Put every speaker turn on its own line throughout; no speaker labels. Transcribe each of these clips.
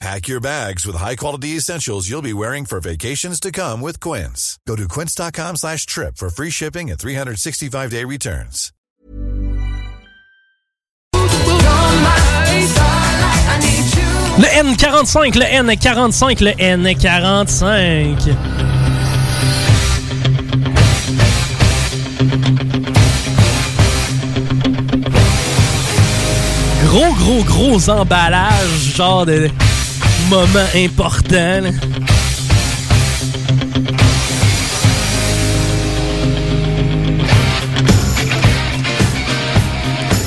Pack your bags with high-quality essentials you'll be wearing for vacations to come with Quince. Go to quince.com slash trip for free shipping and 365-day returns.
Le N45, le N45, le N45. Gros, gros, gros emballage, genre de moment important. là.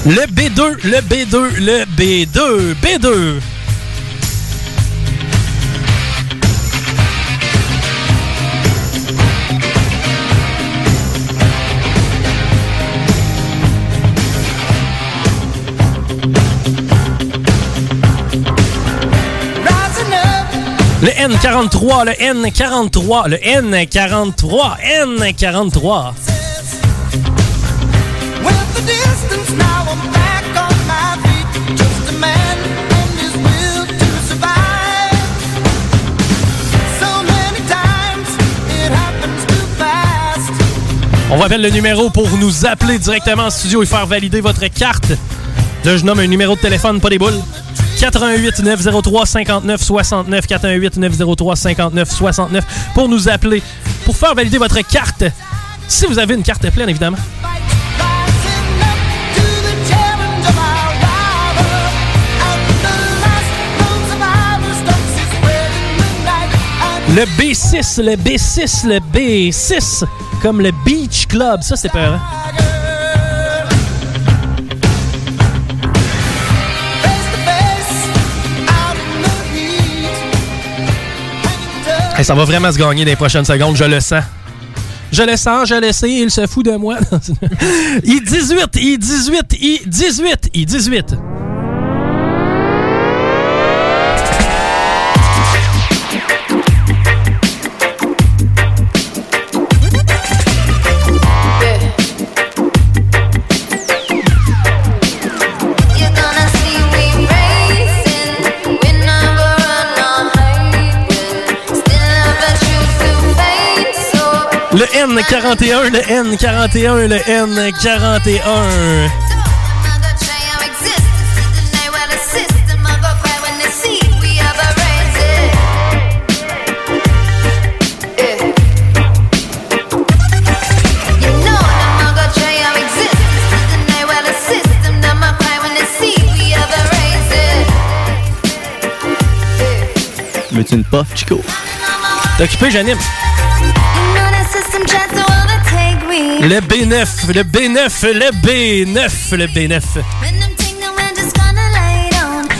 Le B2, le B2, le B2, B2. Le N43, le N43, le N43, N43. On rappelle le numéro pour nous appeler directement en studio et faire valider votre carte. Là, je nomme un numéro de téléphone, pas des boules. 88 903 59 69 418 903 59 69 pour nous appeler pour faire valider votre carte. Si vous avez une carte pleine, évidemment. Le B6, le B6, le B6, comme le Beach Club. Ça, c'est peur. hein? Hey, ça va vraiment se gagner dans les prochaines secondes, je le sens. Je le sens, je le sais, il se fout de moi. I18, I18, I18, I18. Le N41, le N41, le N41.
Mets-tu une puff, Chico?
T'es occupé, j'anime. Le B9, le B9, le B9, le B9.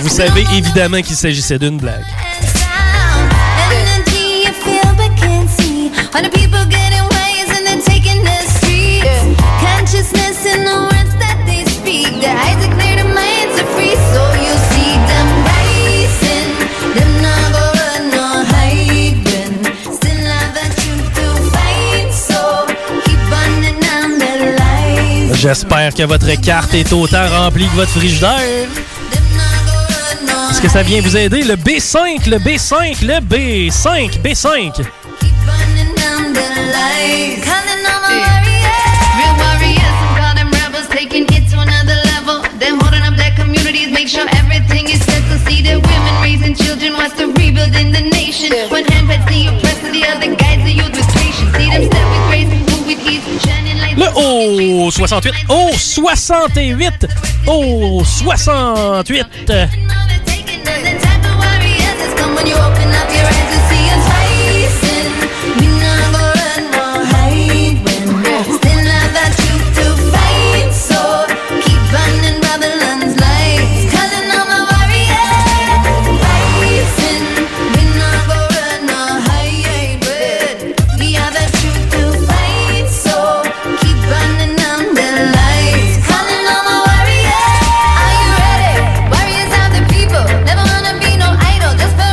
Vous savez évidemment qu'il s'agissait d'une blague. J'espère que votre carte est autant remplie que votre frigidaire. Est-ce que ça vient vous aider? Le B5, le B5, le B5, B5.
One hand pats the oppressed, the other guides the youth with patience. See them step with grace, move with ease, shining like
Le haut, au 68. Au 68! Au 68!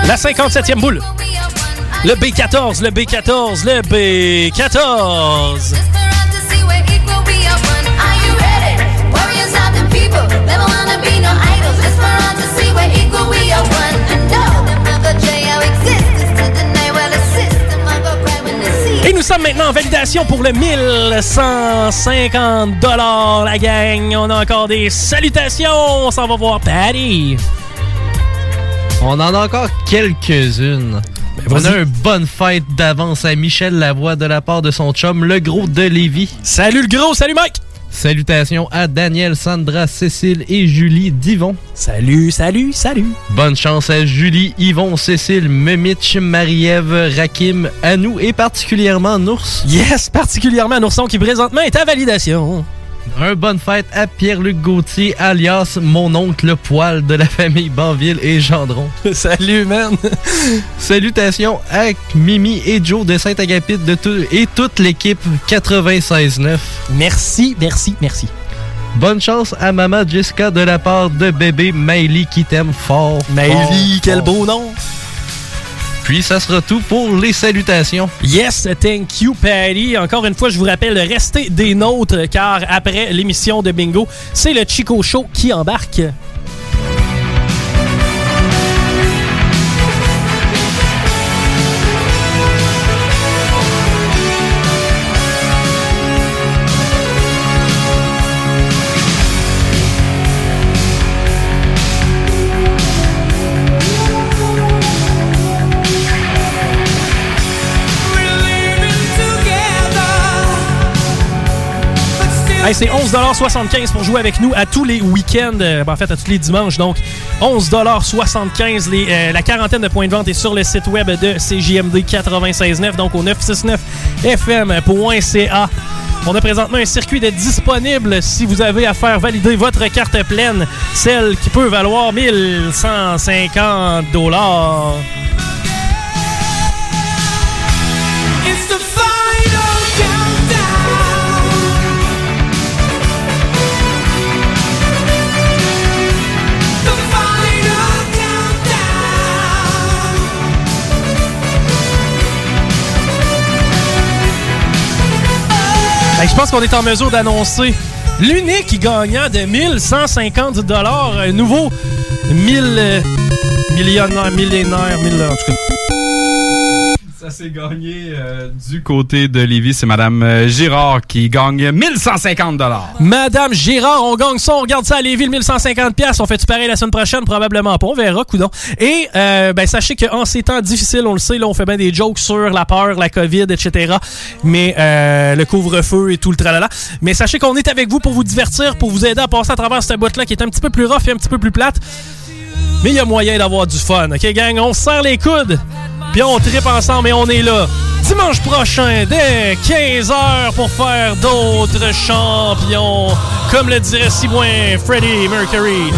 La 57e boule. Le B14, le B14, le B14. Et nous sommes maintenant en validation pour le 1150 la gang. On a encore des salutations. On s'en va voir Patty.
On en a encore quelques-unes. Ben, On a une bonne fête d'avance à Michel Lavoie de la part de son chum, le gros de Lévis.
Salut le gros, salut Mike!
Salutations à Daniel, Sandra, Cécile et Julie Divon.
Salut, salut, salut!
Bonne chance à Julie, Yvon, Cécile, Memitch, Marie-Ève, Rakim, Anou et particulièrement Nours.
Yes, particulièrement Nourson qui présentement est à validation.
Un bonne fête à Pierre-Luc Gauthier, alias mon oncle le poil de la famille Banville et Gendron.
Salut, man!
Salutations à Mimi et Joe de Saint-Agapit de tout- et toute l'équipe 96.9.
Merci, merci, merci.
Bonne chance à Maman Jessica de la part de bébé Maïli qui t'aime fort. fort,
Maëlie, quel
fort.
beau nom!
Puis ça sera tout pour les salutations.
Yes, thank you, Patty. Encore une fois, je vous rappelle, restez des nôtres, car après l'émission de Bingo, c'est le Chico Show qui embarque. Hey, c'est 11,75$ pour jouer avec nous à tous les week-ends, euh, ben, en fait à tous les dimanches. Donc 11,75$. Les, euh, la quarantaine de points de vente est sur le site web de CJMD 96.9, donc au 969fm.ca. On a présentement un circuit de disponible si vous avez à faire valider votre carte pleine, celle qui peut valoir 1150 dollars. Fait que je pense qu'on est en mesure d'annoncer l'unique gagnant de 1150 dollars, un nouveau 1000 euh, millionnaire, millénaire, mille, en tout cas.
Ça s'est gagné euh, du côté de Lévis. C'est Madame euh, Girard qui gagne 1150 dollars.
Madame Gérard, on gagne ça, on regarde ça à Lévis, le 1150 pièces. On fait du pareil la semaine prochaine, probablement pas, on verra, coudon. Et euh, ben sachez qu'en ces temps difficiles, on le sait, là, on fait bien des jokes sur la peur, la COVID, etc. Mais euh, le couvre-feu et tout le tralala. Mais sachez qu'on est avec vous pour vous divertir, pour vous aider à passer à travers cette boîte là qui est un petit peu plus rough et un petit peu plus plate. Mais il y a moyen d'avoir du fun, ok gang? On se serre les coudes, puis on tripe ensemble et on est là. Dimanche prochain, dès 15h, pour faire d'autres champions. Comme le dirait si bien Freddie Mercury.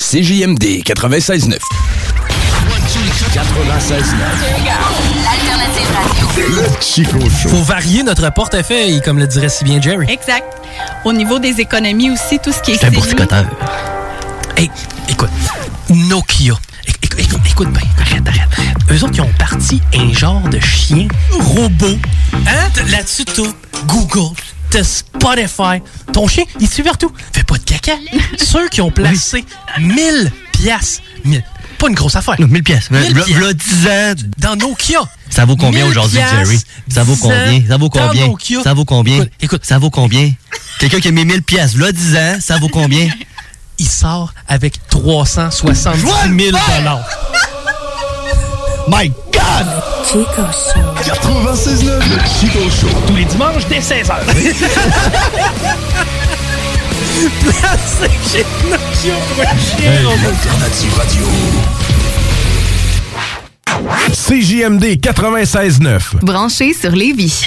CJMD 96.9. 96.9.
Chico Show.
Faut varier notre portefeuille, comme le dirait si bien Jerry.
Exact. Au niveau des économies aussi, tout ce qui est.
un
CELI.
boursicoteur.
Hey, écoute, Nokia. Éc- éc- éc- Écoute bien, arrête, arrête, arrête. eux autres, ils ont parti un genre de chien robot. Hein? T'as- Là-dessus, t'as Google, t'as Spotify. Ton chien, il te suit partout. Fais pas de caca. Ceux qui ont placé 1000 piastres, 1000, pas une grosse affaire.
1000 pièces.
Mille
V'là-
piastres.
v'là 10 ans.
Dans Nokia.
Ça vaut combien
1000
aujourd'hui,
piastres,
Jerry? Ça vaut
10 ans,
combien? Ça vaut
dans
combien?
Nokia.
Ça vaut combien?
Écoute, écoute.
Ça vaut combien? Quelqu'un qui a mis 1000 pièces, là 10 ans, ça vaut combien?
Il sort avec 370 000
My God!
Chico Show.
96 le Chico Show.
Tous les dimanches dès 16h. Placé chez Nokia pour un chien robot.
L'alternative radio.
CJMD 96.9.
Branché sur Lévis.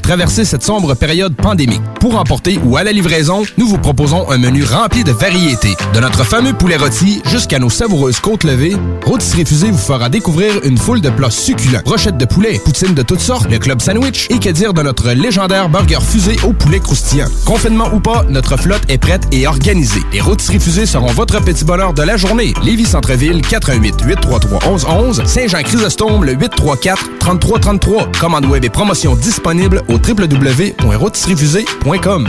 traverser cette sombre période pandémique. Pour emporter ou à la livraison, nous vous proposons un menu rempli de variétés. De notre fameux poulet rôti jusqu'à nos savoureuses côtes levées, Rôtisserie Fusée vous fera découvrir une foule de plats succulents. Rochettes de poulet, poutines de toutes sortes, le club sandwich et que dire de notre légendaire burger fusée au poulet croustillant. Confinement ou pas, notre flotte est prête et organisée. Les Rôtisseries Fusées seront votre petit bonheur de la journée. Lévis Centreville, 418 833 1111 Saint-Jean-Chrysostome, le 834-3333. Commande web et promotion disponible au www.rôtisseriesfusées.com.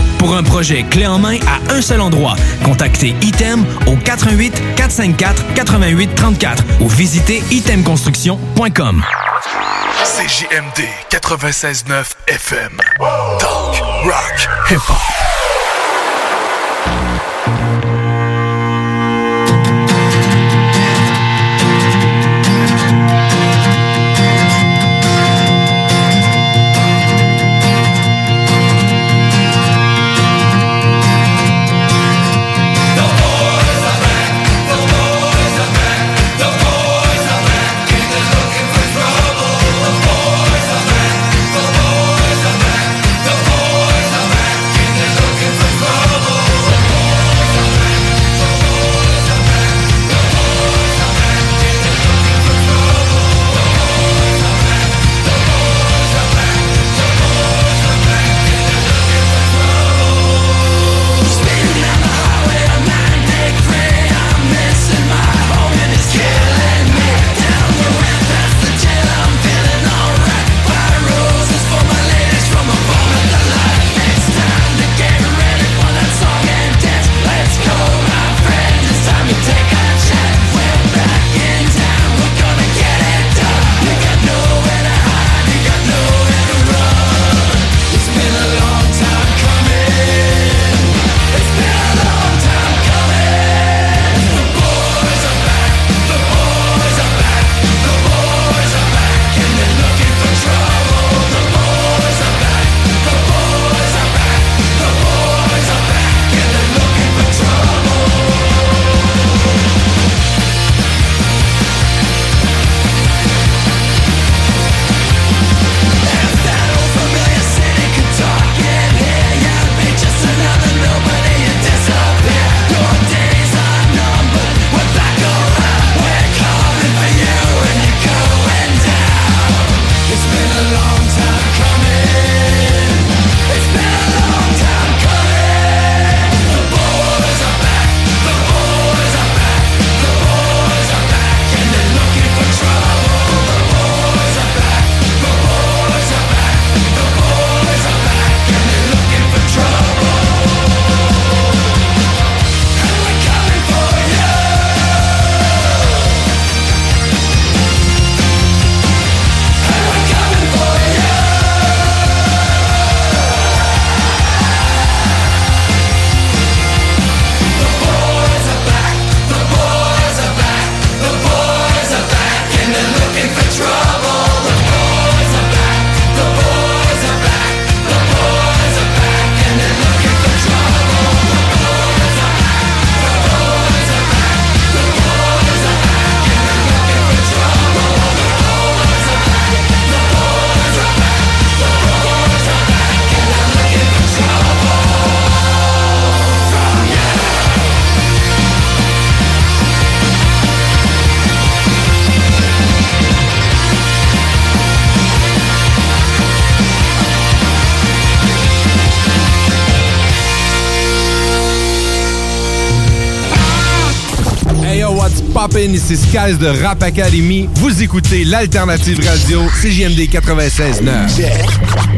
Pour un projet clé en main à un seul endroit, contactez Item au 88 454 88 34 ou visitez itemconstruction.com.
CJMD 96.9 FM. Talk, rock, hip-hop.
Looking
Martine, ici Skies de Rap Academy. Vous écoutez l'Alternative Radio, CJMD 96.9.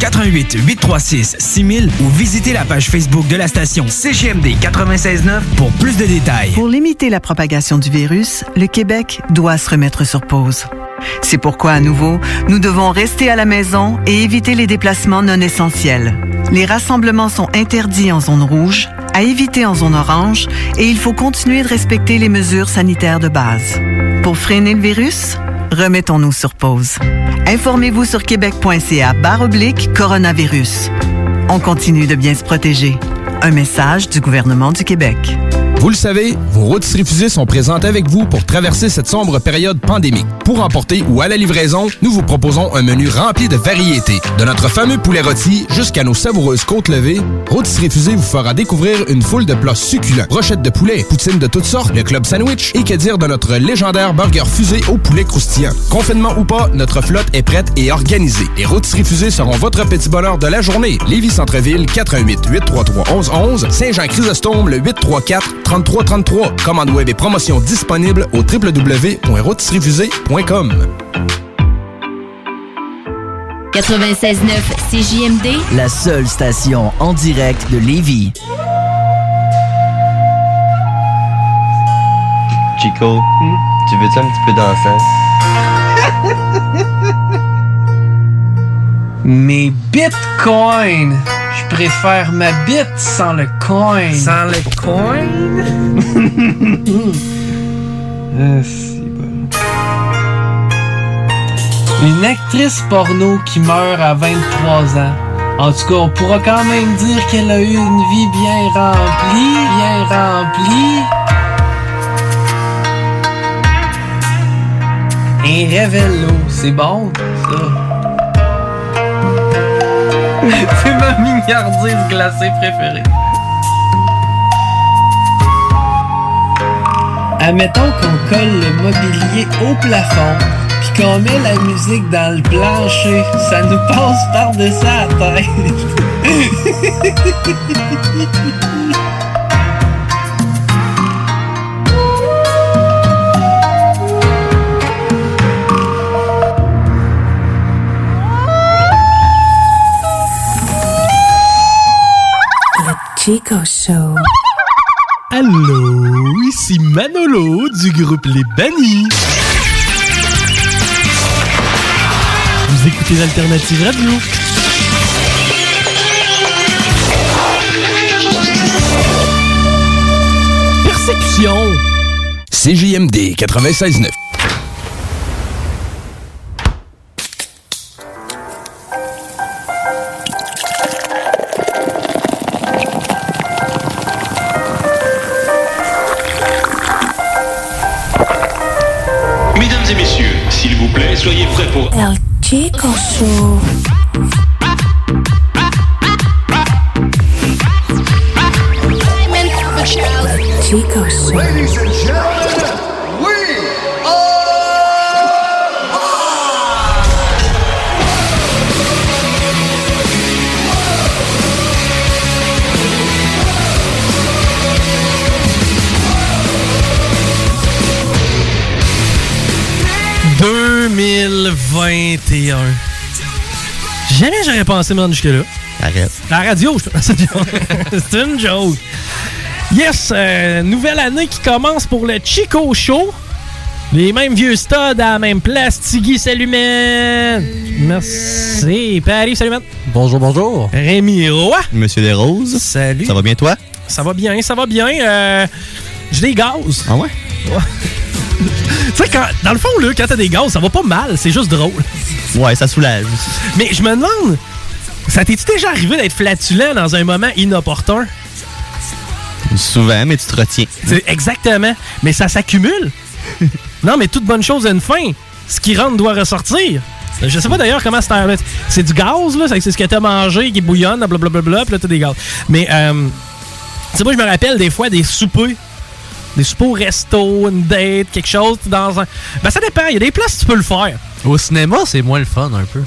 88 836 6000 ou visitez la page Facebook de la station CGMD 969 pour plus de détails.
Pour limiter la propagation du virus, le Québec doit se remettre sur pause. C'est pourquoi, à nouveau, nous devons rester à la maison et éviter les déplacements non essentiels. Les rassemblements sont interdits en zone rouge, à éviter en zone orange, et il faut continuer de respecter les mesures sanitaires de base. Pour freiner le virus, remettons-nous sur pause. Informez-vous sur québec.ca barre oblique coronavirus. On continue de bien se protéger. Un message du gouvernement du Québec.
Vous le savez, vos routes fusées sont présentes avec vous pour traverser cette sombre période pandémique. Pour emporter ou à la livraison, nous vous proposons un menu rempli de variétés. De notre fameux poulet rôti jusqu'à nos savoureuses côtes levées, Rôtisserie Fusée vous fera découvrir une foule de plats succulents. Rochettes de poulet, poutines de toutes sortes, le club sandwich et que dire de notre légendaire burger fusée au poulet croustillant. Confinement ou pas, notre flotte est prête et organisée. Les Rôtisseries Fusées seront votre petit bonheur de la journée. Lévis-Centreville, 418-833-1111, Saint-Jean-Chrysostome, le 834 3333. Commande web et promotion disponible au www.rotisseriefusée.com.
96.9 CJMD.
La seule station en direct de Lévis.
Chico, tu veux-tu un petit peu danser?
Mes bitcoins! Je préfère ma bite sans le coin. Sans le coin? Une actrice porno qui meurt à 23 ans. En tout cas, on pourra quand même dire qu'elle a eu une vie bien remplie, bien remplie. Et révélo, c'est bon, ça. C'est ma mignardise glacée préférée. Admettons qu'on colle le mobilier au plafond, puis qu'on met la musique dans le plancher. Ça nous passe par-dessus la tête.
Chico Show.
Allô, ici Manolo du groupe Les Bannis. Vous écoutez l'Alternative Radio. Perception.
CJMD 96.9.
Mesdames et messieurs, s'il vous plaît, soyez prêts pour...
El Chico Show. Chico Show.
Show. 2021. Jamais j'aurais pensé me rendre jusque-là.
Arrête.
La radio, je te c'est une joke. C'est une joke. Yes, euh, nouvelle année qui commence pour le Chico Show. Les mêmes vieux studs à la même place. Tiggy, salut, man. Merci. Paris, salut, man.
Bonjour, bonjour.
Rémi Roy.
Monsieur Les Roses. Salut. Ça va bien, toi?
Ça va bien, ça va bien. Euh, je les gaz.
Ah ouais?
tu sais, quand- dans le fond, là, quand t'as des gaz, ça va pas mal. C'est juste drôle.
Ouais, ça soulage.
Mais je me demande, ça t'es-tu déjà arrivé d'être flatulent dans un moment inopportun?
Souvent, mais tu te retiens.
C'est exactement. Mais ça s'accumule. non, mais toute bonne chose a une fin. Ce qui rentre doit ressortir. Je sais pas d'ailleurs comment c'est en- C'est du gaz, là. c'est- C'est ce que t'as mangé qui bouillonne, blablabla, puis là, t'as des gaz. Mais, euh, tu sais, moi, je me rappelle des fois des soupers. Des soupers au resto, une date, quelque chose, t'es dans un. Ben, ça dépend. Il y a des places où tu peux le faire.
Au cinéma, c'est moins le fun un peu.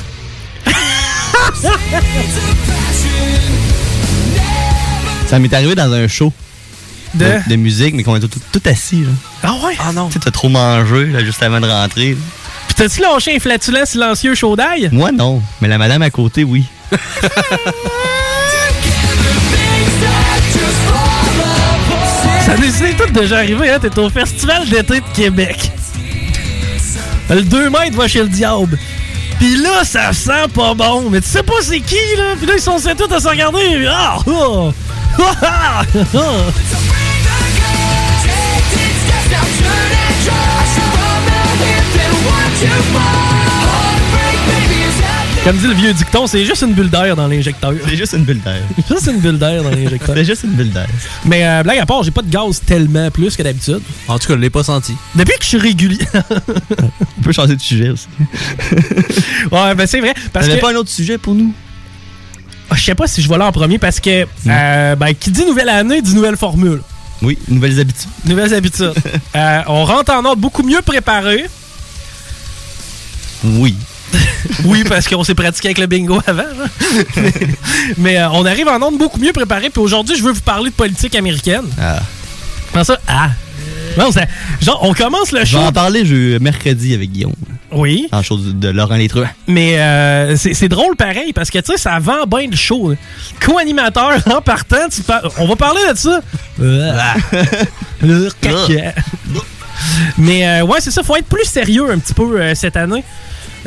Ça m'est arrivé dans un show
de,
de musique, mais qu'on était tout, tout assis. Là.
hein.
Ah ouais? Ah non.
Tu sais, t'as trop mangé là, juste avant de rentrer. là.
Puis t'as-tu lâché un flatulent silencieux chaud d'ail?
Moi, non. Mais la madame à côté, oui.
Ça nous est tout déjà arrivé, hein? T'es au Festival d'été de Québec. Le 2 mètres va chez le diable. Pis là, ça sent pas bon. Mais tu sais pas c'est qui, là? Pis là, ils sont tous à se regarder. Ah! ah, ah, ah. Comme dit le vieux dicton, c'est juste une bulle d'air dans l'injecteur. C'est
juste une bulle d'air.
juste une bulle d'air dans l'injecteur.
C'est juste une bulle d'air.
Mais euh, blague à part, j'ai pas de gaz tellement plus que d'habitude.
En tout cas, je l'ai pas senti.
Depuis que je suis régulier.
On peut changer de sujet aussi.
ouais, ben c'est vrai. Parce
T'avais
que... Ah,
pas un autre sujet pour nous?
Je sais pas si je vais là en premier parce que euh, ben, qui dit nouvelle année dit nouvelle formule.
Oui, nouvelles habitudes.
Nouvelles habitudes. Euh, on rentre en ordre beaucoup mieux préparé.
Oui.
Oui, parce qu'on s'est pratiqué avec le bingo avant. hein. Mais, euh, on arrive en ordre beaucoup mieux préparé. Puis aujourd'hui, je veux vous parler de politique américaine.
Ah.
Comment ça? Ah. Non, c'est- genre, on commence le
Je
show.
vais en parler je- mercredi avec Guillaume.
Oui.
En chose de Laurent Létreux.
Mais euh, c'est c'est drôle pareil parce que tu sais, ça vend bien le show. là. Co-animateur en partant, tu par- on va parler de ça. Le caca. Mais euh, ouais, c'est ça, faut être plus sérieux un petit peu euh, cette année.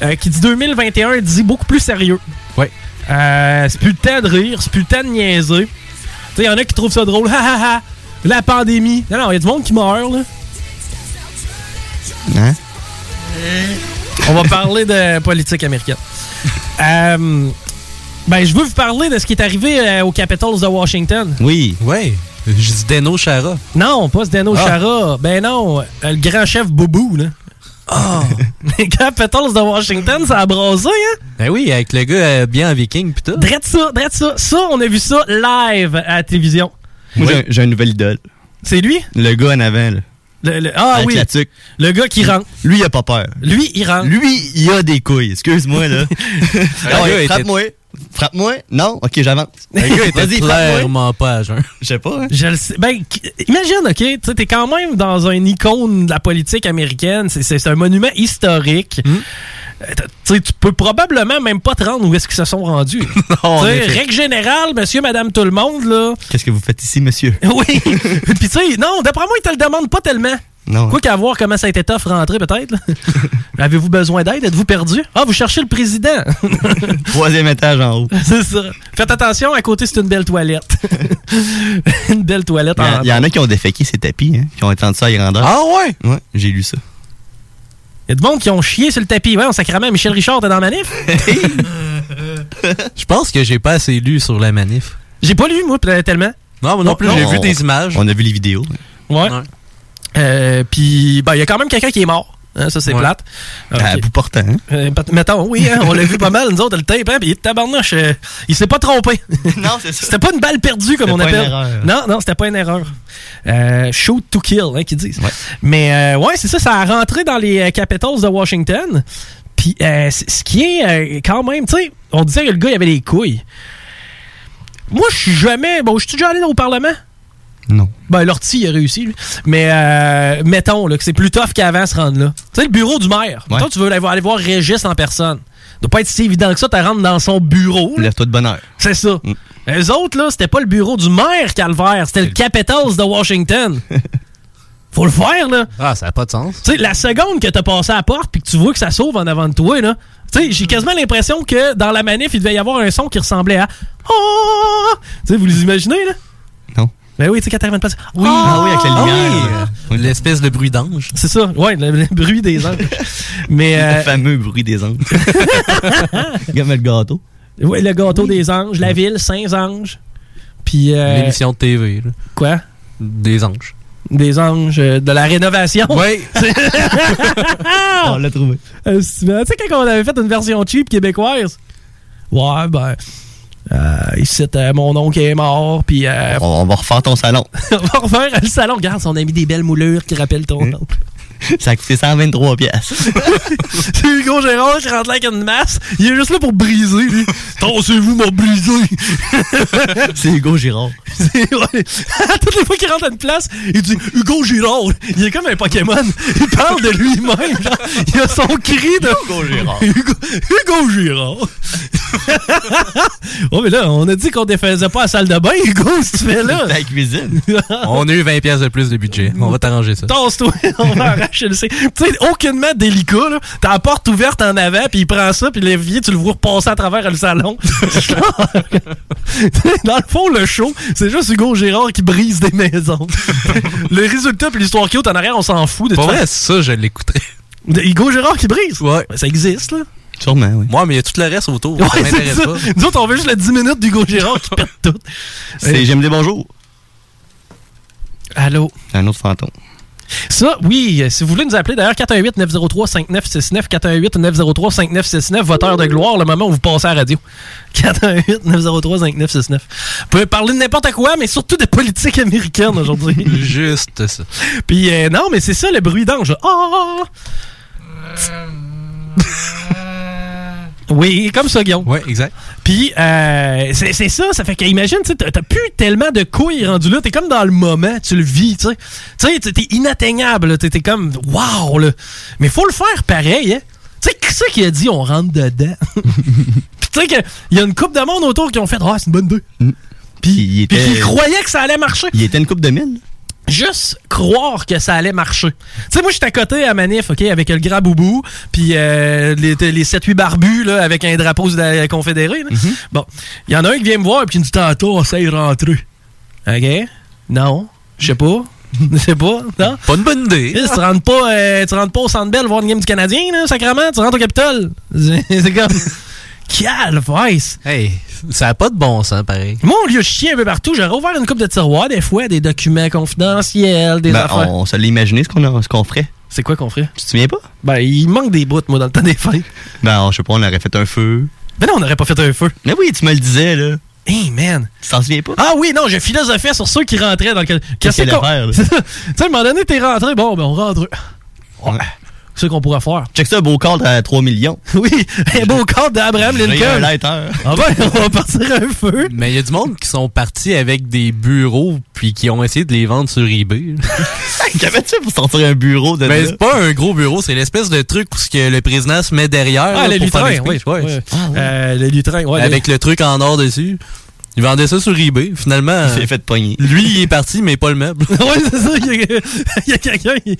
Euh, qui dit 2021 dit beaucoup plus sérieux. Euh,
Ouais.
c'est plus le temps de rire, c'est plus le temps de niaiser. Tu sais, il y en a qui trouvent ça drôle. Ha ha ha. La pandémie. Non, non, il y a du monde qui meurt, là.
Hein?
On va parler de politique américaine. Euh, ben, je veux vous parler de ce qui est arrivé euh, aux Capitals de Washington.
Oui.
Ouais. Je dis Deno Chara.
Non, pas ce Dano
Ah.
Chara. Ben non, euh, le grand chef Boubou, là.
Ah.
Oh. Les Capitals de Washington, ça a brasé, hein?
Ben oui, avec le gars euh, bien en viking pis tout.
Drette ça, drette ça. Ça, on a vu ça live à la télévision.
Moi, j'ai un- j'ai un nouvel idole.
C'est lui?
Le gars en avant, là.
Le- le- ah
Avec
oui.
la tuque.
Le gars qui rentre.
Lui, il a pas peur.
Lui, il rentre.
Lui, il a des couilles. Excuse-moi, là. Ah ouais,
Le gars était-
frappe-moi. Frappe-moi. Non? OK, j'avance.
Le gars était
Vas-y, frappe-moi.
clairement pas à jeun.
Je sais pas, hein.
Je le sais. Ben, qu- imagine, OK, tu sais, t'es quand même dans un icône de la politique américaine. C'est- C'est c'est un monument historique.
Hmm.
Euh, t'as- Tu sais, tu peux probablement même pas te rendre où est-ce qu'ils se sont rendus.
en
Tu sais,
effet.
règle générale, monsieur, madame, tout le monde, là.
Qu'est-ce que vous faites ici, monsieur?
Oui. Puis, tu sais, non, d'après moi, ils te le demandent pas tellement.
Non.
Quoi qu'à voir comment ça a été tough rentrer, peut-être. là. Avez-vous besoin d'aide? Êtes-vous perdu? Ah, vous cherchez le président.
Troisième étage en haut.
c'est ça. Faites attention, à côté, c'est une belle toilette. une belle toilette
Il y,
en
a- il y en a qui ont déféqué ces tapis, hein, qui ont étendu ça à grandeur.
Ah ouais?
Ouais, j'ai lu ça.
Il y a du monde qui ont chié sur le tapis. Ouais, on sacrament, Michel Richard, t'es dans la manif?
Je pense que j'ai pas assez lu sur la manif.
J'ai pas lu, moi, pl- tellement.
Non, moi non plus, j'ai vu des images.
On a vu les vidéos.
Ouais. Euh, Puis, ben, il y a quand même quelqu'un qui est mort. Hein, ça, c'est
Ouais.
plate.
À
Ok.
bout portant. hein.
Euh, pat- mettons, oui, hein, on l'a vu pas mal, nous autres, le tape, hein, puis tabarnouche, euh, il s'est pas trompé.
Non, c'est ça.
C'était pas une balle perdue, comme
C'était
on
pas une
appelle.
erreur.
Non, non, c'était pas une erreur. Euh, shoot to kill, hein, qu'ils disent. Mais euh, ouais, c'est ça, ça a rentré dans les euh, Capitals de Washington. Puis euh, c- ce qui est euh, quand même, tu sais, on disait que le gars, il avait les couilles. Moi, je suis jamais. Bon, je suis déjà allé au Parlement?
Non.
Ben, l'ortie, il a réussi, lui. Mais euh, mettons là, que c'est plus tough qu'avant se rendre là. Tu sais, le bureau du maire.
Ouais.
Mettons, tu veux aller voir, aller voir Régis en personne. doit pas être si évident que ça, tu rentres dans son bureau. là.
Lève-toi de Mm. bonne heure.
C'est ça. Les autres, là, c'était pas le bureau du maire Calvaire, c'était le Capitals de Washington. Faut le faire, là.
Ah, ça a pas de sens.
Tu sais, la seconde que t'as passé à la porte puis que tu vois que ça s'ouvre en avant de toi, là. Tu sais, j'ai quasiment l'impression que dans la manif, il devait y avoir un son qui ressemblait à. Oh! Tu sais, vous les imaginez, là?
Non.
Ben oui, tu sais, quand t'arrives à une place- Oui!
Ah oui, avec la
Ah
lumière. L'espèce de bruit d'ange.
C'est ça, ouais, le, le bruit des anges. Mais. euh,
Le fameux bruit des anges. Comme le gâteau.
Oui, le gâteau des anges, la ville, Saint-Ange. Puis. euh,
L'émission de TV. là.
Quoi?
Des anges.
des anges euh, de la rénovation.
Oui.
on l'a trouvé. Tu sais, quand on avait fait une version cheap québécoise, ouais, ben, euh, ici, euh, mon oncle est mort, puis euh,
On, on va refaire ton salon.
on va refaire le salon. Regarde, on a mis des belles moulures qui rappellent ton oncle.
Ça a coûté 123 pièces.
C'est Hugo Gérard qui rentre là avec une masse. Il est juste là pour briser. lui. Tassez-vous, m'a brisé.
C'est Hugo Girard.
C'est- ouais. Toutes les fois qu'il rentre à une place, il dit Hugo Girard. Il est comme un Pokémon. Il parle de lui-même. genre. Il a son cri de.
Hugo Girard.
Hugo, Hugo Girard. oh, mais là, on a dit qu'on défaisait pas la salle de bain. Hugo, si tu fais là.
La cuisine.
On a eu 20 pièces de plus de budget. On va t'arranger ça.
Tasse-toi, on va arracher le sein. Tu sais, aucunement délicat, là. T'as la porte ouverte en avant, puis il prend ça, puis l'évier, tu le vois repasser à travers le salon. Dans le fond, le show, c'est juste Hugo Gérard qui brise des maisons. le résultat, puis l'histoire cute en arrière, on s'en fout de
Pour
toute
vrai,
façon.
ça, je l'écouterais.
De Hugo Gérard qui brise? Ouais. ça existe, là.
Sûrement, oui.
Moi, mais il y a tout le reste autour.
Ouais,
ça
c'est
m'intéresse
ça.
pas.
Nous autres, on veut juste le 10 minutes d'Hugo Gérard qui pète tout.
C'est J'aime des bonjours.
Allô?
C'est un autre fantôme.
Ça, oui, euh, si vous voulez nous appeler, d'ailleurs, 418-903-5969, 418-903-5969, votre heure de gloire, le moment où vous passez à la radio. 418-903-5969. Vous pouvez parler de n'importe quoi, mais surtout de politique américaine aujourd'hui.
Juste ça.
Puis euh, non, mais c'est ça le bruit d'ange. Ah! Oui, comme ça, Guillaume.
Oui, exact.
Puis, euh, c'est c'est ça, ça fait qu'imagine, tu sais, t'as t'as plus tellement de couilles rendues là, t'es comme dans le moment, tu le vis, tu sais. Tu sais, t'es- t'es inatteignable, là, t'es t'es comme, waouh, là. Mais faut le faire pareil, hein. Tu sais, qui c'est qui a dit on rentre dedans? Puis tu sais qu'il y a une coupe de monde autour qui ont fait, ah, c'est une bonne deux.
Mm. Puis il
Puis
était.
qui croyaient que ça allait marcher.
Il était une coupe de mille.
Juste croire que ça allait marcher. Tu sais, moi, j'étais à côté à Manif, OK, avec le grand boubou, puis euh, les, les 7-8 barbus, là, avec un drapeau de la Confédérée. là.
Mm-hmm.
Bon, il y en a un qui vient me voir, puis il me dit tantôt, essaye de rentrer. OK? Non. Je sais pas. Je sais pas, non?
Pas une bonne idée.
Tu rentres pas, euh, tu rentres pas au Centre Bell voir une game du Canadien, là, sacrément. Tu rentres au Capitole. C'est c'est comme... Calvice!
Hey, ça n'a pas de bon sens, pareil.
Mon lieu chien un peu partout, j'aurais ouvert une coupe de tiroirs, des fois, des documents confidentiels, des
Ben,
affaires.
on se l'imaginait ce qu'on a- ce qu'on ferait.
C'est quoi qu'on ferait?
Tu te souviens pas?
Ben, il manque des bouts, moi, dans le temps des fêtes.
Ben, on- je sais pas, on aurait fait un feu.
Ben non, on n'aurait pas fait un feu.
Mais oui, tu me le disais, là.
Hey, man!
Tu t'en souviens pas?
Ah oui, non, je philosophais sur ceux qui rentraient dans le...
Qu'est-ce qu'il
qu'on-
allait faire, là?
C'est ça. Tu sais, à un moment donné, t'es rentré, bon, ben on rentre.
Ouais.
C'est ce qu'on pourrait faire.
Check ça, beau cadre à 3 millions.
Oui, un beau cadre d'Abraham
J'ai un
Lincoln.
lighter.
Ah ben, on va partir un feu.
Mais il y a du monde qui sont partis avec des bureaux puis qui ont essayé de les vendre sur eBay.
Qu'avais-tu pour sortir un bureau de
Mais
là?
c'est pas un gros bureau, c'est l'espèce de truc où ce que le président se met derrière
Ah,
là,
le
pour faire
lutrin,
des
oui.
speeches. Ouais.
ouais. Euh, le lutrin, ouais.
Avec le truc en or dessus. Ils vendaient ça sur eBay. Finalement,
Il s'est fait pogner.
euh, lui, il est parti, mais pas le meuble.
le... ouais, c'est ça, il y a, il y a quelqu'un, il...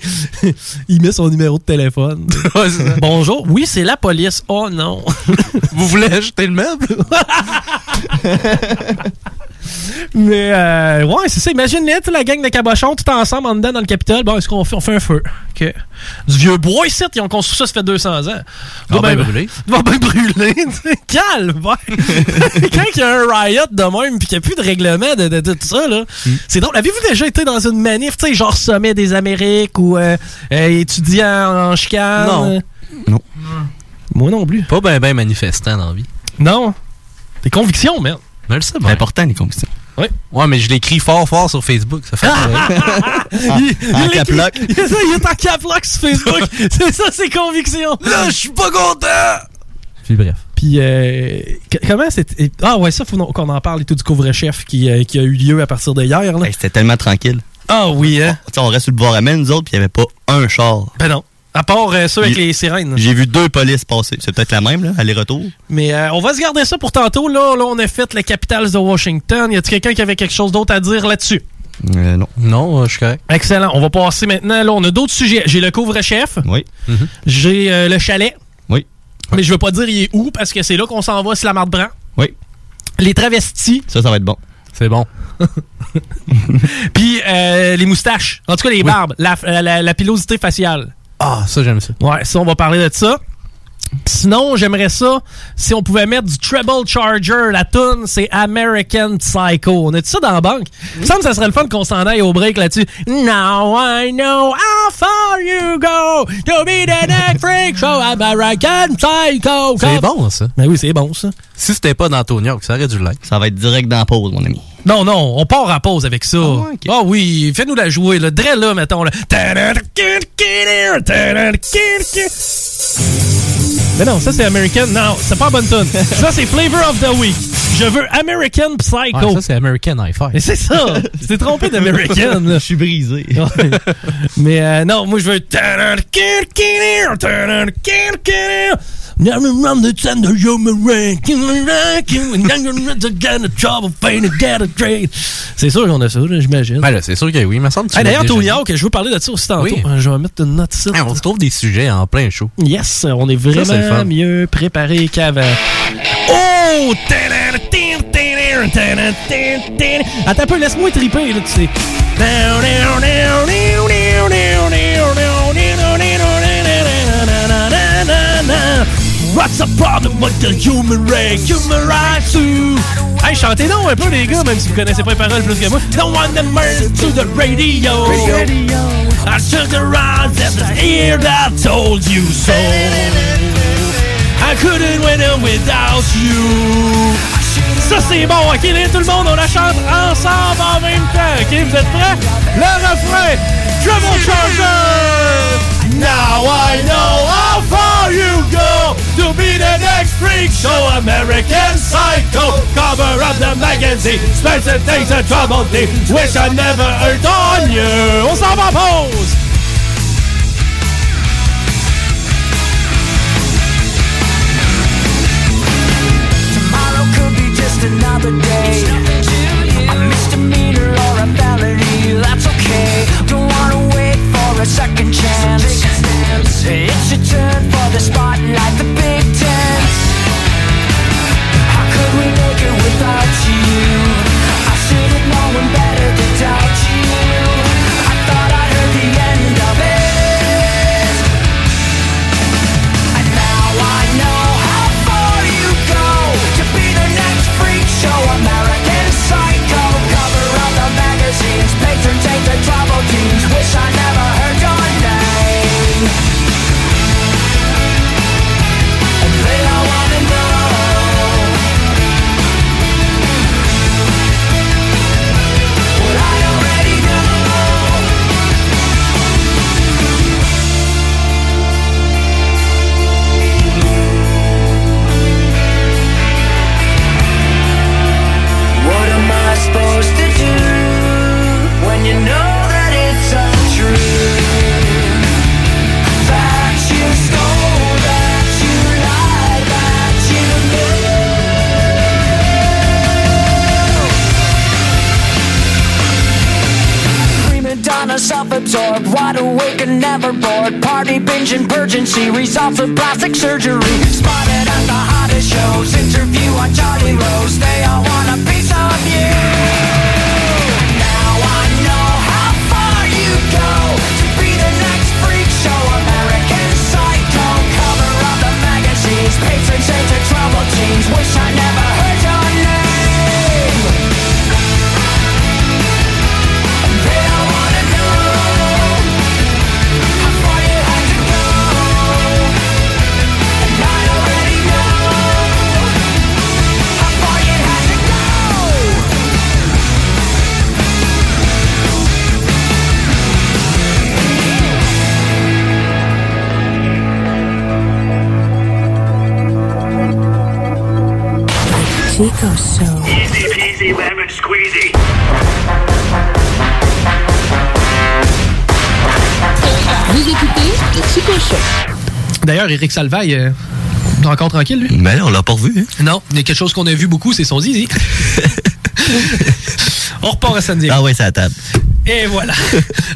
il met son numéro de téléphone.
Ouais, c'est ça.
Bonjour, oui, c'est la police. Oh non.
Vous voulez acheter le meuble?
Mais euh, ouais, c'est ça. Imagine-les, tu sais, la gang de cabochons, tout ensemble en dedans dans le Capitole. Bon, est-ce qu'on fait, on fait un feu? OK. Du vieux bois ici, ils ont construit ça, ça fait 200
Ah,
ans. ben,
Ils vont bien
brûler.
brûler.
Ils vont bien brûler. tu sais. Calme, ouais. Quand il y a un riot de même puis qu'il n'y a plus de règlement de, de- de tout ça, là, c'est drôle. Avez-vous déjà été dans une manif, tu sais, genre sommet des Amériques ou euh, euh, étudiants en chicane?
Non.
Non.
Moi non plus.
Pas ben ben manifestant dans la vie.
Non. Des convictions, merde.
Mais le sais,
C'est important, les convictions.
Ouais, mais je l'écris fort fort sur Facebook. Ça fait
Ah,
Ah,
Ah,
Il- il
en
l'écrit-
cap lock.
Il est ça, il est en cap lock sur Facebook. c'est ça, ses convictions.
Là, je suis pas content! Puis bref.
Puis, euh, que- comment c'était. Ah, ouais, ça, faut non- qu'on en parle et tout du couvre-chef qui, euh, qui a eu lieu à partir de hier. là.
Hey, C'était tellement tranquille.
Ah, oui, hein?
Tu sais, on reste sur le bord à main, nous autres, puis il n'y avait pas un char.
Ben non. À part euh, ceux avec
Il-
les sirènes.
J'ai vu deux polices passer. C'est peut-être la même, là, aller-retour.
Mais euh, on va se garder ça pour tantôt. Là, là on a fait les capitales de Washington. Y a-t-il quelqu'un qui avait quelque chose d'autre à dire là-dessus?
Euh, non.
Non, euh, je suis correct.
Excellent. On va passer maintenant. Là, on a d'autres sujets. J'ai le couvre-chef.
Oui.
J'ai euh, le chalet.
Oui.
Mais je veux pas dire il est où parce que c'est là qu'on s'en va si la marde prend.
Oui.
Les travestis.
Ça, ça va être bon.
C'est bon.
Puis euh, les moustaches. En tout cas, les barbes. La, la, la- la pilosité faciale.
Ah, ça, j'aime ça.
Ouais, ça, on va parler de ça. Sinon, j'aimerais ça si on pouvait mettre du Treble Charger. La tune, c'est American Psycho. On a-tu ça dans la banque? Il me semble que ça serait le fun qu'on s'en aille au break là-dessus. Now I know how far you go to be the next freak show American Psycho.
C'est bon, ça.
Mais Ben oui, c'est bon, ça.
Si c'était pas d'Antonio, ça aurait dû l'être.
Ça va être direct dans la pause, mon ami.
Non, non, on part en pause avec ça. Ah oui, fais-nous la jouer, là. Dre là, mettons. Là. Mais non, ça c'est American. Non, c'est pas bonne tune. Ça c'est Flavor of the Week. Je veux American Psycho.
Ouais, ça, c'est American Hi-Fi.
Mais c'est ça! Tu t'es trompé d'American, là.
Je suis brisé.
Ouais. Mais euh, non, moi je veux. C'est sûr qu'on a ça, là, j'imagine.
Ben là, c'est sûr que oui, mais semble que tu
Hey,
l'as
D'ailleurs,
déjà
Tony
dit.
Hawk, je veux parler de ça aussi tantôt.
Oui.
Je vais mettre une note ça.
Hey, on se trouve des sujets en plein show.
Yes, on est vraiment
c'est le fun.
mieux préparé qu'avant. Oh! Attends un peu, laisse-moi triper, là, tu sais. What's the problem with the human race? Human rights too. Hey, chantez donc un peu, les gars, même si vous connaissez pas les paroles plus que moi. No one that murdered to the radio.
Radio.
I took the rise at the ear that told you so. I couldn't win it without you. Ça, c'est bon, ok, là, tout le monde, on la chante ensemble en même temps, ok? Vous êtes prêts? Le refrain, Trouble Charger! Now I know how far you go to be the next freak show American Psycho. Cover of the magazine, special things and trouble things. Wish I never heard on you. On s'en va en pause!
Tomorrow could be just another day. A misdemeanor or a felony, that's okay. Don't wanna wait for a second chance. It's your turn for the spotlight, the big dance. How could we make it without you? I should have known better than doubt you. I thought I heard the end of it. And now I know how far you go to be the next freak show American Psycho. Cover of the magazines, patron take the trouble teams. Wish I never heard your name. And they all wanna know what I already know. What am I supposed to do when you know that it's untrue? That you stole, that you lied, that you knew. Prima donna, self-absorbed, wide awake and never bored. Party binging, purging, series off of plastic surgery. Spotted at the hottest shows, interview on Charlie Rose. They all want a piece of you. Now I know how far you go to be the next freak show American Psycho. Cover of the magazines, patrons into trouble teens. Wish I never heard your name. They all wanna know.
Chico Show.
Easy peasy lemon squeezy.
Vous écoutez le Chico Show.
D'ailleurs, Eric Salvaille, euh, est encore tranquille, lui?
Ben là, on l'a pas revu. Hein?
Non, il y a quelque chose qu'on a vu beaucoup, c'est son zizi.
On repart à samedi.
Ah ouais, c'est la table.
Et voilà.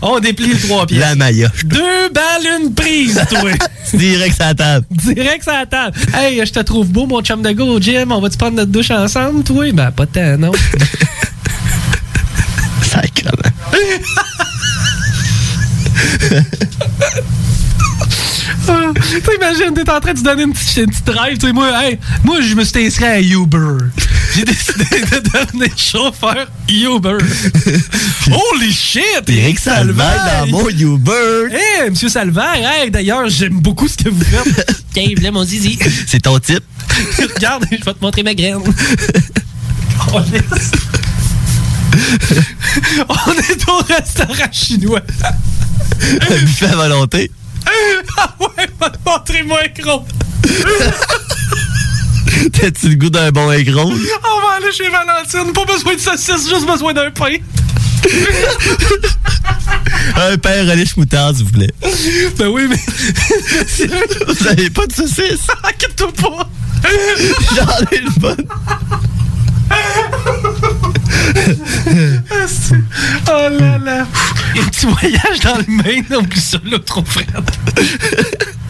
On déplie le trois pieds.
La maillot.
Deux balles, une prise, toi.
Direct sur la table.
Direct sur la table. Hey, je te trouve beau, mon chum de go au gym. On va-tu prendre notre douche ensemble, toi? Ben, pas tant, non.
Sacrement.
Ah, T'imagines, t'es en train de te donner une petite, une petite drive. tu sais, Moi, hey, moi, je me suis inscrit à Uber. J'ai décidé de devenir chauffeur Uber. Holy shit!
Eric Salvaille dans mon Uber.
Hey, monsieur Salvaire, hey, d'ailleurs, j'aime beaucoup ce que vous faites. Tiens, là, mon zizi.
C'est ton type.
Regarde, je vais te montrer ma graine. On On est au restaurant chinois.
Un buffet à volonté.
Ah ouais, va te montrer mon écran.
T'as-tu le goût d'un bon écran?
On va aller chez Valentine. Pas besoin de saucisse, juste besoin d'un pain.
Un père relish moutarde, s'il vous plaît.
Ben oui, mais.
Vous avez pas de saucisse?
Inquiète-toi pas.
J'en ai le bon.
oh là là. Et tu voyages dans le Maine, oublie ça, là, trop frère.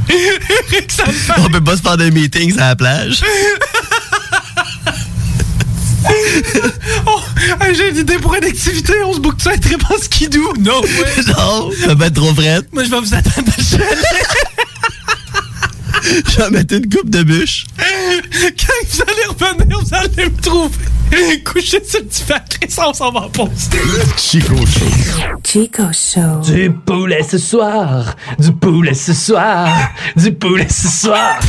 Eric, ça me fait.
On peut pas se faire des meetings à la plage.
Oh, hey, j'ai une idée pour une activité, on se boucle ça un trip en skidoo. Non, ouais.
Non, ça va être trop frais.
Moi, je vais vous attendre à
Je vais mettre une coupe de bûche.
Quand vous allez revenir, vous allez me trouver. Couché sur le divan, Chris, on s'en va en pause.
Chico Show.
Chico Show.
Du poulet ce soir, du poulet ce soir, du poulet ce soir.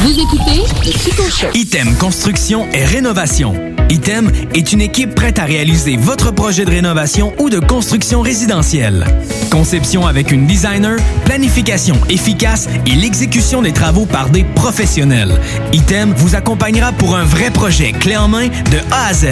Vous écoutez le Chico Show.
Item Construction et Rénovation. Item est une équipe prête à réaliser votre projet de rénovation ou de construction résidentielle. Conception avec une designer, planification efficace et l'exécution des travaux par des professionnels. Item vous accompagnera pour un vrai projet clé en main de A à Z.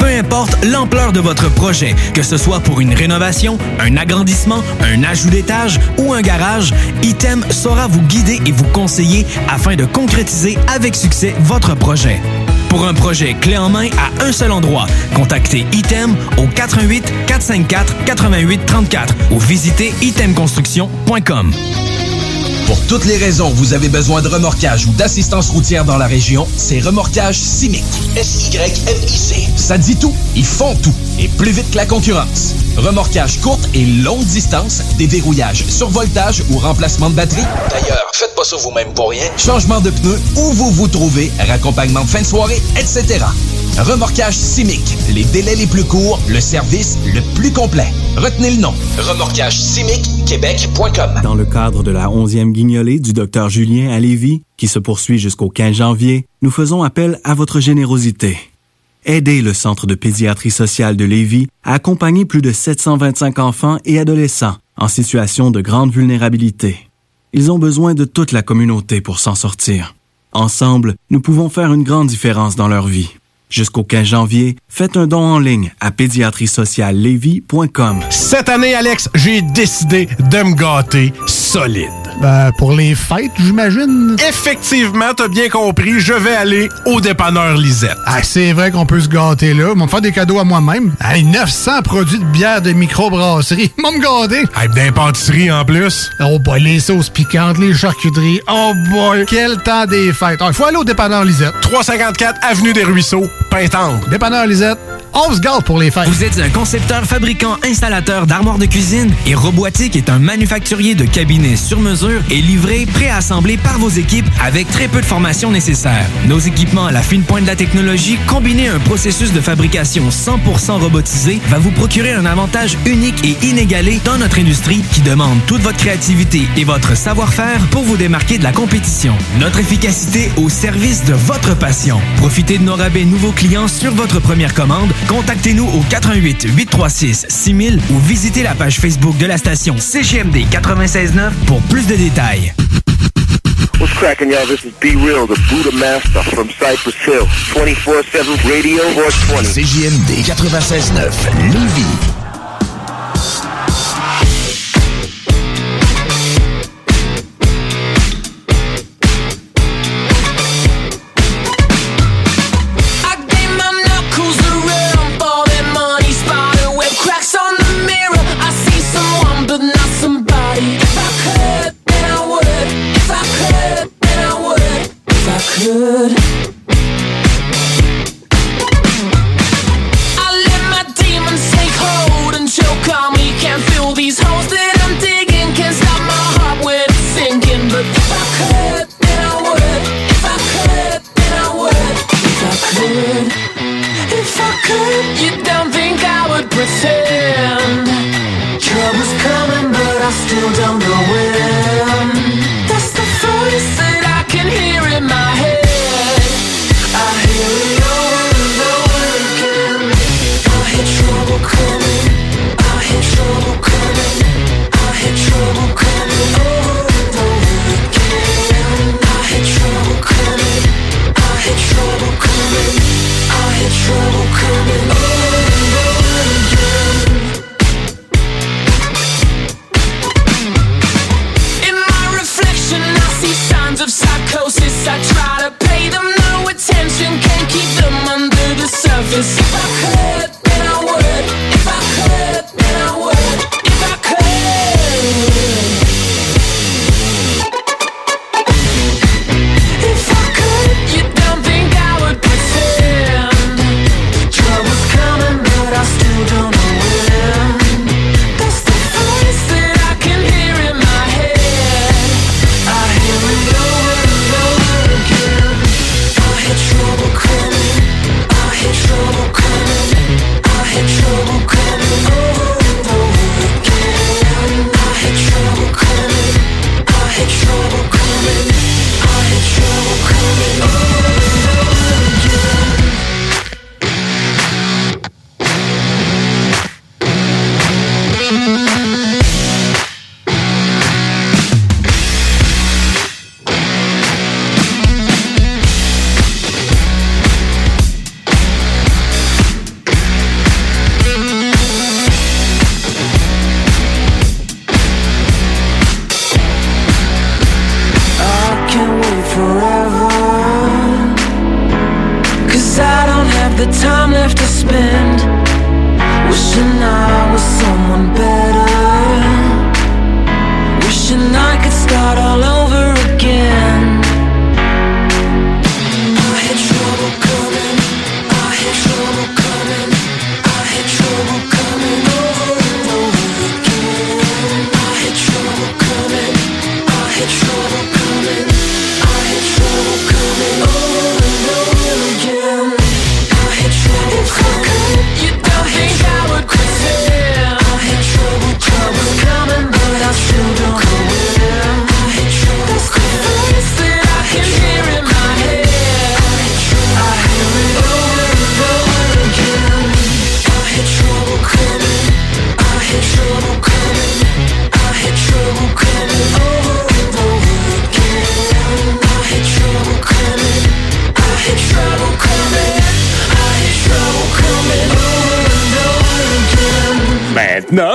Peu importe l'ampleur de votre projet, que ce soit pour une rénovation, un agrandissement, un ajout d'étage ou un garage, Item saura vous guider et vous conseiller afin de concrétiser avec succès votre projet. Pour un projet clé en main à un seul endroit, contactez Item au 88 454 88 34 ou visitez itemconstruction.com.
Pour toutes les raisons où vous avez besoin de remorquage ou d'assistance routière dans la région, c'est Remorquage Simic. S-Y-M-I-C. Ça dit tout, ils font tout, et plus vite que la concurrence. Remorquage courte et longue distance, déverrouillage, survoltage ou remplacement de batterie. D'ailleurs, faites pas ça vous-même pour rien. Changement de pneus, où vous vous trouvez, raccompagnement de fin de soirée, etc. Remorquage Simic. Les délais les plus courts, le service le plus complet. Retenez le nom. Remorquage Québec.com.
Dans le cadre de la 11e guignolée du docteur Julien à Lévis, qui se poursuit jusqu'au 15 janvier, nous faisons appel à votre générosité. Aidez le Centre de pédiatrie sociale de Lévis à accompagner plus de 725 enfants et adolescents en situation de grande vulnérabilité. Ils ont besoin de toute la communauté pour s'en sortir. Ensemble, nous pouvons faire une grande différence dans leur vie. Jusqu'au 15 janvier, faites un don en ligne à pédiatriesociallevy.com.
Cette année, Alex, j'ai décidé de me gâter solide.
Ben, pour les fêtes, j'imagine.
Effectivement, t'as bien compris, je vais aller au dépanneur Lisette.
Ah, c'est vrai qu'on peut se gâter là. M'en faire des cadeaux à moi-même. Ah, 900 produits de bière de microbrasserie. M'en me garder.
Hype d'impantisserie en plus.
Oh boy, les sauces piquantes, les charcuteries. Oh boy, quel temps des fêtes. Il faut aller au dépanneur Lisette.
354 Avenue des Ruisseaux, Pintendre.
Dépanneur Lisette, on se gâte pour les fêtes.
Vous êtes un concepteur, fabricant, installateur d'armoires de cuisine et Robotique est un manufacturier de cabinet sur mesure et livré, préassemblé par vos équipes avec très peu de formation nécessaire. Nos équipements à la fine pointe de la technologie, combinés à un processus de fabrication 100% robotisé, va vous procurer un avantage unique et inégalé dans notre industrie qui demande toute votre créativité et votre savoir-faire pour vous démarquer de la compétition. Notre efficacité au service de votre passion. Profitez de nos rabais nouveaux clients sur votre première commande Contactez-nous au 88 836 6000 ou visitez la page Facebook de la station CGMD 969 pour plus de détails.
What's cracking, y'all? This is Be Real, the Buddha Master from Cypress Hill. 24-7 Radio 420.
CJMD 96.9, Lévis.
I gave my knuckles a rhythm for that money spider web cracks on the mirror. I see someone but not somebody. If I could, then I would. If I could, then I would. If I could. I let my demons take hold. Oh,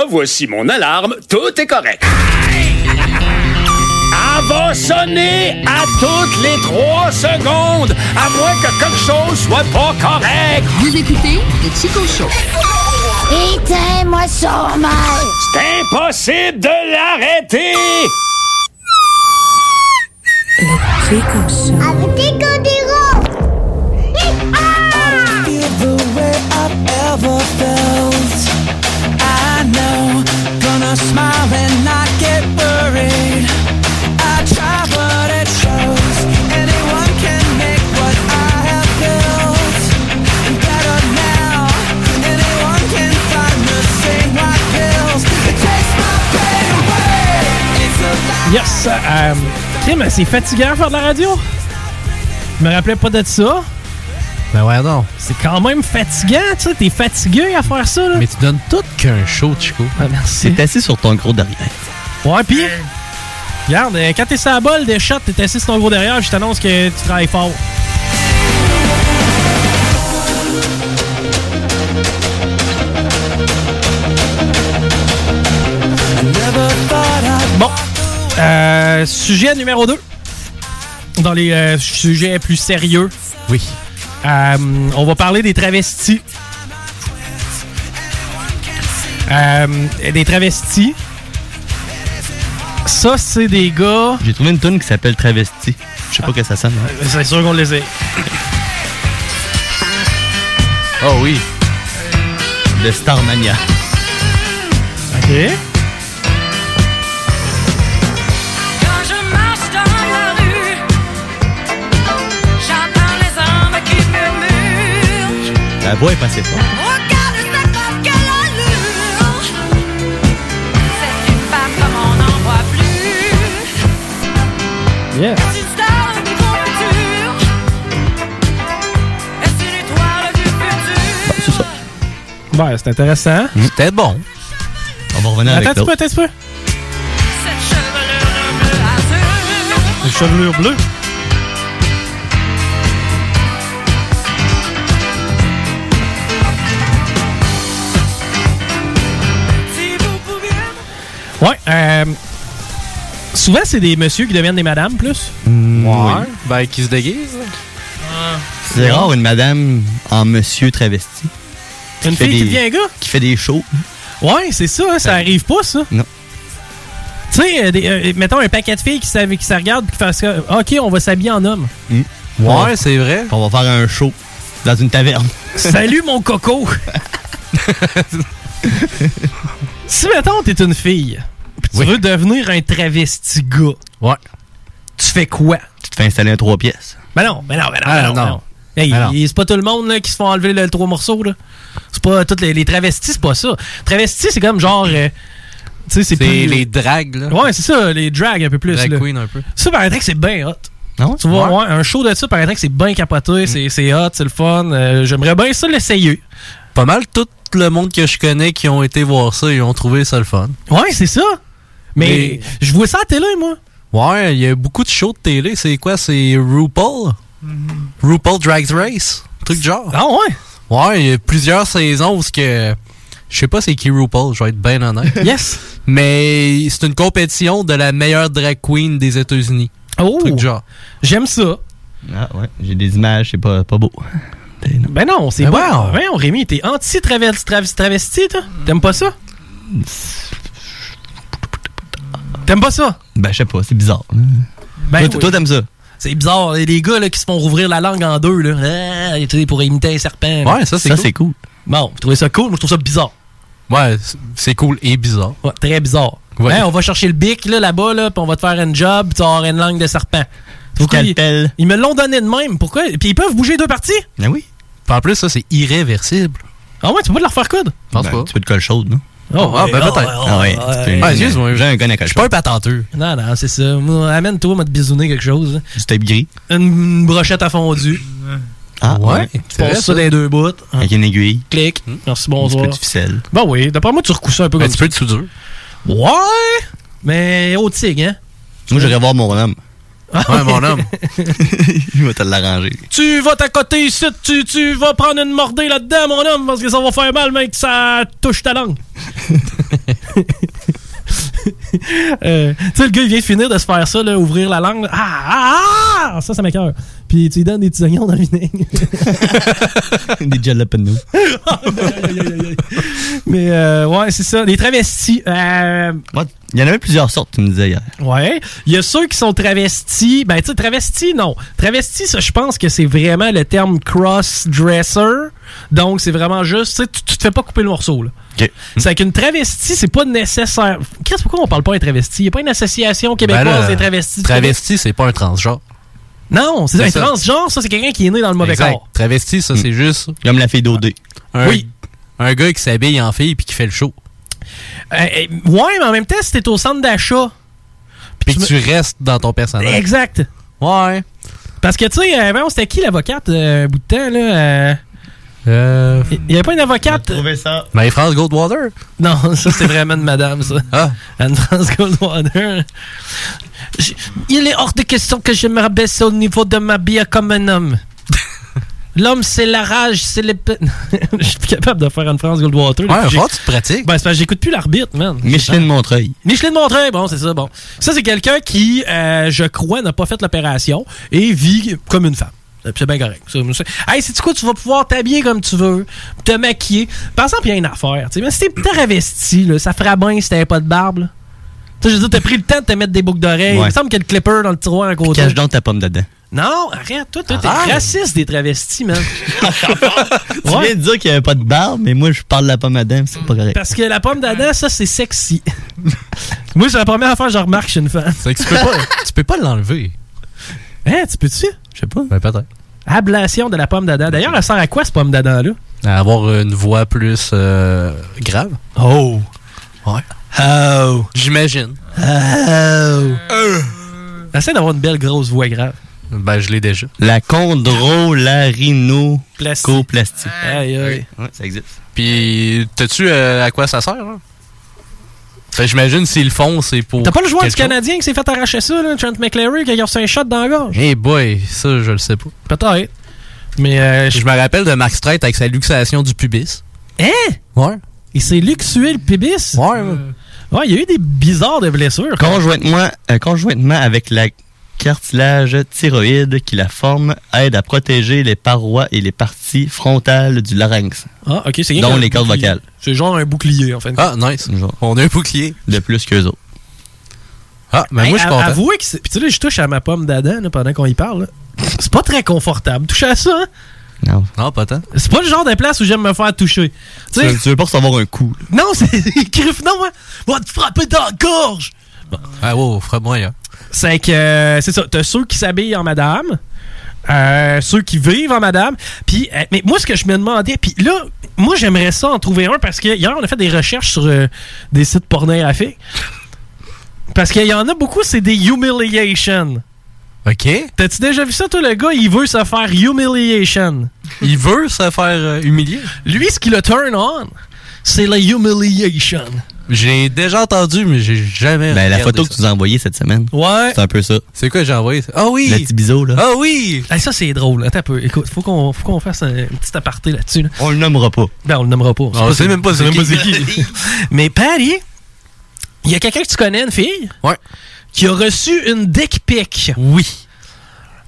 voici mon alarme, tout est correct. Elle va sonner à toutes les trois secondes, à moins que quelque chose soit pas correct.
Vous écoutez le Chico Show.
Éteins-moi ça, mal.
C'est impossible de l'arrêter.
Le Chico Show.
Avec Chico
ah! smile and not get worried. I try, but it shows. Anyone can make what I have built better now. Anyone can find the same white pills. It takes my pain away. It's a lie.
Yes! Euh, Kim, c'est fatigant faire de la radio? Je me rappelais pas de ça.
Ben ouais, non.
C'est quand même fatigant, tu sais. T'es fatigué à faire ça, là.
Mais tu donnes tout qu'un show, Chico.
Ah, merci.
T'es assis sur ton gros derrière.
Ouais, pis. Regarde, euh, quand t'es sur la balle des shots, t'es assis sur ton gros derrière, je t'annonce que tu travailles fort. Bon. Euh, sujet numéro 2. Dans les euh, sujets plus sérieux.
Oui.
Euh, on va parler des travestis. Euh, des travestis. Ça, c'est des gars.
J'ai trouvé une tune qui s'appelle Travesti. Je sais pas que ça sonne. hein.
C'est sûr qu'on les a.
Oh oui. De Starmania.
OK.
Quand je marche dans
voix est pas assez forte.
Regarde ça comme quelle allure C'est une femme comme on n'en voit plus
Yeah.
C'est une star de confiture Est-ce une étoile du futur
C'est ça. Ouais, c'est intéressant. C'était bon.
On va revenir avec
Attends, tu peux,
d'autres.
attends, tu peux.
Cette chevelure bleue azur
Une chevelure bleue. Ouais. euh, souvent, c'est des messieurs qui deviennent des madames, plus.
Ouais.
Ben, qui se déguisent. Ah.
C'est rare une madame en monsieur travesti.
Une
fait
fille qui
des-
devient un gars.
Qui fait des shows.
Ouais, c'est ça, hein, ça arrive pas, ça.
Non.
Tu sais, euh, des- euh, mettons un paquet de filles qui, savent- qui se regardent et qui fassent euh, OK, on va s'habiller en homme.
Ouais, c'est vrai. On va faire un show dans une taverne.
Salut mon coco! si mettons t'es une fille, pis tu veux devenir un travesti gars.
Ouais.
Tu fais quoi?
Tu te fais installer un trois pièces.
Ben non, ben non, ben non.
Ah,
ben non,
non.
ben non. Hey,
Ben non.
y- c'est pas tout le monde là, qui se font enlever le, le trois morceaux là. C'est pas toutes les, les travestis, c'est pas ça. Travesti, c'est comme genre euh, tu sais
C'est
c'est plus-
les dragues, là.
Ouais, c'est ça, les drags un peu plus
Drag
là.
queen, un peu. Ah
Ça paraît que c'est bien hot. Tu vois, ouais, un show de ça paraît que c'est bien capoté,
Mm.
c'est- c'est hot, c'est le fun. Euh, J'aimerais bien ça l'essayer.
Pas mal tout le monde que je connais qui ont été voir ça, ils ont trouvé ça le fun.
Ouais, c'est ça. Mais, je vois ça à télé, moi.
Ouais, il y a beaucoup de shows de télé. C'est quoi? C'est RuPaul? RuPaul Drag Race? Truc du genre.
Mm-hmm. Ah ouais?
Ouais, il y a plusieurs saisons où ce que... Je sais pas c'est qui RuPaul, je vais être bien honnête.
yes!
Mais c'est une compétition de la meilleure drag queen des États-Unis.
Oh!
Truc du genre.
J'aime ça.
Ah ouais, j'ai des images, c'est pas, pas beau.
Ben non, c'est
Ben
bon.
voyons.
Ben non, Rémi, t'es anti-travesti, travesti, toi? T'aimes pas ça? T'aimes pas ça?
Ben je sais pas, c'est bizarre. toi,
Ben
t- toi,
oui.
t'aimes ça?
C'est bizarre. Les gars là, qui se font rouvrir la langue en deux, là, ah, tu sais, pour imiter un serpent. là.
cool.
Bon, vous trouvez ça cool? Moi, je trouve ça bizarre.
Ouais, c'est- c'est cool et bizarre.
Ouais, très bizarre.
Ouais.
Hein, on va chercher le bic là, là-bas, là, puis on va te faire un job, tu vas avoir une langue de serpent. Pourquoi ils, ils me l'ont donné de même. Pourquoi? Puis ils peuvent bouger deux parties?
Ben oui.
Puis en plus, ça, c'est irréversible.
Ah ouais, tu peux pas leur faire coude?
Pense pas.
Ben, Tu peux te colle chaude, non?
Oh, ah, ben peut-être.
Ah ouais.
Ah,
tu peux-
ouais, excuse-moi.
J'ai un connaît colle
Je suis pas un
chaude.
patenteux.
Non, non, c'est ça. Moi, Amène-toi, on va te bisouner quelque chose. hein.
Du tape gris.
Une, une brochette à fondu.
Ah ouais.
Tu passes ça dans les deux bouts.
Avec une aiguille.
Clic.
Hmm.
Merci,
Un
bonsoir.
petit peu de ficelle.
Ben oui, d'après moi, tu recousses ça un peu
Un
comme
petit
ça.
peu de soudure.
Ouais! Mais au tigre, hein?
Moi, j'irais voir mon homme.
Ouais, mon homme.
Il va te l'arranger.
Tu vas t'accoter ici, tu, tu vas prendre une mordée là-dedans, mon homme, parce que ça va faire mal, mec, ça touche ta langue. Euh, tu sais, le gars, il vient de finir de se faire ça, là, ouvrir la langue. là. Ah, ah, ah! Ça, ça m'écoeure. Puis tu lui donnes des petits oignons dans le vinaigre.
Des jalapenos.
Mais euh, ouais, c'est ça. Les travestis. euh,
Il y en avait plusieurs sortes, tu me disais hier.
Ouais. Il y a ceux qui sont travestis. Ben, tu sais, travestis, non. Travesti, ça, je pense que c'est vraiment le terme cross-dresser. Donc, c'est vraiment juste, tu sais, tu- tu te fais pas couper le morceau, là.
Hmm.
C'est qu'une travestie, c'est pas nécessaire. Qu'est-ce pourquoi on parle pas d'un travesti? Il n'y a pas une association québécoise
Ben là,
des travestis. du Québec?
Travesti, c'est pas un transgenre.
Non, c'est un
C'est ça.
transgenre, ça, c'est quelqu'un qui est né dans le mauvais
Exact.
corps.
Travesti, ça, c'est juste.
Mm. Comme la fille d'OD.
oui. Un gars qui s'habille en fille puis qui fait le show.
Euh, euh, ouais, mais en même temps, si t'es au centre d'achat.
Puis que tu restes dans ton personnage.
Exact.
Ouais.
Parce que, tu sais, euh, voyons, c'était qui l'avocate, euh, un bout de temps, là? euh, Il n'y avait pas une avocate.
Trouvez ça.
Euh, Marie-France Goldwater? Ah.
Non, ça c'est vraiment une madame, ça. Anne-France Goldwater. Je- Il est hors de question que je me rabaisse au niveau de ma bière comme un homme. L'homme, c'est la rage, c'est les. pe- je suis plus capable de faire Anne-France Goldwater.
Ouais,
Depuis
faut
que
que tu te pratiques.
Ben, c'est parce que j'écoute plus l'arbitre, man.
Micheline Montreuil.
Micheline Montreuil, bon, c'est ça, bon. Ça, c'est quelqu'un qui, euh, je crois, n'a pas fait l'opération et vit comme une femme. Puis C'est bien correct. Ça, c'est- Hey, c'est quoi, tu vas pouvoir t'habiller comme tu veux, te maquiller. Par exemple, il y a une affaire, tu sais, mais si t'es travesti, là, ça fera bien si t'avais pas de barbe, là. Tu sais, je veux dire, t'as pris le temps de te mettre des boucles d'oreilles.
Ouais.
Il me semble qu'il y a le clipper dans le tiroir à côté.
Cache donc ta pomme dedans.
Non, arrête, toi, toi, t'es
Ah!
Arrête.
raciste des travestis, man.
Tu viens de dire qu'il n'y avait pas de barbe, mais moi, je parle de la pomme dedans, c'est pas correct.
Parce que la pomme d'Adam, ça, c'est sexy. Moi, c'est la première affaire que je remarque chez une femme.
C'est que tu peux pas, tu peux pas l'enlever.
Hein, tu peux-tu?
Je sais pas. Ben, peut-être.
Ablation de la pomme d'Adam. D'ailleurs, elle sert à quoi, cette pomme d'Adam-là?
à avoir une voix plus euh, grave.
Oh!
Ouais.
Oh!
J'imagine.
Oh.
Essaye d'avoir une belle grosse voix grave.
Ben, je l'ai déjà.
La chondrolarino-coplastique.
Aïe, aïe.
Ouais, ça existe.
Puis, t'as-tu euh, à quoi ça sert? hein? Fait, J'imagine s'ils le font, c'est pour.
T'as pas le joueur du
quelque chose.
Canadien qui s'est fait arracher ça, là, Trent McLeary, qui a reçu un shot dans la gorge?
Eh boy, ça, je le sais pas.
Peut-être. Mais euh, je
me rappelle de Mark Strait avec sa luxation du pubis.
Hein?
Ouais.
Il s'est luxué le pubis? Euh,
Ouais.
Ouais, il y a eu des bizarres de blessures.
Conjointement, euh, conjointement avec la cartilage thyroïde qui la forme, aide à protéger les parois et les parties frontales du larynx,
Ah, ok, c'est
dont les cordes vocales.
C'est genre un bouclier, en fait.
Ah, nice. On a un bouclier.
De plus qu'eux autres.
Ah, mais
Hey,
moi, je suis
av-
content.
Avouez que c'est. Puis tu sais, là, je touche à ma pomme d'Adam là, pendant qu'on y parle. là. C'est pas très confortable. Toucher à ça, hein?
Non.
Non, pas tant.
c'est pas le genre de place où j'aime me faire toucher. Tu
hein? Tu
sais,
veux- tu veux pas recevoir un coup. là.
non, c'est. Griff, non, hein? Va te frapper dans la gorge!
Ah, wow, frappe-moi, là.
C'est que. euh, c'est ça. T'as ceux qui s'habillent en madame. euh, ceux qui vivent en madame. Puis, euh, mais moi, ce que je me demandais, puis là, moi, j'aimerais ça en trouver un parce que hier, on a fait des recherches sur euh, des sites pornographiques. Parce qu'il y en a beaucoup, c'est des humiliations.
OK.
T'as-tu déjà vu ça, toi, le gars? Il veut se faire humiliation.
Il veut se faire euh, humilier.
Lui, ce qui le turn on, c'est la humiliation.
J'ai déjà entendu, mais j'ai jamais.
Ben, la
regardé
photo
ça.
que tu nous as envoyée cette semaine,
Ouais.
c'est un peu ça.
C'est quoi, j'ai envoyé ça? Ah
Le
oui!
petit biseau, là.
Ah oui!
Hey, ça, c'est drôle. Attends un peu. Écoute, faut qu'on faut qu'on fasse un, un petit aparté là-dessus. là.
On le nommera pas.
Ben, on le nommera pas.
Ah, On sait même pas c'est qui.
Mais Patty, il y a quelqu'un que tu connais, une fille,
Ouais.
qui a reçu une dick pic.
Oui.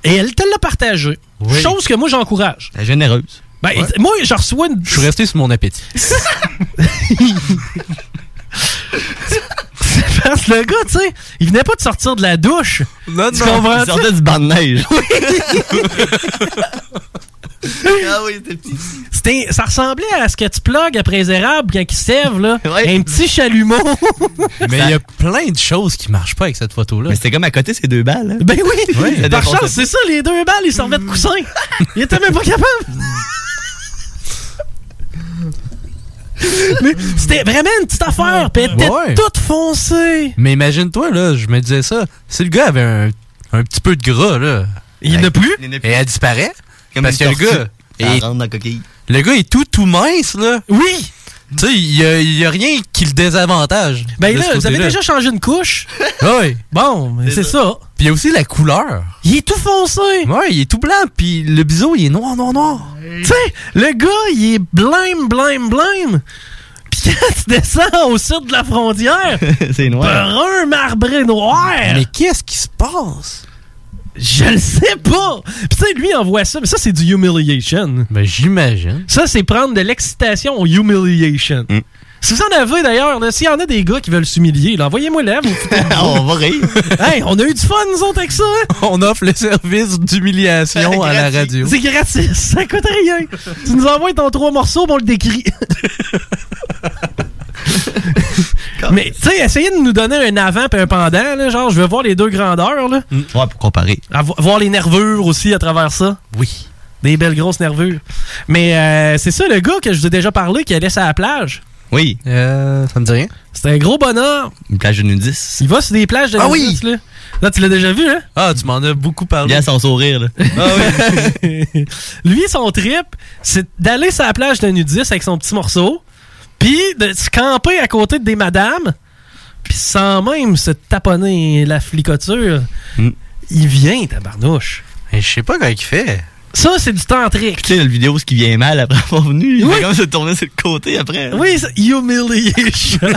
Et elle te l'a partagée.
Oui.
Chose que moi, j'encourage.
La généreuse.
Ben,
Ouais.
moi, je reçois une...
Je suis resté sur mon appétit.
Parce que le gars, tu sais, il venait pas de sortir de la douche.
Non,
Tu comprends?
Il sortait du banc de neige. ah oui, c'était petit.
C'était- Ça ressemblait à ce que tu plugues après les érables quand ils sèvent, là. Un petit chalumeau.
Mais il y a plein de choses qui marchent pas avec cette photo-là.
Mais c'était comme à côté ces deux balles. hein.
ben oui!
Oui, ça
Par
défonçait
chance, c'est ça, les deux balles, ils servaient de coussin. Ils étaient même pas capables. Mais c'était vraiment une petite affaire, puis elle était
Ouais.
toute foncée.
Mais imagine-toi, là, je me disais ça. Si le gars avait un, un petit peu de gras, là,
Il n'y en a plus.
Ben, Il y en a
et
plus.
elle disparaît,
Comme
parce que
une
le
tortue.
gars,
Elle
est,
rentre dans la coquille.
le gars est tout, tout mince, là.
Oui!
Tu sais, il y a, il y a rien qui le désavantage.
Ben
de ce
là, vous avez
côté-là.
déjà changé une couche.
Oui.
Bon, mais c'est ça.
Puis il y a aussi la couleur.
Il est tout foncé.
Ouais, il est tout blanc, puis le biseau, il est noir, noir, noir.
Tu sais, le gars, il est blême, blême, blême. Puis quand tu descends au sud de la frontière,
c'est noir.
brun, marbré, noir.
Mais qu'est-ce qui se passe?
Je le sais pas! Puis tu sais, lui, il envoie ça, mais ça, c'est du humiliation.
Ben, j'imagine.
Ça, c'est prendre de l'excitation au humiliation.
Mm.
Si vous en avez d'ailleurs, là, s'il y en a des gars qui veulent s'humilier, là, envoyez-moi là. vous foutez-
on va rire.
hey, on a eu du fun, nous autres, avec ça! hein?
On offre le service d'humiliation à la radio.
C'est gratis, ça coûte rien! tu nous envoies ton trois morceaux, puis on le décrit. mais tu sais, essayez de nous donner un avant et un pendant, là, genre, je veux voir les deux grandeurs, là.
Mm. ouais, pour comparer.
À vo- voir les nervures aussi à travers ça.
Oui.
Des belles grosses nervures. Mais euh, c'est ça, le gars que je vous ai déjà parlé qui allait sur la plage.
Oui,
Euh, ça me dit rien.
C'est un gros bonhomme.
une plage de nudistes.
Il va sur des plages de
Ah
nudistes, là. Là, tu l'as déjà vu, hein?
Ah, tu m'en as beaucoup
Il
parlé.
a son sourire, là.
Lui, son trip, c'est d'aller sur la plage de nudistes avec son petit morceau, puis de se camper à côté de des madames, puis sans même se taponner la flicoture.
Mm.
Il vient, tabarnouche.
Hmm. Mais je sais pas comment il fait.
Ça, c'est du tantrique.
Tu sais, la vidéo, ce qui vient mal après avoir venu, il
Oui.
va comme se tourner sur le côté après.
Oui, c'est humiliation.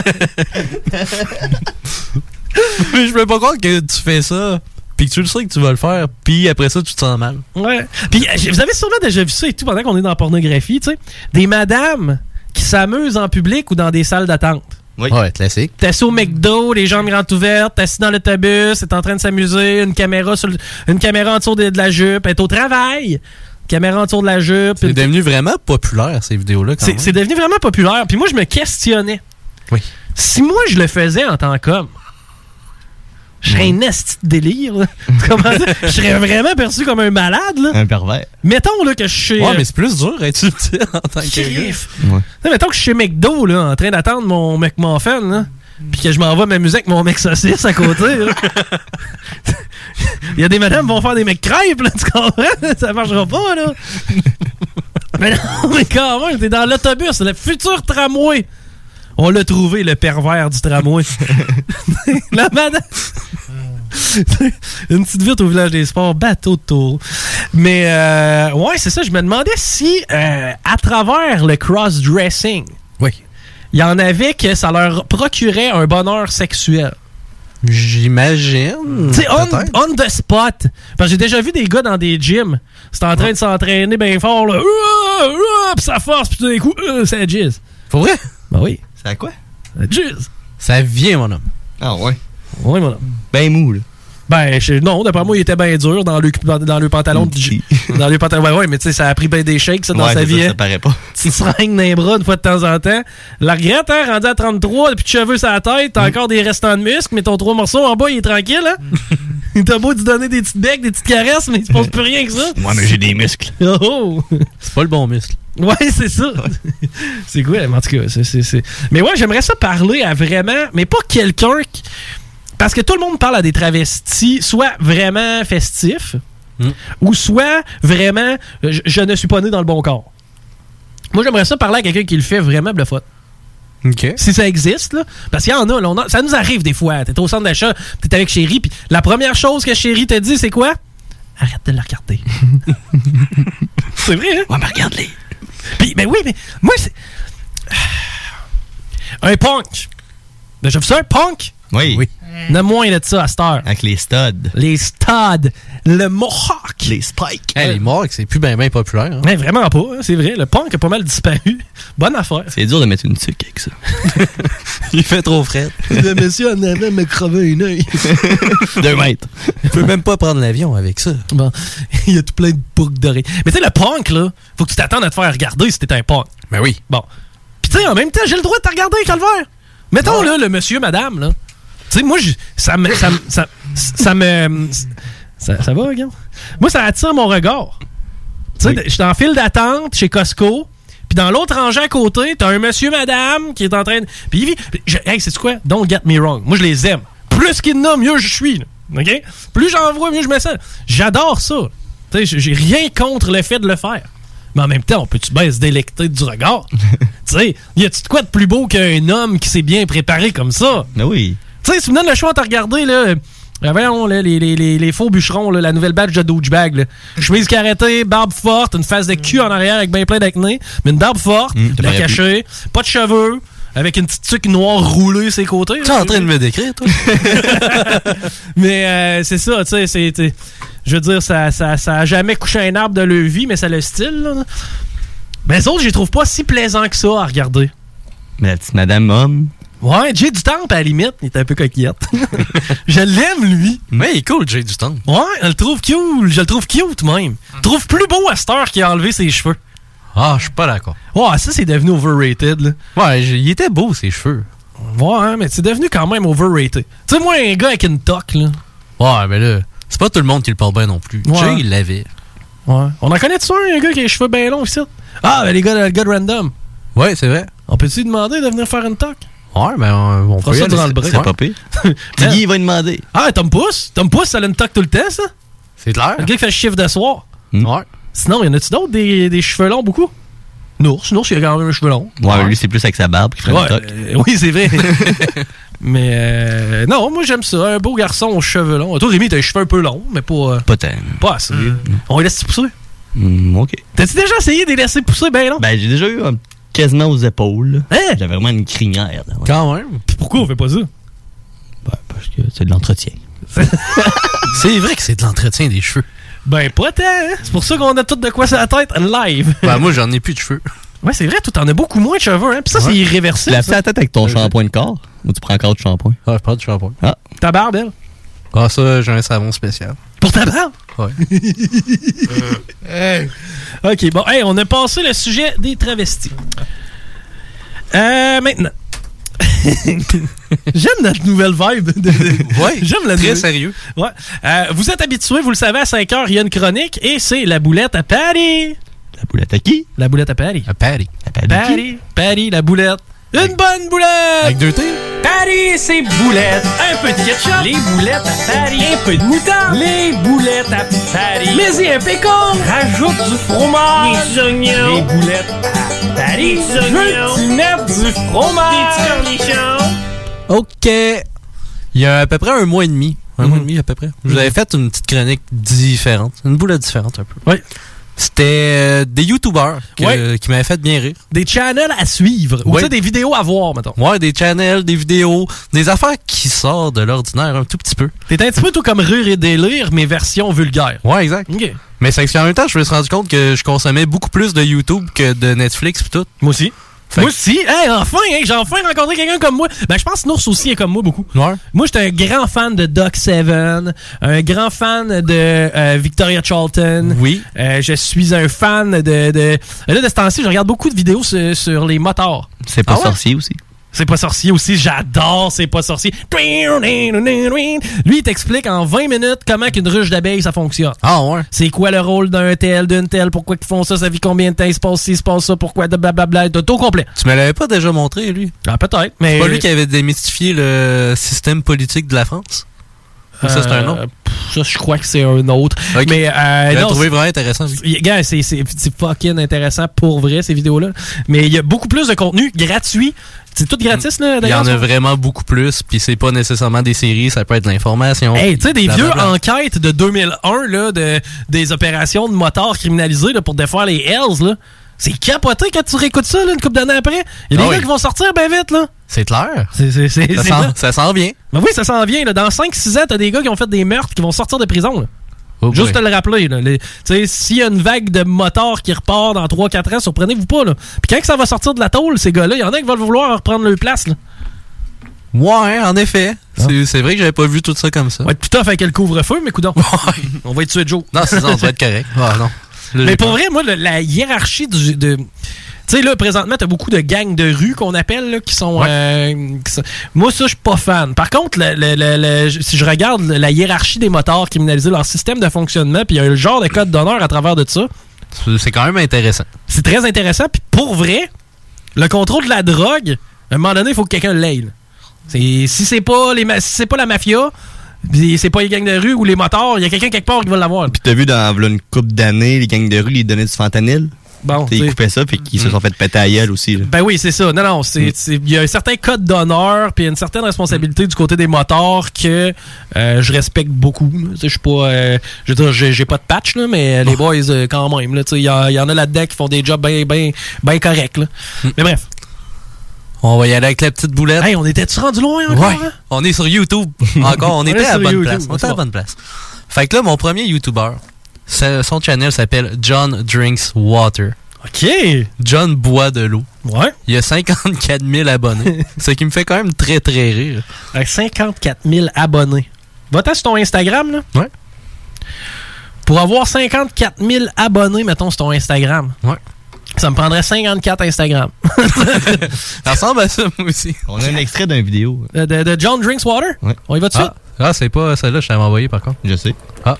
Mais je peux pas croire que tu fais ça, puis que tu le sais que tu vas le faire, puis après ça, tu te sens mal.
Ouais. Puis euh, vous avez sûrement déjà vu ça et tout pendant qu'on est dans la pornographie, tu sais, des madames qui s'amusent en public ou dans des salles d'attente.
Oui.
Ah
Ouais, classique.
T'es assis au McDo, les jambes grandes ouvertes, t'es assis dans l'autobus, t'es en train de s'amuser, une caméra sur le- une caméra en dessous de, de la jupe, t'es au travail, caméra en dessous de la jupe.
C'est
une-
devenu vraiment populaire, ces vidéos-là, quand
C'est
même.
c'est devenu vraiment populaire. Puis moi, je me questionnais.
Oui.
Si moi, je le faisais en tant qu'homme, je serais
Mm.
un esti de délire. là. Comment ça? Je serais vraiment perçu comme un malade. Là.
Un pervers.
Mettons là, que je suis. euh,
Ouais, mais c'est plus dur être subtil en tant que gars.
Crif. Là, mettons que je suis chez McDo, là, en train d'attendre mon McMuffin, là. Puis que je m'en vais m'amuser avec mon mec saucisse à côté. là. Il y a des madames qui vont faire des mecs crêpes, là, tu comprends? Ça marchera pas, là. mais non, mais quand même, t'es dans l'autobus, le futur tramway. On l'a trouvé, le pervers du tramway. La madame. Une petite vite au village des sports, bateau de tour. Mais euh, ouais, c'est ça, je me demandais si euh, à travers le cross-dressing,
oui.
il y en avait que ça leur procurait un bonheur sexuel.
J'imagine.
Tu sais, on, on the spot. Parce que j'ai déjà vu des gars dans des gyms. C'est en train de s'entraîner bien fort, là. Ouah, ouah, Pis ça force, pis tout d'un coup, euh, ça jizz.
Faut vrai?
Ben oui.
C'est à quoi?
Ça jizz.
Ça vient, mon homme.
Ah ouais.
Oui, mon homme.
Ben mou, là.
Ben, je- non, d'après moi, il était bien dur dans le, dans le pantalon. de gy- dans le pantalon. Ouais, ouais, mais tu sais, ça a pris bien des shakes, ça, dans
ouais,
sa
c'est
vie.
ça,
hein.
ça paraît pas.
Petite seringue dans les bras, une fois de temps en temps. La regrette, hein, rendu à 33, puis de cheveux sur la tête, t'as encore des restants de muscles, mais ton trois morceaux en bas, il est tranquille, hein? T'as beau te donner des petites becs, des petites caresses, mais il se passe plus rien que ça.
Moi, mais j'ai des muscles.
Oh!
C'est pas le bon muscle.
Ouais, c'est ça. c'est cool, mais en tout cas, c'est- c'est- c'est- Mais ouais, j'aimerais ça parler à vraiment, mais pas quelqu'un qui- Parce que tout le monde parle à des travestis, soit vraiment festifs,
Hmm.
ou soit vraiment, euh, je, je ne suis pas né dans le bon corps. Moi, j'aimerais ça parler à quelqu'un qui le fait vraiment bluffot.
OK.
Si ça existe, là. Parce qu'il y en a, là, on a- ça nous arrive des fois. T'es au centre d'achat, t'es avec Chéri, puis la première chose que Chéri te dit, c'est quoi? Arrête de le regarder. c'est vrai, hein? Ouais, mais regarde-les. Puis, ben oui, mais moi, c'est. Ah. Un punk. Ben, j'ai vu ça, un punk.
Oui. oui.
a moins de ça à cette heure.
Avec les studs.
Les studs. Le mohawk.
Les spikes.
Hey, les marques, c'est plus ben ben populaire. hein.
Mais vraiment pas, hein, c'est vrai. Le punk a pas mal disparu. Bonne affaire.
C'est dur de mettre une tuque avec ça.
Il fait trop frais.
Le monsieur en avant m'a crevé un œil.
Deux mètres.
Tu peux même pas prendre l'avion avec ça.
Bon, il y a tout plein de boucles dorées. Mais tu sais, le punk, là, faut que tu t'attendes à te faire regarder si t'es un punk.
Ben oui.
Bon. Puis tu sais, en même temps, j'ai le droit de te regarder, Calvaire. Mettons, là, le monsieur, madame, là. Tu sais, moi, je- ça me. Ça, me- ça, ça me. Ça, ça va, regarde? Moi, ça attire mon regard. Tu sais, je suis en file d'attente chez Costco. Puis dans l'autre rangée à côté, t'as un monsieur, madame qui est en train de. Puis il vit. puis je- Hey, c'est quoi? Don't get me wrong. Moi, je les aime. Plus qu'il y en a, mieux je suis. là. OK? Plus j'en vois, mieux je me sens. J'adore ça. Tu sais, j'ai- j'ai rien contre le fait de le faire. Mais en même temps, on peut-tu bien se délecter du regard? tu sais, y a-tu de quoi de plus beau qu'un homme qui s'est bien préparé comme ça?
Ah oui.
Tu sais, si tu me donnes le choix de te regarder, là. euh, euh, voyons, là, les, les- les- les faux bûcherons, là, la nouvelle badge de douchebag. là. Chemise carrettée, barbe forte, une face de cul en arrière avec bien plein d'acné, mais une barbe forte,
Mm, t'as
la
pas
cachée, pas de cheveux, avec une petite tuque noire roulée ses côtés.
T'es en train de me décrire, toi?
Mais euh, c'est ça, tu sais, c'est. t'sais, Je veux dire, ça, ça, ça a jamais couché un arbre de leur vie, mais ça a le style. Là. Mais les autres, je les trouve pas si plaisants que ça à regarder.
Mais la petite madame homme.
Ouais, Jay du temps, à la limite, il est un peu coquillette. je l'aime, lui.
Mais il est cool, Jay du temps.
Ouais, je le trouve cute. Je le trouve cute, même. Je le trouve plus beau à cette heure qu'il a enlevé ses cheveux.
Ah, je suis pas d'accord.
Ouais, ça, c'est devenu overrated, là.
Ouais, j'ai- il était beau, ses cheveux.
Ouais, hein, mais c'est devenu quand même overrated. Tu sais, moi, un gars avec une toque, là.
Ouais, mais là, c'est pas tout le monde qui le porte bien non plus.
Ouais.
Jay, il l'avait.
Ouais. On en connaît-tu un, un gars qui a les cheveux bien longs, ici? Ah, ben les gars, le gars de Random.
Ouais, c'est vrai.
On peut-tu lui demander de venir faire une toque?
Ouais, ben on, on peut
Fera ça
y aller,
durant le
c'est-
break.
c'est
Ouais.
pas
pire.
Tiggy,
il va demander.
Ah, Tom Pouce? Tom Pouce, ça a une toque tout le temps, ça?
C'est clair.
Le gars qui fait le chiffre de soir.
Hmm.
Ouais.
Sinon, y en a-tu d'autres des, des cheveux longs, beaucoup? Nours, Nours, il a quand même un cheveu long.
Ouais, lui, c'est plus avec sa barbe qui ferait
Ouais,
le toc.
euh, oui, c'est vrai. mais euh, non, moi j'aime ça. Un beau garçon aux cheveux longs. Toi, Rémi, t'as les cheveux un peu longs, mais pas, euh,
Pas tant.
pas assez. On les laisse pousser.
Hmm, OK.
T'as-tu déjà essayé de les laisser pousser bien long?
Ben, j'ai déjà eu un- quasiment aux épaules.
Hein?
J'avais vraiment une crinière. là, ouais.
Quand même.
Pourquoi on fait pas ça?
Parce que c'est de l'entretien.
C'est vrai que c'est de l'entretien des cheveux.
Ben, pas tant. hein? C'est pour ça qu'on a tout de quoi sur la tête live.
Ben, moi, j'en ai plus de cheveux.
Ouais, c'est vrai, toi, t'en as beaucoup moins de cheveux. Hein? Puis ça, c'est
Tu
irréversible.
laves
ça.
la tête avec ton shampoing de corps ou tu prends encore du shampoing?
Ah, Euh, je parle du shampoing.
Ah,
Ta barbe, elle?
Ah, ça, j'ai un savon spécial.
Pour ta barbe?
Ouais. Euh.
OK, bon, hey, on a passé le sujet des travestis. Euh, maintenant. J'aime notre nouvelle vibe. de- de-
Ouais,
J'aime la
très
nouvelle-
sérieux.
Ouais. Euh, vous êtes habitués, vous le savez, à 5 heures, il y a une chronique et c'est la boulette à Paris. La boulette à qui? La boulette à Paris. À Paris. À Paris. Paris, la boulette. Une bonne boulette! Avec deux T? Paris, c'est boulette. Un peu de ketchup. Les boulettes à Paris. Un peu de moutarde. Les boulettes à Paris. Mais y un pécan. Rajoute du fromage. Des oignons. Les boulettes à Paris. Des oignons. Tu mets du fromage. Des petits cornichons.
OK. Il y a à peu près un mois et demi. Un
Mhm.
mois et demi à peu près. Je vous avais fait une petite chronique différente. Une boulette différente un peu.
Oui.
C'était euh, des youtubeurs que-
Ouais.
qui m'avaient fait bien rire.
Des channels à suivre. Ou
Ouais.
tu sais, des vidéos à voir, mettons.
Ouais, des channels, des vidéos, des affaires qui sortent de l'ordinaire un tout petit peu.
T'es un petit peu tout comme rire et délire, mais version vulgaire.
Ouais, exact.
OK.
Mais c'est que en même temps, je me suis rendu compte que je consommais beaucoup plus de YouTube que de Netflix pis tout.
Moi aussi. Moi aussi, Hey, enfin, hein, j'ai enfin rencontré quelqu'un comme moi. Ben, je pense que Nours aussi est comme moi beaucoup. Moi, j'étais un grand fan de Doc Seven, un grand fan de euh, Victoria Charlton. Euh,
Oui.
je suis un fan de. de... Là, de ce temps-ci, je regarde beaucoup de vidéos sur, sur les motards.
C'est pas
Ah ouais?
sorcier aussi.
C'est pas sorcier aussi, j'adore C'est pas sorcier. Lui, il t'explique en 20 minutes comment qu'une ruche d'abeilles, ça fonctionne.
Ah ouais?
C'est quoi le rôle d'un tel, d'une telle, pourquoi ils font ça, ça vit combien de temps, il se passe ci, il se passe ça, pourquoi, de blablabla, de tout au complet.
Tu me l'avais pas déjà montré, lui?
Ah, peut-être, mais...
C'est pas lui qui avait démystifié le système politique de la France? Ou ça, c'est un
Euh,
autre?
pff, Ça, je crois que c'est un autre. Mais, euh,
Je l'ai
non,
trouvé
c'est-
vraiment intéressant, lui.
Y- gars, c'est- c'est c'est fucking intéressant pour vrai, ces vidéos-là. Mais il y a beaucoup plus de contenu gratuit. C'est tout gratis, là,
Il y
d'ailleurs.
en a
ça?
vraiment beaucoup plus, puis c'est pas nécessairement des séries, ça peut être de l'information.
Hey, tu sais, des vieux
Blablabla.
enquêtes de 2001, là, de, des opérations de motards criminalisés là, pour défaire les Hells, là. C'est capoté quand tu réécoutes ça, là, une couple d'années après. Il y a
Ah
des
oui.
gars qui vont sortir bien vite, là.
C'est clair.
c'est-
ça,
c'est
s'en-
là.
ça s'en vient.
Ben oui, ça s'en vient, là. Dans 5-6 ans, t'as des gars qui ont fait des meurtres qui vont sortir de prison, là.
Oh
Juste te
boy.
le rappeler, là. Les- Tu sais, s'il y a une vague de motards qui repart dans 3-4 ans, surprenez-vous pas, là. Puis quand que ça va sortir de la tôle, ces gars-là, il y en a qui vont vouloir reprendre leur place, là.
Ouais, en effet. C'est- C'est vrai que j'avais pas vu tout ça comme ça.
On va être tout à fait le couvre-feu, mais coudon. on va être tuer Joe.
Non, c'est ça, on doit être correct. Ah, non. Là, j'ai
Mais pour
peur.
vrai, moi, le- la hiérarchie du, de. Tu sais, là, présentement, t'as beaucoup de gangs de rue qu'on appelle, là, qui sont. euh, qui sont- moi, ça, je suis pas fan. Par contre, le- le- le- le- si je regarde la hiérarchie des moteurs criminalisés, leur système de fonctionnement, puis il y a un genre de code d'honneur à travers de ça,
C'est- C'est quand même intéressant.
c'est très intéressant. Puis pour vrai, le contrôle de la drogue, à un moment donné, il faut que quelqu'un l'aille. là. C'est- Si c'est pas, les ma- si c'est pas la mafia, puis c'est pas les gangs de rue ou les motards, il y a quelqu'un quelque part qui va l'avoir.
Puis t'as vu dans v'là une coupe d'années, les gangs de rue, ils donnaient du fentanyl.
Bon,
T'sais,
t'sais.
ils coupaient ça, puis
Mm.
qu'ils se sont fait péter à gueule aussi. là.
Ben oui, c'est ça. Non, non, c'est- c'est- il y a un certain code d'honneur puis une certaine responsabilité du côté des moteurs que euh, je respecte beaucoup. là. Tu sais, Je suis pas, euh, je veux dire, j'ai j'ai pas de patch là, mais les boys euh, quand même. là, tu sais, Il y, a- il y en a là-dedans qui font des jobs bien, bien, bien corrects. là. Mais
Mm.
bref.
On va y aller avec la petite boulette.
Hey, on était-tu rendu loin encore?
Ouais.
hein?
On est sur YouTube. Encore, on,
On est
était à
sur
la bonne
YouTube,
place. On
c'est
était à la
bon.
bonne place. Fait que là, mon premier YouTuber, sa- son channel s'appelle John Drinks Water.
OK.
John boit de l'eau.
Ouais.
Il a 54 000 abonnés. ce qui me fait quand même très, très rire.
Avec 54 000 Euh, abonnés. Va-t'en sur ton Instagram, là.
Ouais.
Pour avoir 54 000 abonnés, mettons, sur ton Instagram.
Ouais.
Ça me prendrait 54 Instagram.
Ça ressemble à ça, moi aussi.
On a un extrait d'une vidéo.
De, de- de John Drinks Water?
Ouais.
On y va tout de
Ah, ah, c'est pas celle-là que je t'avais envoyée, par contre.
Je sais.
Ah.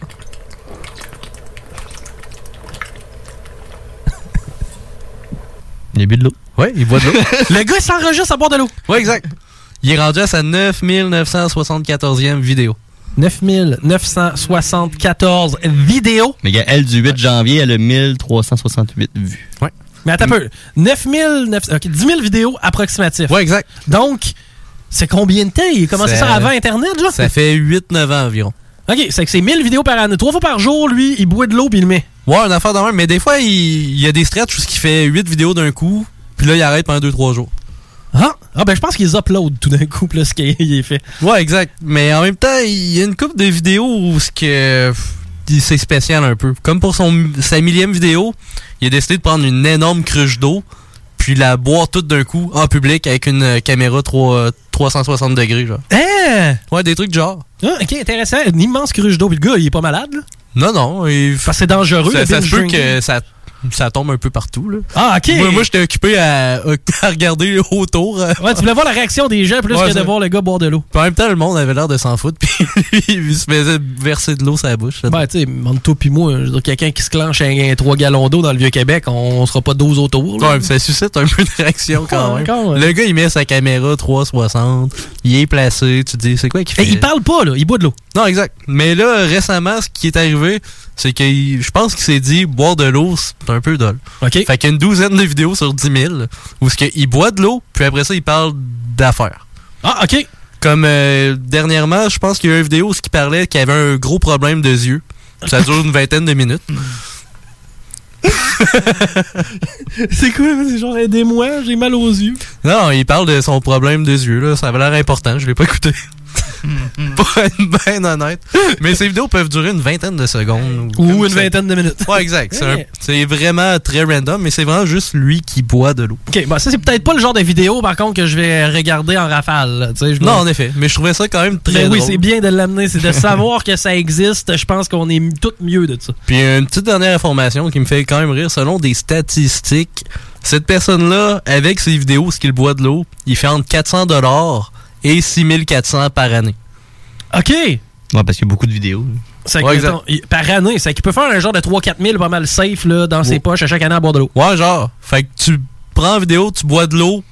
Il a bu de l'eau.
Ouais, il boit de l'eau.
suite? Le gars il s'enregistre à boire de l'eau.
ouais, exact. Il est rendu à sa 9974e vidéo.
9974 vidéos.
Mais il y a elle du 8 janvier, elle a 1368 vues.
Ouais.
Mais attends un peu. 9900 OK, 10 000 vidéos approximatives.
Ouais, exact.
Donc, c'est combien de temps? Il a commencé ça,
Ça-
avant Internet, genre?
Ça fait 8-9 ans environ.
OK, c'est que c'est 1000 vidéos par année. Trois fois par jour, lui, il boit de l'eau puis il le met.
Ouais, une affaire d'un, mais des fois, il, il y a des stretches où il fait 8 vidéos d'un coup, puis là, il arrête pendant 2-3 jours.
Ah, ah ben je pense qu'ils uploadent tout d'un coup là, ce qu'il est fait.
Ouais, exact. Mais en même temps, il y a une couple de vidéos où ce que pff, il- c'est spécial un peu. Comme pour son sa millième vidéo, il a décidé de prendre une énorme cruche d'eau, puis la boire toute d'un coup en public avec une euh, caméra trois- 360 degrés. Genre.
Hein?
Ouais, des trucs du genre.
Ah, OK, intéressant. Une immense cruche d'eau. Puis le gars, il est pas malade, là?
Non, non. il-
Parce que c'est dangereux.
ça,
le
ça se
binge
peut
drinking.
que ça ça tombe un peu partout. Là.
Ah, ok.
Moi, moi, j'étais occupé à, à regarder autour.
Ouais, tu voulais voir la réaction des gens plus que de voir le gars boire de l'eau.
En même temps, le monde avait l'air de s'en foutre, puis lui, il se faisait verser de l'eau sur la bouche.
Ben, tu sais, Manto puis moi, je veux dire, quelqu'un qui se clenche un, un 3 gallons d'eau dans le Vieux-Québec, on sera pas 12 autour. là.
Ouais, puis ça suscite un peu de réaction quand
Ouais,
même.
quand même.
Le gars, il met sa caméra 360, il est placé, tu te dis, c'est quoi qu'il fait?
Et il parle pas, là, il boit de l'eau.
Non, exact. Mais là, récemment, ce qui est arrivé, c'est que je pense qu'il s'est dit boire de l'eau, c'est un peu dole.
OK.
Fait qu'il y a une douzaine de vidéos sur 10 000 où ce qu'il boit de l'eau, puis après ça, il parle d'affaires.
Ah, OK.
Comme euh, dernièrement, je pense qu'il y a eu une vidéo où ce qui parlait qu'il avait un gros problème de yeux. Ça dure une vingtaine de minutes.
C'est quoi, c'est genre, aidez-moi, j'ai mal aux yeux.
Non, il parle de son problème des yeux, là. Ça avait l'air important, je l'ai pas écouté. Pour être bien honnête. Mais ces vidéos peuvent durer une vingtaine de secondes.
Ou
comme
une Eh.
ça.
vingtaine de minutes.
Ouais, exact. C'est un-
Ouais.
C'est vraiment très random, mais c'est vraiment juste lui qui boit de l'eau.
Ok, bah ça, c'est peut-être pas le genre de vidéo, par contre, que je vais regarder en rafale. là, tu sais, je me-
Non, en effet. Mais je trouvais ça quand même très
Ben oui,
drôle.
c'est bien de l'amener, c'est de savoir que ça existe. Je pense qu'on est m- tout mieux de ça.
Puis une petite dernière information qui me fait quand même rire, selon des statistiques, cette personne-là, avec ses vidéos, ce qu'il boit de l'eau, il fait entre 400 dollars et 6400 par année.
OK! Ouais,
parce qu'il y a beaucoup de vidéos.
C'est que,
Ouais, exact.
mettons, il- par année, c'est qu'il peut faire un genre de 3-4 000 pas mal safe là, dans ses poches à chaque année à boire de l'eau.
Ouais, genre. Fait que tu prends la vidéo, tu bois de l'eau,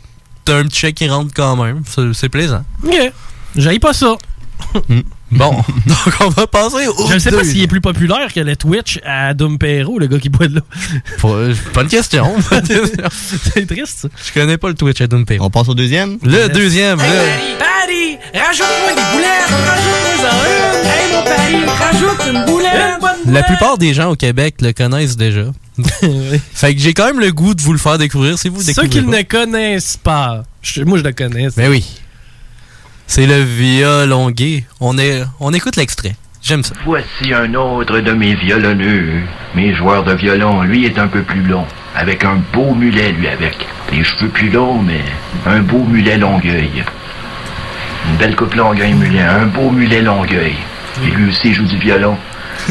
t'as un petit chèque qui rentre quand même. C'est- C'est plaisant.
OK. J'aille pas ça.
Hmm. Bon, donc on va passer au.
Je ne sais pas s'il
deuxième.
est plus populaire que le Twitch à Dom Perro, le gars qui boit de l'eau.
Pas- euh, Bonne question.
c'est triste, ça.
Je connais pas le Twitch à Doompay. On
passe au deuxième?
Le deuxième, là.
Paris, rajoute-moi des boulettes, rajoute-moi en une. Hey mon Paris, rajoute une boulette.
La plupart des gens au Québec le connaissent déjà. fait que j'ai quand même le goût de vous le faire découvrir si vous
Ceux
découvrez.
qui
pas.
ne connaissent pas. Je- moi, je le connais.
Mais oui. C'est le violongué. On, est, on écoute l'extrait. J'aime ça.
Voici un autre de mes violonneux. Mes joueurs de violon, lui est un peu plus long. Avec un beau mulet, lui, avec. Les cheveux plus longs, mais un beau mulet longueuil. Une belle coupe longueuil mulet, un beau mulet longueuil. Et lui aussi joue du violon.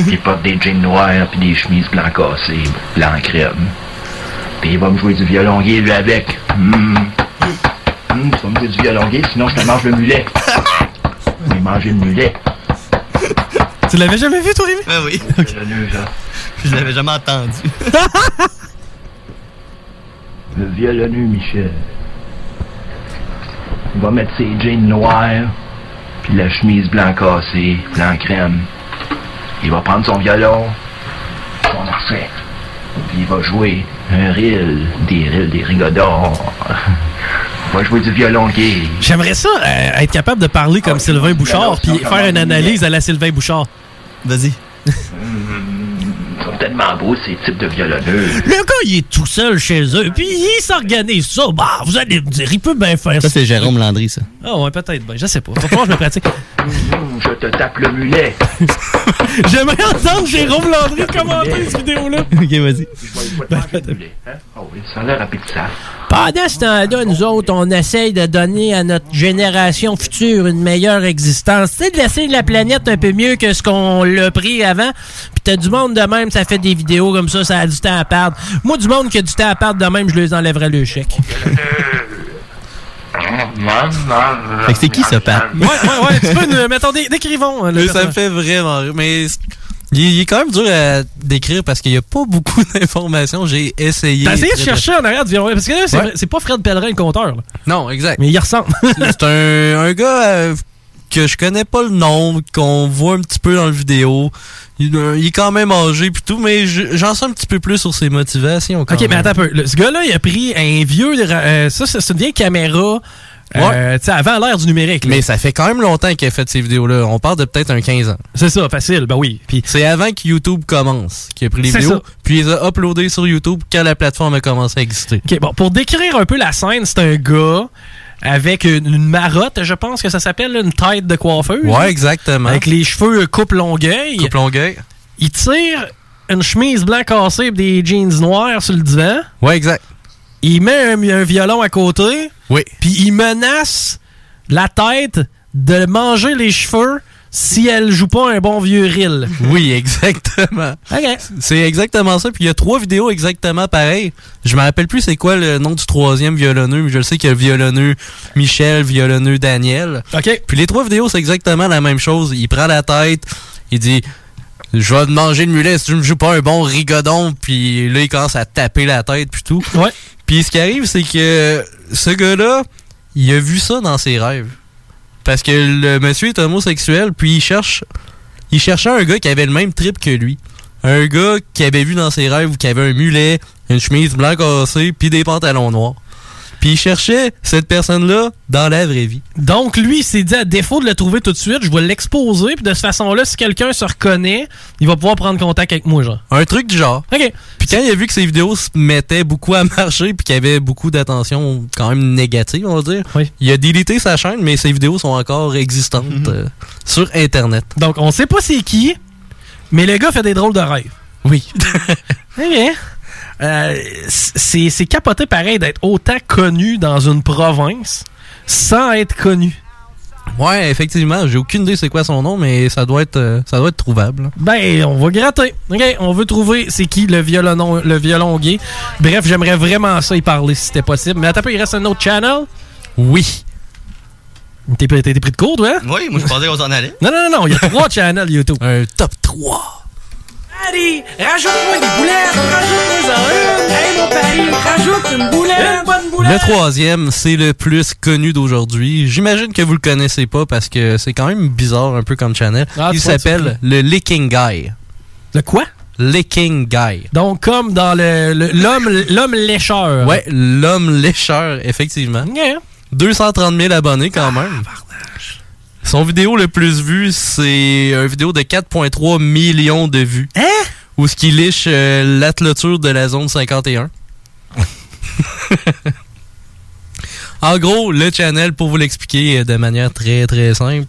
Il porte des jeans noirs puis des chemises blanc cassé, blanc crème. Puis il va me jouer du violongué, lui, avec. Hum, Hum, tu vas me jouer du violongué, sinon je te mange le mulet. Je vais manger le mulet.
Tu l'avais jamais vu, toi, Rémi?
Ben oui. Je l'avais jamais entendu.
Le violonneux Michel. Il va mettre ses jeans noirs, puis la chemise blanc cassé, blanc crème. Il va prendre son violon, son archet, puis il va jouer un reel, des reels, des rigodors. Il va jouer du violon gay.
J'aimerais ça euh, être capable de parler
Ah,
comme Sylvain Bouchard puis faire une analyse à la Sylvain Bouchard.
Vas-y.
Ils sont tellement beaux, ces types de violonneux.
Le gars, il est tout seul chez eux, puis il s'organise ça. Bah, vous allez me dire, il peut bien faire
Ça, c'est Jérôme Landry, ça.
Ah ouais, peut-être. Ben, je sais pas. Faut pas que je me pratique.
Je te tape le mulet.
J'aimerais entendre Jérôme Landry commenter cette vidéo-là.
ok, vas-y. Bah,
Ah oui, ça a l'air appétissable.
Pendant ce temps-là, nous autres, on essaye de donner à notre génération future une meilleure existence. Tu sais, de laisser la planète un peu mieux que ce qu'on l'a pris avant. Puis t'as du monde de même, ça fait des vidéos comme ça, ça a du temps à perdre. Moi, du monde qui a du temps à perdre de même, je les enlèverais le chèque.
Fait que c'est qui, ça, Pat?
Ouais, ouais, ouais. Tu peux nous. Mettons, dé- décrivons. hein, le
Mais ça me
personnage.
fait vraiment rire. Mais c'est- il, il est quand même dur à décrire parce qu'il n'y a pas beaucoup d'informations. J'ai essayé.
T'as essayé de
très,
chercher en arrière du violon, parce que là, c'est
Ouais.
vrai- c'est pas Fred Pellerin le compteur. là.
Non, exact.
Mais il ressemble.
C'est un, un gars euh, que je connais pas le nom, qu'on voit un petit peu dans le vidéo. Il, euh, il est quand même âgé pis tout, mais je- j'en sais un petit peu plus sur ses motivations. quand
Ok, mais
même.
attends un peu. Le- ce gars-là, il a pris un vieux. euh, ça, c'est c'est une vieille caméra. euh, tu sais, avant l'ère du numérique. là.
Mais ça fait quand même longtemps qu'il a fait ces vidéos-là. On parle de peut-être un 15 ans.
C'est ça, facile, ben oui.
C'est avant que YouTube commence qu'il a pris les
C'est
vidéos,
ça.
puis il les a uploadées sur YouTube quand la plateforme a commencé à exister.
Ok, bon, pour décrire un peu la scène, c'est un gars avec une, une marotte, je pense que ça s'appelle là, une tête de coiffeuse.
Ouais, exactement.
Avec les cheveux euh, coupe longueuil.
Coupe longueuil.
Il tire une chemise blanc cassée et des jeans noirs sur le divan.
Ouais, exact.
Il met un, un violon à côté.
Oui.
Puis il menace la tête de manger les cheveux si elle joue pas un bon vieux reel.
Oui, exactement. C'est exactement ça. Puis il y a trois vidéos exactement pareilles. Je me rappelle plus c'est quoi le nom du troisième violonneux, mais je le sais qu'il y a le violonneux Michel, violonneux Daniel.
OK.
Puis les trois vidéos, c'est exactement la même chose. Il prend la tête, il dit Je vais te manger le mulet si tu me joues pas un bon rigodon. Puis là, il commence à taper la tête, puis tout.
Ouais.
Puis ce qui arrive, c'est que ce gars-là, il a vu ça dans ses rêves. Parce que le monsieur est homosexuel, puis il cherche. Il cherchait un gars qui avait le même trip que lui. Un gars qui avait vu dans ses rêves qui avait un mulet, une chemise blanc cassée, puis des pantalons noirs. Puis il cherchait cette personne-là dans la vraie vie.
Donc, lui, il s'est dit, à défaut de le trouver tout de suite, je vais l'exposer. Puis de cette façon-là, si quelqu'un se reconnaît, il va pouvoir prendre contact avec moi, genre.
Un truc du genre.
OK.
Puis quand il a vu que ses vidéos se mettaient beaucoup à marcher puis qu'il y avait beaucoup d'attention quand même négative, on va dire,
Oui. Mhm.
il a délité sa chaîne, mais ses vidéos sont encore existantes euh, sur Internet.
Donc, on sait pas c'est qui, mais le gars fait des drôles de rêves.
Oui.
Eh bien, euh, c'est c'est capoté pareil d'être autant connu dans une province sans être connu.
Ouais, effectivement, j'ai aucune idée c'est quoi son nom, mais ça doit être, euh, ça doit être trouvable.
Ben, on va gratter. OK, on veut trouver c'est qui le violon, le violon gay. Bref, j'aimerais vraiment ça y parler si c'était possible. Mais attends, un peu, il reste un autre channel.
Oui.
T'es t'es- t'es pris de court, toi? hein?
Oui, moi, je pensais qu'on s'en allait.
Non, non, non, non, il y a trois channels YouTube.
Un top 3.
Allez, rajoute-moi des boulettes, rajoute-moi-en une. Hey, mon pari, rajoute une boulette, une bonne boulette.
Le troisième, c'est le plus connu d'aujourd'hui. J'imagine que vous le connaissez pas parce que c'est quand même bizarre un peu comme channel.
Ah,
Il
tu vois, tu
s'appelle le Licking Guy.
Le quoi?
Licking Guy.
Donc, comme dans le- le- l'homme l'homme lécheur.
Ouais, l'homme lécheur, effectivement. 230 000 abonnés quand même. Son vidéo le plus vue, c'est une vidéo de 4,3 millions de vues.
Hein?
Où ce qui liche euh, la clôture de la zone 51. en gros, le channel, pour vous l'expliquer euh, de manière très très simple,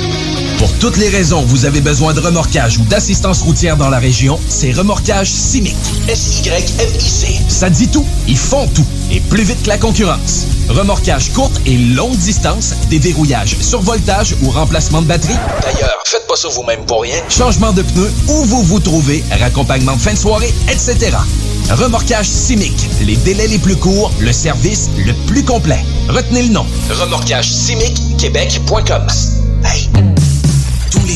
Pour toutes les raisons où vous avez besoin de remorquage ou d'assistance routière dans la région, c'est Remorquage Simic. S-Y-M-I-C. Ça dit tout, ils font tout, et plus vite que la concurrence. Remorquage courte et longue distance, déverrouillage, survoltage ou remplacement de batterie. D'ailleurs, faites pas ça vous-même pour rien. Changement de pneus, où vous vous trouvez, raccompagnement de fin de soirée, etc. Remorquage Simic. Les délais les plus courts, le service le plus complet. Retenez le nom. Remorquage Québec.com. Hey! Tous les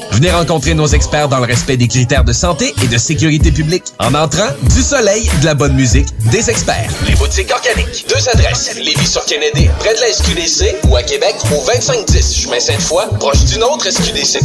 Venez rencontrer nos experts dans le respect des critères de santé et de sécurité publique. En entrant, du soleil, de la bonne musique, des experts. Les boutiques organiques. Deux adresses. Lévis-sur-Kennedy, près de la SQDC ou à Québec au 2510 chemin Sainte-Foy, proche d'une autre SQDC.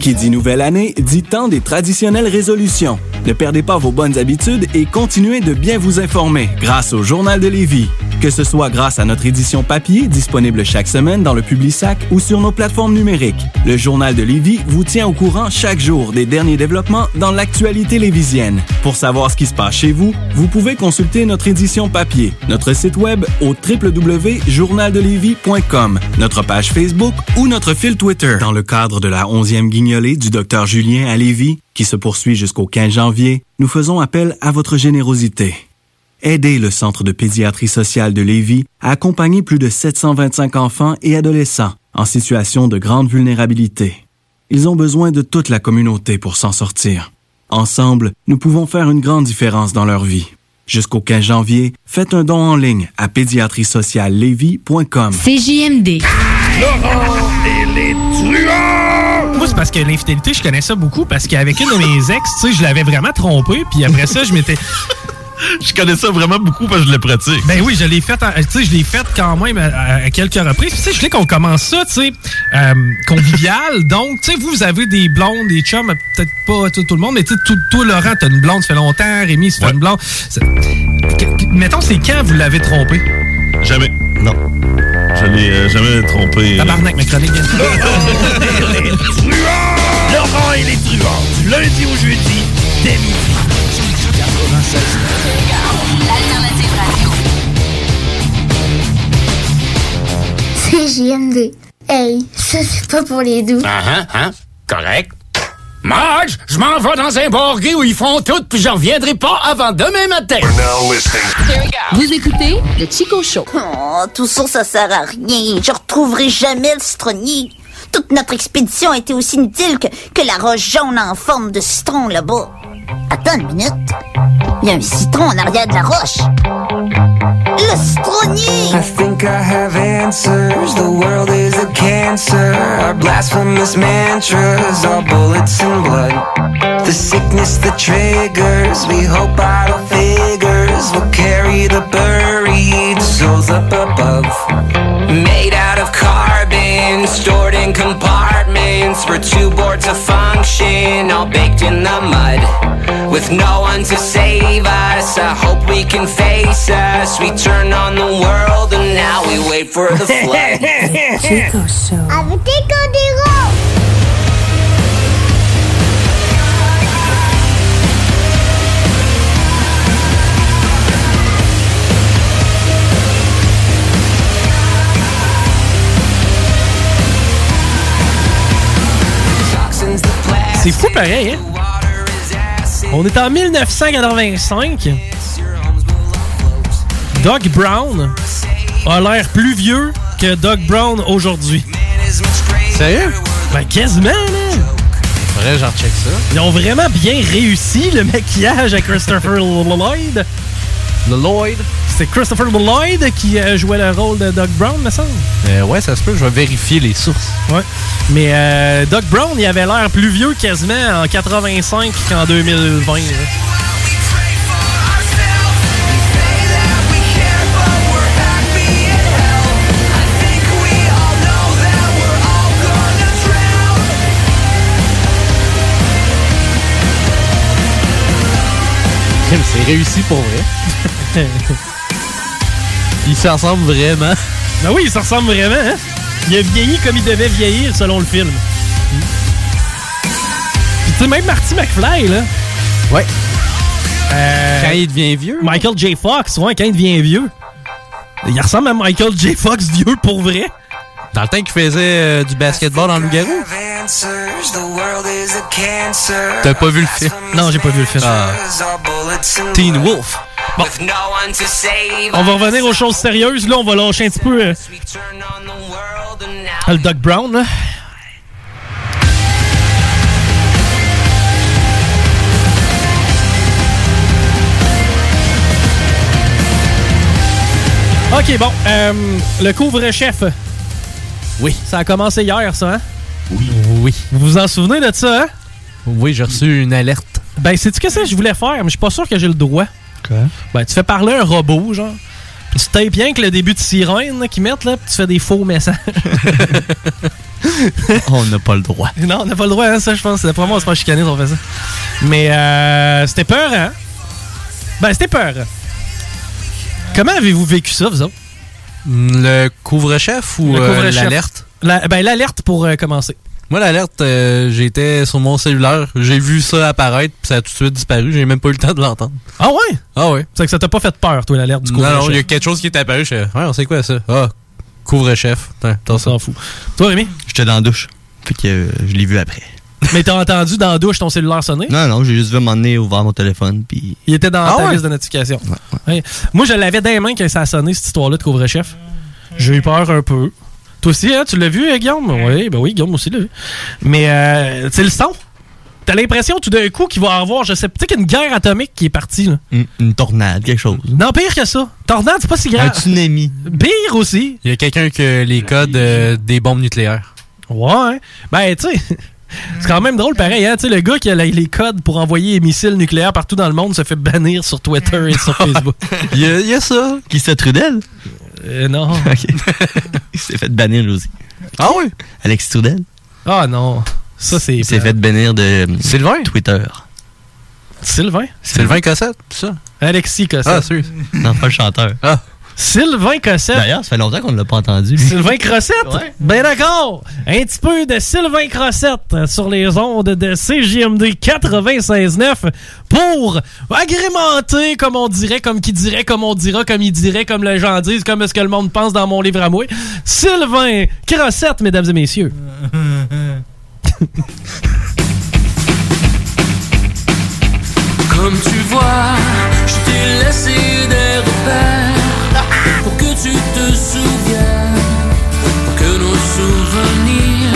Qui dit nouvelle année dit temps des traditionnelles résolutions. Ne perdez pas vos bonnes habitudes et continuez de bien vous informer grâce au Journal de Lévis. Que ce soit grâce à notre édition papier, disponible chaque semaine dans le Publisac ou sur nos plateformes numériques, le Journal de Lévis vous tient au courant chaque jour des derniers développements dans l'actualité lévisienne. Pour savoir ce qui se passe chez vous, vous pouvez consulter notre édition papier, notre site web au www.journaldelévis.com, notre page Facebook ou notre fil Twitter. Dans le cadre de la 11e guignolée du Dr Julien à Lévis, qui se poursuit jusqu'au 15 janvier, nous faisons appel à votre générosité. Aidez le Centre de pédiatrie sociale de Lévis à accompagner plus de 725 enfants et adolescents en situation de grande vulnérabilité. Ils ont besoin de toute la communauté pour s'en sortir. Ensemble, nous pouvons faire une grande différence dans leur vie. Jusqu'au 15 janvier, faites un don en ligne à pédiatriesociallevy.com.
CJMD.
Laurent et les truands!
Moi, c'est parce que l'infidélité, je connais ça beaucoup parce qu'avec une de mes ex, tu sais, je l'avais vraiment trompé, puis après ça, je m'étais.
Je connais ça vraiment beaucoup parce que je le pratique.
Ben oui, je l'ai fait, en- tu sais, je l'ai fait quand même à, à quelques reprises. Puis, Tu sais, je voulais qu'on commence ça, tu sais, euh, convivial. Donc, tu sais, vous, vous avez des blondes, des chums, peut-être pas tout, tout le monde, mais tu sais, tout- toi, Laurent, t'as une blonde, ça fait longtemps. Rémi, c'est une blonde. C'est- que- que- Mettons, c'est quand vous l'avez trompé?
Jamais. Non. Je l'ai euh, jamais trompé. euh,
Tabarnak, ma chronique.
Laurent et les truands! Laurent et les truands, du lundi au jeudi, dès midi. 96.
CJMD. Hey, ça c'est pas pour les doux.
Ah, hein, hein? Correct. Marge, je m'en vais dans un borghi où ils font tout, puis je reviendrai pas Oh, avant demain matin.
Vous écoutez le Chico Show.
Oh, tout ça, ça sert à rien. Je retrouverai jamais le citronnier. Toute notre expédition a été aussi inutile que, que la roche jaune en forme de citron là-bas. Attends une minute. Il y a un citron en arrière de la roche. Le citronnier!
I think I have answers. The world is a cancer. Our blasphemous mantras are bullets and blood. The sickness that triggers. We hope idle figures will carry the buried souls up above. Made out of carbon, stored in compartments. We're too bored to function, all baked in the mud. With no one to save us, I hope we can face us. We turn on the world and now we wait for the flood.
Avec tes candidats!
C'est fou pareil, hein? On est en 1985. Doc Brown a l'air plus vieux que Doc Brown aujourd'hui.
Sérieux?
Ben quasiment, là!
Vrai, j'en check ça.
Ils ont vraiment bien réussi le maquillage à Christopher Lloyd.
Lloyd?
C'est Christopher Lloyd qui euh, jouait le rôle de Doc Brown, me semble.
Euh, ouais, ça se peut, je vais vérifier les sources.
Ouais. Mais euh, Doc Brown, il avait l'air plus vieux quasiment en 85 qu'en 2020. là.
C'est réussi pour vrai. Ils s'en ressemblent vraiment.
Ben oui, il se ressemble vraiment. Hein? Il a vieilli comme il devait vieillir selon le film. Puis tu sais, même Marty McFly, là.
Ouais.
quand il
devient vieux.
Michael J. Fox, ouais, quand il devient vieux. Il ressemble à Michael J. Fox vieux pour vrai.
Dans le temps qu'ils faisaient euh, du basketball en loup-garou.
Answers, the world is a cancer.
T'as pas vu le film?
Non, j'ai pas vu le film.
Our bullets and
Teen Wolf.
Bon.
With no one to save
On va revenir aux choses sérieuses. Là, on va lâcher un petit peu euh, Ah, le Doc Brown. Là. OK, bon. euh, le couvre-chef.
Oui.
Ça a commencé hier, ça, hein?
Oui. Oui.
Vous vous en souvenez de ça, hein?
Oui, j'ai reçu une alerte.
Ben, c'est-tu que ça que je voulais faire, mais je suis pas sûr que j'ai le droit. Ben, tu fais parler un robot, genre. Puis tu tapes bien que le début de sirène là, qu'ils mettent, là, puis tu fais des faux messages.
On n'a pas le droit.
non, on n'a pas le droit, hein, ça, je pense. C'est moi, on se fait chicaner si on fait ça. Mais euh, c'était peur, hein? Ben, c'était peur. Comment avez-vous vécu ça, vous autres?
Mm, Le couvre-chef ou
Le
euh,
couvre-chef.
l'alerte?
La- ben, l'alerte pour euh, commencer.
Moi, l'alerte, euh, j'étais sur mon cellulaire. J'ai vu ça apparaître, puis ça a tout de suite disparu. J'ai même pas eu le temps de l'entendre.
Ah ouais?
Ah ouais.
C'est que ça t'a pas fait peur, toi, l'alerte du
Non,
couvre-chef?
non, il y a quelque chose qui est apparu. Je ouais, on sait quoi ça? Ah, couvre-chef. Putain, T'en s'en
fout. Toi, Rémi?
J'étais dans la douche. Fait que euh, je l'ai vu après.
Mais t'as entendu dans la douche ton cellulaire sonner?
Non, non, j'ai juste vu m'emmener ouvert mon téléphone, puis
Il était dans
Ah
ta
ouais?
liste de notifications. Ouais. Moi, je l'avais dans les mains quand ça a sonné, cette histoire-là de couvre-chef. J'ai eu peur un peu. Toi aussi, hein, tu l'as vu, hein, Guillaume? Oui, ben oui, Guillaume aussi l'a vu. Mais, euh, tu sais, le son. T'as l'impression tout d'un coup qu'il va y avoir, je sais, tu sais, qu'il y a une guerre atomique qui est partie, là.
une, une tornade, quelque chose.
Non, pire que ça. Tornade, c'est pas si grave.
Un tsunami.
Pire aussi.
Il y a quelqu'un que les codes euh, des bombes nucléaires.
Ouais. Ben, tu sais, c'est quand même drôle pareil. Hein? Tu sais, le gars qui a la- les codes pour envoyer les missiles nucléaires partout dans le monde se fait bannir sur Twitter et sur Facebook.
Il y, a- il y a ça.
Qui c'est Trudel?
Euh, non.
Il s'est fait bannir lui aussi. Ah oui? Alex Trudel?
Ah non. Ça, c'est.
Il s'est fait bannir de euh, Twitter.
Sylvain?
Sylvain
Cossette, ça?
Alexis Cossette.
Ah, sûr. Non, pas le chanteur.
Ah.
Sylvain Cossette.
D'ailleurs, ça fait longtemps qu'on ne l'a pas entendu. lui.
Sylvain Crossette? Ben d'accord! Un petit peu de Sylvain Crossette euh, sur les ondes de CJMD 96.9 pour agrémenter, comme on dirait, comme qui dirait, comme on dira, comme il dirait, comme les gens disent, comme ce que le monde pense dans mon livre à moi. Sylvain Crossette, mesdames et messieurs.
Comme tu vois, je t'ai laissé des repères pour que tu te souviennes, pour que nos souvenirs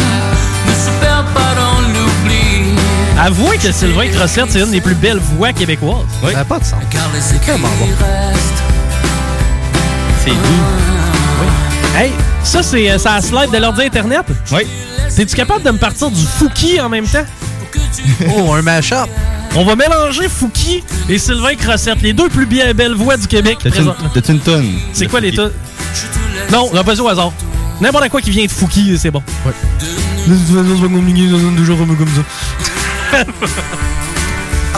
ne se perdent pas dans l'oubli.
Avouez que Sylvain Crossette, c'est une des plus belles voix québécoises.
Ça n'a pas de sens.
Car les écrits restent.
C'est doux.
Hey, ça, c'est euh, ça a slide de l'ordi Internet? Oui. T'es-tu capable de me partir du Fouki en même temps?
oh, un mash-up!
On va mélanger Fouki et Sylvain Crossette, les deux plus bien belles voix du Québec
T'as-tu une,
présentement.
t'as-tu une toune?
C'est quoi les tas? Non, on l'a pas dit au hasard. N'importe quoi qui vient de Fouki, c'est bon. Ouais.
I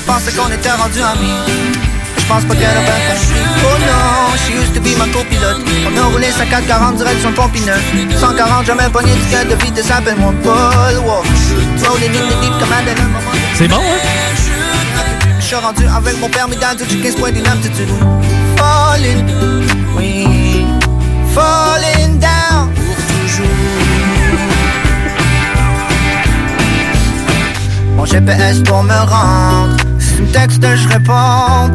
pensais qu'on était rendu amis. Je pense pas qu'elle a bien compris. Oh non, she used to be ma copilote. On a roulé sa 440 direct sur le pont Pinot. 140, jamais pogné du cas de vitesse, appelle-moi Paul. Oh, Wow. Rolling in the deep comme à dernier moment.
C'est bon, hein?
Je suis rendu avec mon permis d'altitude, 15 points d'inaptitude. Falling, oui. Falling down pour toujours. Mon GPS pour me rendre. Si tu me textes, je réponds.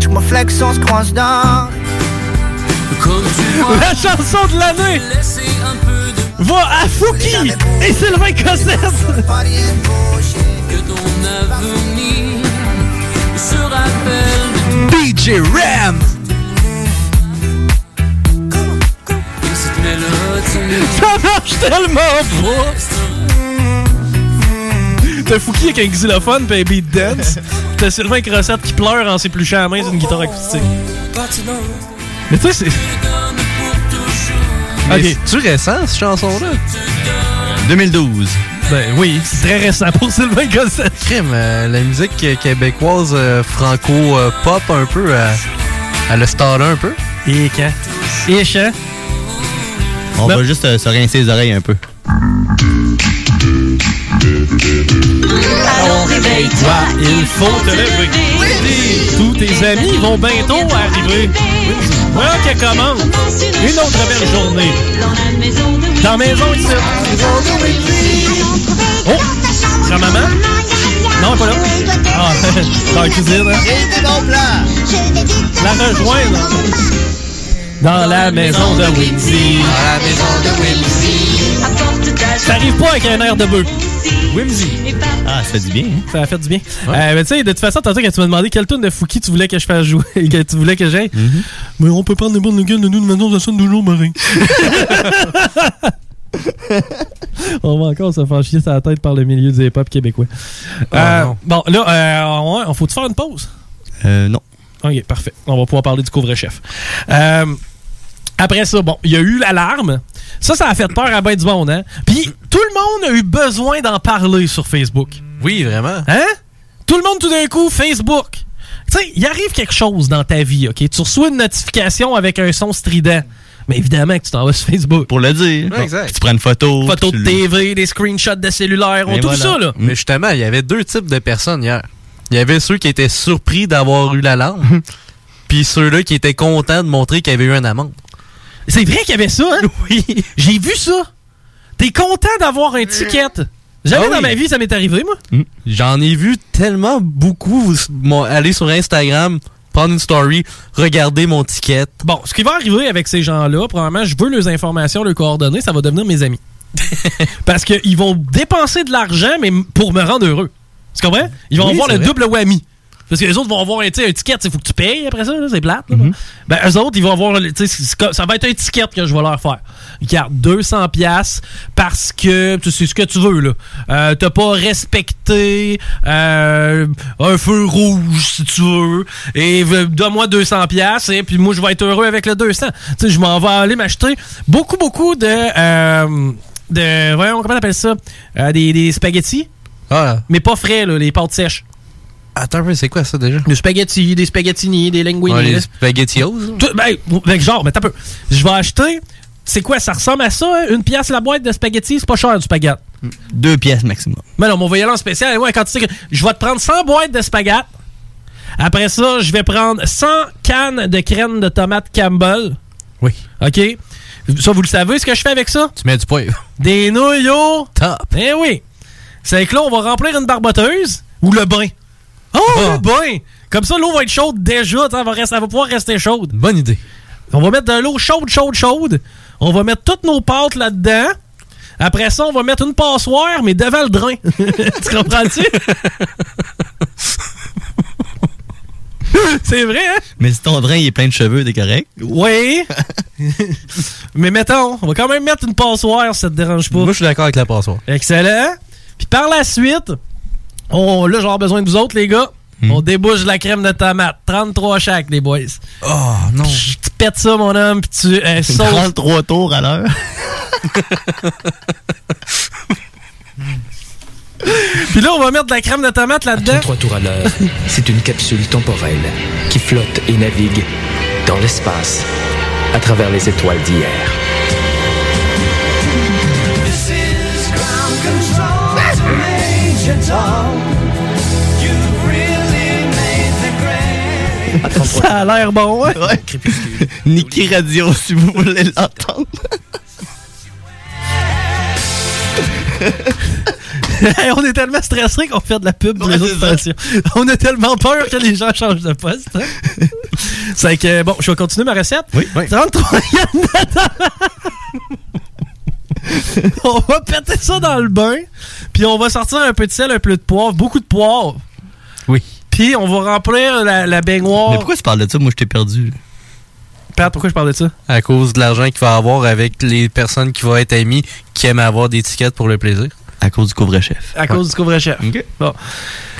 Je me flex, on se croise dans.
La
chanson de l'année va à Fouki et Sylvain Cossette.
Que ton avenir se rappelle
BJ Ram
de cette mélodie.
Ça marche tellement pas! T'as Fouki avec un xylophone pis un beat dance. T'as Sylvain Crossette qui pleure en s'épluchant la main d'une guitare acoustique. Mais tu sais, c'est.
Mais C'est-tu récent, cette chanson-là?
2012.
Ben oui, c'est très récent pour Sylvain Gossett.
Crime, euh, la musique euh, québécoise euh, franco-pop un peu, euh, elle a staré un peu.
Et Ben- quand? Ish, hein?
On va juste euh, se rincer les oreilles un peu.
Allons,
réveille-toi, il faut te lever. Tous tes amis vont bientôt arriver. Voilà qu'elle commence. Une autre belle journée. Dans la maison ici. Oh! Grand-maman? Non, elle est pas là. Ah, dans la cuisine, hein? La rejoindre. Dans la maison de Whimsy.
la maison de Whimsy.
T'arrives pas avec un air de bœuf.
Whimsy.
Ah, ça fait du bien. Ça a fait du bien. Euh, mais tu sais, de toute façon, tantôt quand tu m'as demandé quelle tune de Fouki tu voulais que je fasse jouer, que tu voulais que j'aille, mais on peut prendre n'importe lequel de nous de maintenant, ça sonne toujours marin. on va encore se faire chier sa tête par le milieu du hip-hop québécois.
Ah,
Euh, bon, là, euh, on, on faut-tu faire une pause?
Euh, non.
OK, parfait. On va pouvoir parler du couvre-chef. Euh, après ça, bon, il y a eu l'alarme. Ça, ça a fait peur à ben du monde, hein? Puis tout le monde a eu besoin d'en parler sur Facebook.
Oui, vraiment.
Hein? Tout le monde, tout d'un coup, Facebook. Tu Tu sais, il arrive quelque chose dans ta vie, OK? Tu reçois une notification avec un son strident. Mais évidemment que tu t'en vas sur Facebook.
Pour le dire.
Ouais, exact.
Puis Tu prends une photo.
Photos
puis
de
tu-
TV, des screenshots de cellulaire, on
Et
trouve
voilà.
ça, là.
Mais justement, il y avait deux types de personnes hier. Il y avait ceux qui étaient surpris d'avoir eu la lampe, puis ceux-là qui étaient contents de montrer qu'il y avait eu un amende.
C'est vrai qu'il y avait ça, hein? Oui. J'ai vu ça. T'es content d'avoir un ticket. Jamais
Ah oui.
dans ma vie ça m'est arrivé, moi.
Mm.
J'en ai vu tellement beaucoup vous- m'ont- aller sur Instagram, prendre une story, regarder mon ticket.
Bon, ce qui va arriver avec ces gens-là, probablement, je veux leurs informations, leurs coordonnées, ça va devenir mes amis. Parce qu'ils vont dépenser de l'argent, mais m- pour me rendre heureux. Tu comprends? Ils vont
Oui,
avoir
c'est
le
vrai.
double whammy. Parce que les autres vont avoir un, tu sais, un ticket, il faut que tu payes après ça, là, c'est plate. là. Ben, eux autres, ils vont avoir, le- tu sais, c'est- c'est co- ça va être un ticket que je vais leur faire. Regarde, 200 pièces parce que tu sais ce que tu veux, là. Euh, T'as pas respecté euh, un feu rouge, si tu veux, et v- donne-moi 200 pièces et puis moi, je vais être heureux avec le 200. Tu sais, je m'en vais aller m'acheter beaucoup, beaucoup de... euh, de voyons, comment on appelle ça? Euh, des, des spaghettis. Mais pas frais, là, les pâtes sèches.
Ah. Attends un peu, c'est quoi ça déjà?
Des spaghettis, des spaghettinis, des linguini.
Ouais, les
là.
spaghettios.
Tout- ben, ben, genre, mais t'as peu. Je vais acheter. C'est quoi, ça ressemble à ça, hein? Une pièce la boîte de spaghettis, c'est pas cher du spaghetti.
Deux pièces maximum.
Mais non, mais on va y aller en spécial. Ouais, quand tu sais que je vais te prendre 100 boîtes de spaghettis. Après ça, je vais prendre 100 cannes de crème de tomate Campbell.
Oui.
OK? Ça, vous le savez, ce que je fais avec ça?
Tu mets du poivre.
Des nouilles au... Top. Eh oui. C'est que là, on va remplir une barboteuse ou le bain. Oh,
Ah.
le bain! Comme ça, l'eau va être chaude déjà. Ça va, rester- elle va pouvoir rester chaude.
Bonne idée.
On va mettre de l'eau chaude, chaude, chaude. On va mettre toutes nos pâtes là-dedans. Après ça, on va mettre une passoire, mais devant le drain. tu comprends-tu? C'est vrai, hein?
Mais si ton drain il est plein de cheveux, t'es correct.
Oui. Mais mettons, on va quand même mettre une passoire, ça te dérange pas.
Moi, je suis d'accord avec la passoire.
Excellent. Puis par la suite, on, là, j'aurai besoin de vous autres, les gars.
Hmm.
On débouche de la crème de tomate. 33 chaque, les boys.
Oh non.
Tu pètes ça, mon homme, puis tu euh, sautes.
33 tours à l'heure.
Puis là, on va mettre de la crème de tomate là-dedans.
Trois tours à l'heure, c'est une capsule temporelle qui flotte et navigue dans l'espace à travers les étoiles d'hier.
This is ground control to Major Tom. You really made the grade.
Ça a l'air bon, hein?
Niki Radio, si vous voulez l'entendre.
Hey, on est tellement stressé qu'on fait de la pub pour les autres stations. On a tellement peur que les gens changent de poste. hein? C'est que, bon, je vais continuer ma recette. Oui. 33 grammes de tomate. On va péter ça dans le bain, puis on va sortir un peu de sel, un peu de poivre, beaucoup de poivre.
Oui.
Puis on va remplir la, la baignoire.
Mais pourquoi tu parles de ça? Moi, je t'ai perdu.
Oh. Pat, pourquoi je parle de ça?
À cause de l'argent qu'il va avoir avec les personnes qui vont être amies, qui aiment avoir des tickets pour le plaisir.
À cause du couvre-chef.
À cause du couvre-chef. Bon.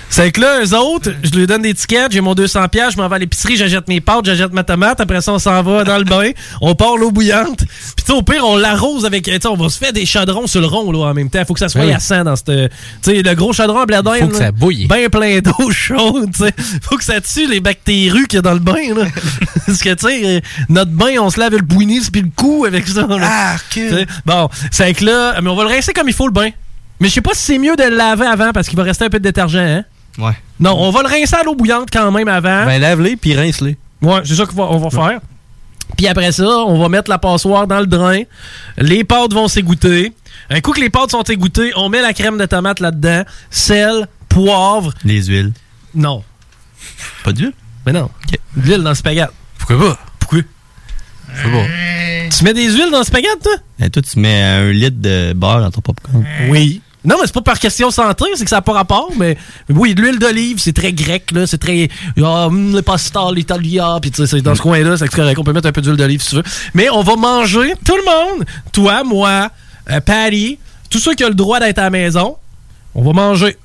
C'est que là, eux autres, je lui donne des tickets, j'ai mon 200$, piastres, je m'en vais à l'épicerie, j'achète mes pâtes, j'achète ma tomate, après ça, on s'en va dans le bain, on part l'eau bouillante, puis tu sais, au pire, on l'arrose avec. Tu sais, on va se faire des chaudrons sur le rond, là, en même temps. Faut que ça soit
Oui.
à 100 dans cette. Tu sais, le gros chaudron à bladin.
Faut que ça bouille.
Ben plein d'eau chaude, tu sais. Faut que ça tue les bactéries qu'il y a dans le bain, là. Parce que, tu sais, euh, notre bain, on se lave le bouinis puis le cou avec ça, là.
Ah,
Tu sais, Bon, c'est que là, mais on va le rincer comme il faut le bain. Mais je sais pas si c'est mieux de le laver avant parce qu'il va rester un peu de détergent, hein?
Ouais.
Non, on va le rincer à l'eau bouillante quand même avant.
Ben, lave-les puis rince-les.
Ouais, c'est ça qu'on va, on va faire. Puis après ça, on va mettre la passoire dans le drain. Les pâtes vont s'égoutter. Un coup que les pâtes sont égouttées, on met la crème de tomate là-dedans, sel, poivre.
Les huiles.
Non.
Pas d'huile?
Mais non. De l'huile dans le spaghetti.
Pourquoi pas?
Pourquoi?
C'est bon.
Tu mets des huiles dans le spaghetti, toi?
Et Ben, toi, tu mets un litre de beurre dans ton popcorn.
Oui. Non, mais c'est pas par question santé, c'est que ça n'a pas rapport, mais mais oui, l'huile d'olive, c'est très grec, là, c'est très. Ah, hum, le pasta, l'italia, puis tu sais, c'est dans ce coin-là, c'est correct. On peut mettre un peu d'huile d'olive si tu veux. Mais on va manger, tout le monde, toi, moi, euh, Patty, tous ceux qui ont le droit d'être à la maison, on va manger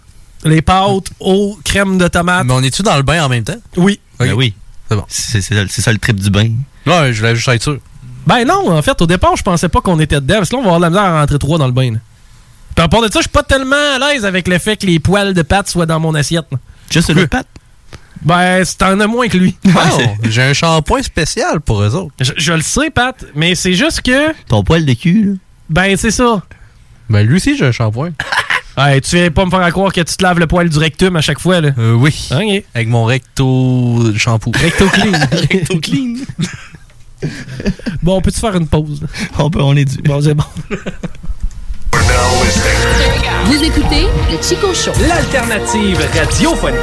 les pâtes, eau, crème de tomate.
Mais on est-tu dans le bain en même temps?
Oui.
Ben oui.
C'est bon.
C'est ça le trip du bain.
Ouais, je voulais juste être sûr.
Ben non, en fait, au départ, je pensais pas qu'on était dedans, parce que là, on va avoir de la misère à rentrer trois dans le bain. là. Puis à part de ça, je suis pas tellement à l'aise avec le fait que les poils de pâtes soient dans mon assiette. là.
Juste le pâte?
Ben, si t'en as moins que lui.
Non, j'ai un shampoing spécial pour eux autres.
Je, je le sais, Pat, mais c'est juste que.
Ton poil de cul, là.
Ben, c'est ça.
Ben, lui aussi, j'ai un shampoing.
Ouais, tu viens pas me faire croire que tu te laves le poil du rectum à chaque fois, là.
Euh, oui. Avec mon recto shampoo.
Recto clean.
recto clean.
Bon, on peut-tu faire une pause?
On peut, on est dû.
Bon, c'est bon.
Vous écoutez le Chico Show.
L'alternative radiophonique.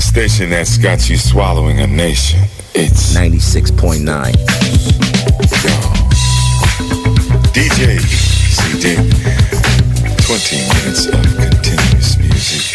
Station that's got you swallowing a nation. It's 96.9. DJ CD. 20 minutes of continuous music.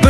Peu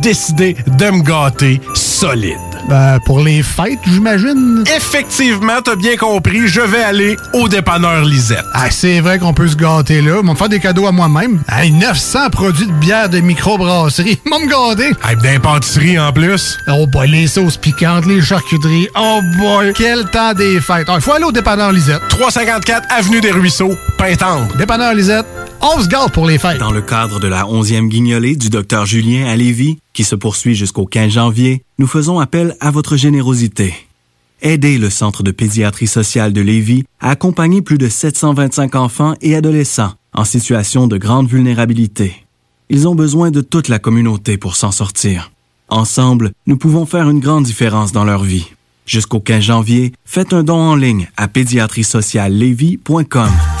décidé de me gâter solide.
Ben, pour les fêtes, j'imagine.
Effectivement, t'as bien compris, je vais aller au dépanneur Lisette.
Ah, c'est vrai qu'on peut se gâter là. M'en faire des cadeaux à moi-même. Hey, 900 produits de bière de microbrasserie. M'en me garder.
Hey, d'impantisserie en plus.
Oh boy, les sauces piquantes, les charcuteries. Oh boy, quel temps des fêtes. Ah, Il faut aller au dépanneur Lisette.
354 Avenue des Ruisseaux, Pintendre.
Dépanneur Lisette, on se gâte pour les fêtes.
Dans le cadre de la 11e guignolée du docteur Julien à Lévis, qui se poursuit jusqu'au 15 janvier, nous faisons appel à votre générosité. Aidez le Centre de pédiatrie sociale de Lévis à accompagner plus de 725 enfants et adolescents en situation de grande vulnérabilité. Ils ont besoin de toute la communauté pour s'en sortir. Ensemble, nous pouvons faire une grande différence dans leur vie. Jusqu'au 15 janvier, faites un don en ligne à pédiatriesociallevy.com.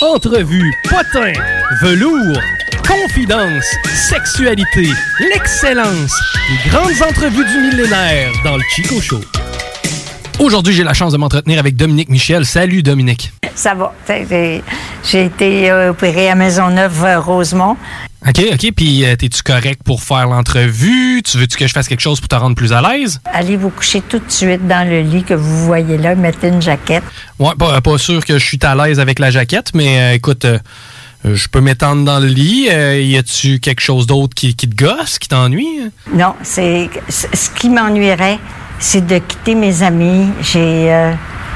Entrevue, potin, velours, confidence, sexualité, l'excellence, les grandes entrevues du millénaire dans le Chico Show. Aujourd'hui, j'ai la chance de m'entretenir avec Dominique Michel. Salut Dominique.
Ça va. T'sais, j'ai- J'ai été euh, opérée à Maisonneuve euh, Rosemont.
OK, OK. Puis, euh, t'es-tu correct pour faire l'entrevue? Tu veux-tu que je fasse quelque chose pour te rendre plus à l'aise?
Allez vous coucher tout de suite dans le lit que vous voyez là, mettez une jaquette.
Ouais, pas, euh, pas sûr que je suis à l'aise avec la jaquette, mais euh, écoute, euh, euh, je peux m'étendre dans le lit. Euh, y a-tu quelque chose d'autre qui, qui te gosse, qui t'ennuie?
Non, c'est c- ce qui m'ennuierait, c'est de quitter mes amis. J'ai euh,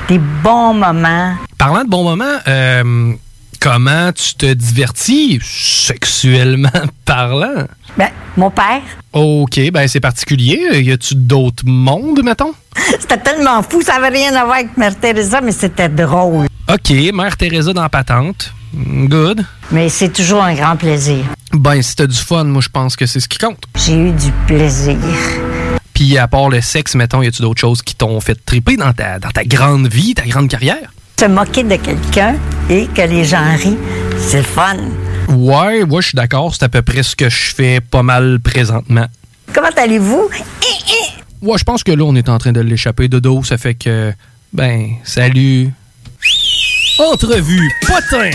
des bons moments.
Parlant de bons moments, euh, comment tu te divertis sexuellement parlant?
Ben, mon père,
OK, ben c'est particulier. Y a-tu d'autres mondes, mettons?
c'était tellement fou, ça avait rien à voir avec Mère Teresa, mais c'était drôle.
OK, Mère Teresa dans patente. Mm, Good.
Mais c'est toujours un grand plaisir.
Ben, si t'as du fun, moi, je pense que c'est ce qui compte.
J'ai eu du plaisir.
Puis, à part le sexe, mettons, y a-tu d'autres choses qui t'ont fait triper dans ta, dans ta grande vie, ta grande carrière?
Se moquer de quelqu'un et que les gens rient, c'est le fun.
Ouais, ouais, je suis d'accord. C'est à peu près ce que je fais pas mal présentement.
Comment allez-vous?
Ouais, je pense que là, on est en train de l'échapper de dos. Ça fait que, ben, salut.
Entrevue, potin,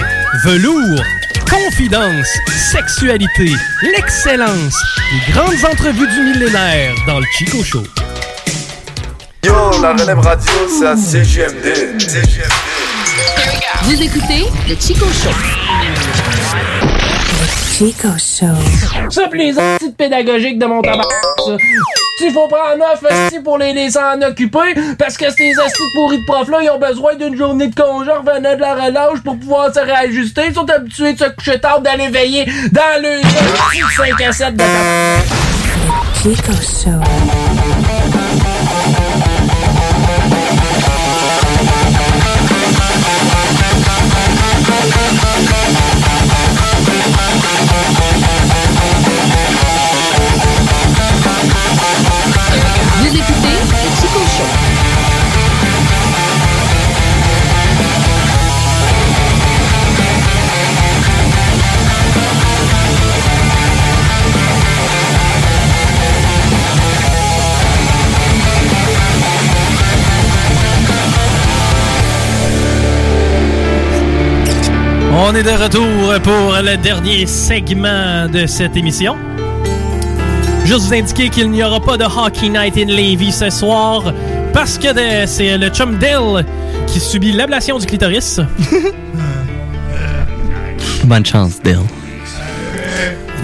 velours, confidence, sexualité, l'excellence, les grandes entrevues du millénaire dans le Chico Show.
Yo, la relève radio, c'est à CGMD.
Vous écoutez le Chico Show.
Chico Show.
Ça, pis les petites pédagogiques de mon tabac, ça. S'il faut prendre neuf aussi pour les laisser en occuper, parce que ces astuces pourris de profs-là, ils ont besoin d'une journée de congé en revenant de la relâche pour pouvoir se réajuster. Ils sont habitués de se coucher tard, d'aller veiller dans le 5 à 7 de tabac.
Chico Show.
Vous écoutez le Chico Show.
On est de retour pour le dernier segment de cette émission. Juste vous indiquer qu'il n'y aura pas de Hockey Night in Levy ce soir parce que de- c'est le chum Dale qui subit l'ablation du clitoris.
Bonne chance, Dale.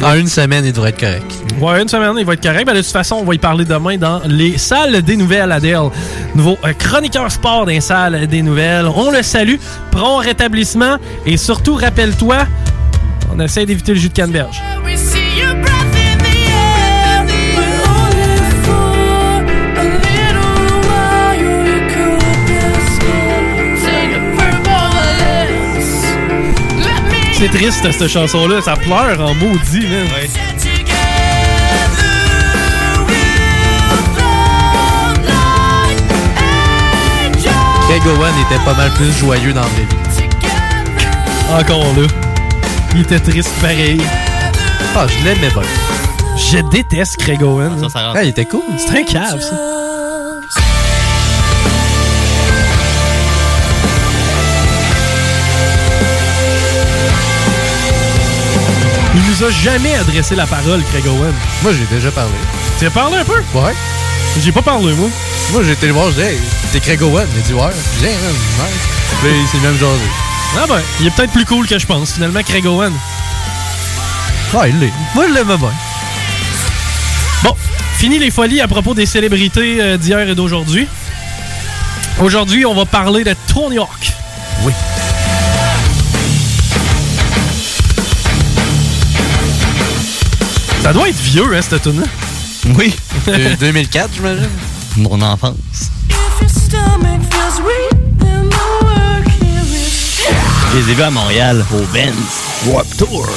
Dans une semaine, il devrait être correct.
Ouais, une semaine, il va être correct. Ben, de toute façon, on va y parler demain dans les salles des nouvelles à Dale. Nouveau euh, chroniqueur sport dans les salles des nouvelles. On le salue. Prends rétablissement et surtout, rappelle-toi, on essaie d'éviter le jus de canneberge.
We see your breath in the air. We're only for a little while. You could just take it for more or less. Let me
C'est triste, cette chanson-là. Ça pleure en maudit, man.
Greg Owen était pas mal plus joyeux dans le
Encore là. Il était triste pareil.
Ah, je l'aimais pas.
Je déteste Craig Owen.
rentre. Ah, il était cool.
C'était un cave, ça. Il nous a jamais adressé la parole, Craig Owen.
Moi, j'ai déjà parlé.
Tu as parlé un peu?
Ouais.
J'ai pas parlé, moi.
Moi, j'ai été le voir, je dis, hey, t'es Craig Owen. Il a dit, ouais, j'ai rien, ouais. Puis, c'est même genre.
Ah ben, il est peut-être plus cool que je pense, finalement, Craig Owen.
Ouais, il l'est. Moi, je l'aime bien.
Bon, fini les folies à propos des célébrités euh, d'hier et d'aujourd'hui. Aujourd'hui, on va parler de Tony Hawk.
Oui.
Ça doit être vieux, hein, cette tune
Oui.
2004, j'imagine.
Mon enfance.
If your stomach feels weak, then the work here is.
Je les ai vus à Montréal, au Benz Warp Tour,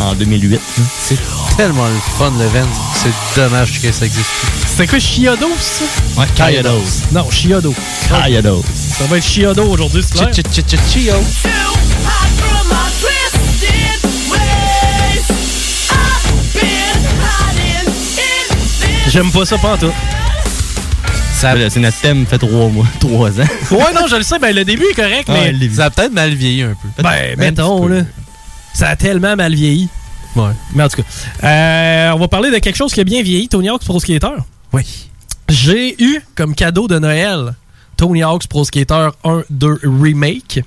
en 2008.
C'est tellement le fun, le Vent. C'est dommage que ça existe plus.
C'était quoi, Chiodo, c'est ça?
Ouais, Coyotes.
Non, Chiodo.
Coyotes.
Ça va être Chiodo aujourd'hui, c'est clair.
Chio.
J'aime pas ça, pas tout.
Voilà, C'est notre thème fait trois mois, trois ans. Ah,
Ouais, non, je le sais, ben le début est correct, mais...
Ça a peut-être mal vieilli Eh, un peu.
Ben, mettons, là. Ça a tellement mal vieilli.
Ouais.
Mais en tout cas, euh, on va parler de quelque chose qui a bien vieilli, Tony Hawk's Pro Skater.
Oui.
J'ai eu comme cadeau de Noël Tony Hawk's Pro Skater 1, 2 Remake.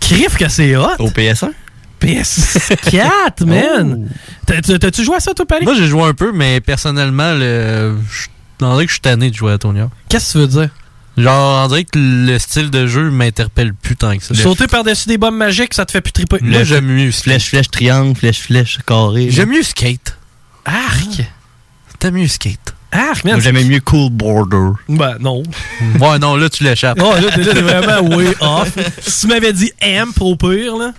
Crif que c'est hot!
Au PS1?
Oh.
PS4, man! T'as- t'as- T'as-tu joué à ça, toi, Paris?
Moi, j'ai joué un peu, mais personnellement, le... je t'en que je suis tanné de jouer à Tony Hawk.
Qu'est-ce que tu veux dire?
Genre, on dirait que le style de jeu m'interpelle plus tant que ça.
Sauter par-dessus des bombes magiques, ça te fait plus triper.
Le- Moi, j'aime mieux
Flèche, flèche, triangle, flèche, flèche, carré.
J'aime mieux skate.
Arc!
Ah. T'aimes mieux skate.
Arc,
Moi,
man!
j'aimais mieux Cool Border.
Ben, non.
ouais, non, là, tu l'échappes.
Oh, là, t'es- là, t'es vraiment way off. Si tu m'avais dit amp au pire, là.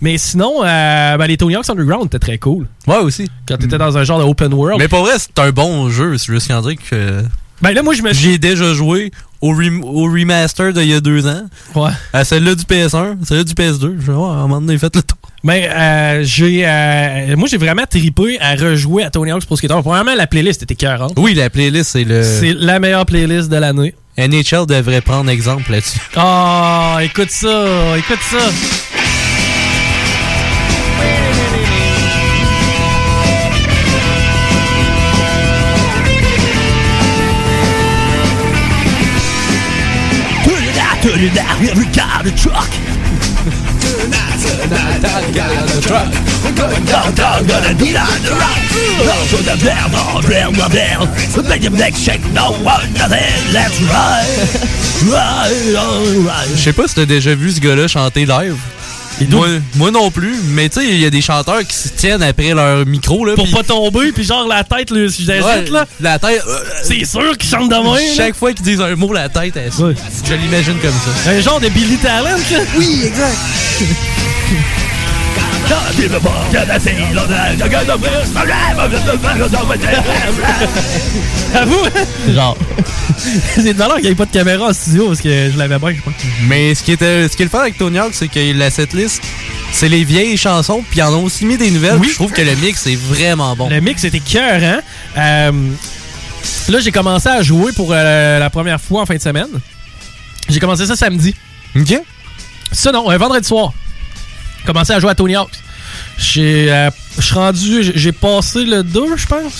Mais sinon, euh, ben, les Tony Hawk's Underground étaient très cool.
Ouais, aussi.
Quand t'étais dans un genre de open world.
Mais pour vrai, c'est un bon jeu. C'est juste qu'on dirait que.
Ben là, moi, je me
J'ai déjà joué au, rem- au remaster d'il y a deux ans.
Ouais.
À celle-là du PS1, celle-là du PS2. Je vais voir, à un moment donné, faites le tour.
Mais euh, j'ai. euh, moi, j'ai vraiment tripé à rejouer à Tony Hawk's Pro Skater. Premièrement, la playlist était écœurante.
Oui, la playlist, c'est le.
C'est la meilleure playlist de l'année.
NHL devrait prendre exemple là-dessus.
Oh, écoute ça, écoute ça.
Turn it out, turn it out, we have got a truck. Turn out, turn out, turn out, the truck. We're going downtown, gonna beat on the rock. No to the blam, oh blam, oh blam. We make them neck shake, no one, nothing. Let's ride, ride on, ride.
Je sais pas si t'as déjà vu ce gars-là chanter live. Moi, moi non plus, mais tu sais, il y a des chanteurs qui se tiennent après leur micro. Là,
Pour
pis-
pas tomber, puis genre la tête, là, si je l'ajoute,
Ouais,
là.
La tête. euh,
C'est sûr qu'ils chantent de même, là.
Chaque fois qu'ils disent un mot, la tête, elle saute. Je l'imagine comme ça.
Un genre de Billy Talent, là.
Oui, exact.
Avoue, genre. c'est de valeur qu'il n'y ait pas de caméra en studio parce que je l'avais bien, je sais pas.
Mais ce qui, était, ce qui est le fun avec Tony Hawk, c'est que la setlist, c'est les vieilles chansons, puis ils en ont aussi mis des nouvelles. puis Je trouve que le mix est vraiment bon.
Le mix était cœur, hein? Euh, là, j'ai commencé à jouer pour euh, la première fois en fin de semaine. J'ai commencé ça samedi.
OK.
Ça, non, un vendredi soir. Commencé à jouer à Tony Hawk's. J'ai, euh, Je suis rendu, j'ai- j'ai passé le 2, je pense.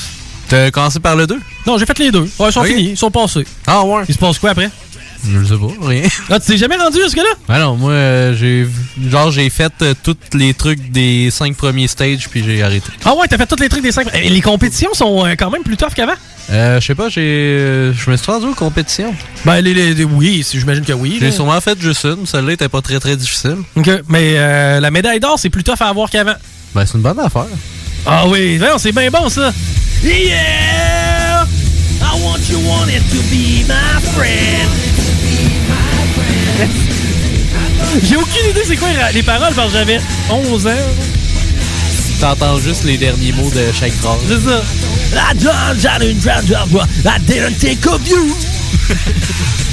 T'as commencé par le 2
Non, j'ai fait les deux. Ouais, ils sont
Ok.
finis, ils sont passés.
Ah ouais.
Il se passe quoi après?
Je sais pas, rien.
Ah, tu t'es jamais rendu jusque-là?
Ah non, moi, euh, j'ai. v- Genre, j'ai fait euh, tous les trucs des cinq premiers stages, puis j'ai arrêté.
Ah ouais, t'as fait tous les trucs des 5. Les compétitions sont euh, quand même plus tough qu'avant.
Euh, je sais pas, j'ai. euh, Je me suis rendu aux compétitions.
Ben, les, les- les- oui, si- j'imagine que oui.
J'ai
là.
sûrement fait juste une. Celle-là était pas très très difficile.
OK, mais euh, la médaille d'or, c'est plus tough à avoir qu'avant.
Ben, c'est une bonne affaire.
Ah oui, voyons, c'est bien bon ça.
Yeah! I want you wanted to be my friend.
J'ai aucune idée c'est quoi les paroles parce que j'avais 11 ans.
T'entends juste les derniers mots de chaque phrase.
C'est ça.
I don't, I didn't drown, drown, drown. I didn't think of you.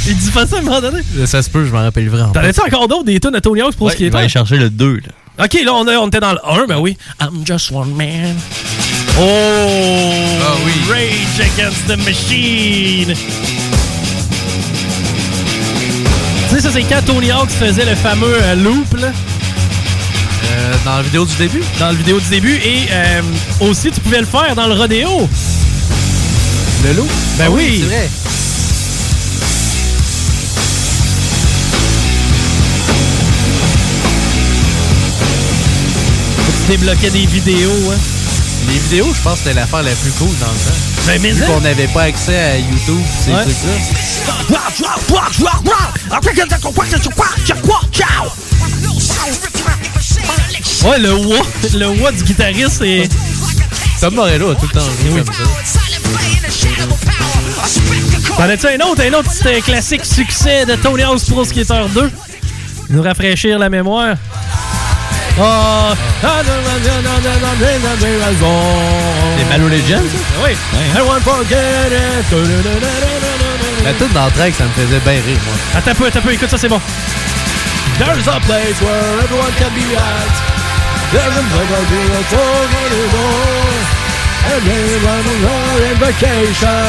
Il dit pas ça à un moment donné.
Euh, Ça se peut, je m'en rappelle vraiment.
T'en as-tu encore d'autres des tunes à Tony Hawk's pour ce qui
Il
est
ben,
va aller
temps?
chercher le 2, là.
Ok, là on, a- on était dans le 1, ben oui. I'm just one man. Oh!
Ah oui.
Rage Against the Machine! Tu sais, ça c'est quand Tony Hawk faisait le fameux euh, loop, là,
Euh, dans la vidéo du début?
dans la vidéo du début, et euh, aussi tu pouvais le faire dans le rodéo.
Le loup?
Ben oui.
C'est vrai.
Tu débloquais des vidéos, hein.
Les vidéos, je pense que c'était l'affaire la plus cool dans le temps.
Ben, mais
Vu
ça-
qu'on n'avait pas accès à YouTube, ces
Ouais.
trucs-là.
Rock, rock, rock, rock, rock. I think I'm gonna rock, rock, rock, rock, ciao.
Ouais, le wah, le wah du guitariste, c'est...
Tom Morello a tout le temps joué comme ça.
T'en as-tu un autre, un autre petit euh, classique succès de Tony Hawk's Pro Skater 2? Nous rafraîchir la mémoire. Oh! ah,
Les
Les
Malo Legends?
ah, Oui. I won't forget it.
La toute d'entraque, ça me faisait bien rire, moi.
Attends un peu, attends un peu, écoute ça, c'est bon.
There's a place where everyone can be at. There's a place where people talk anymore. And everyone is on a vacation.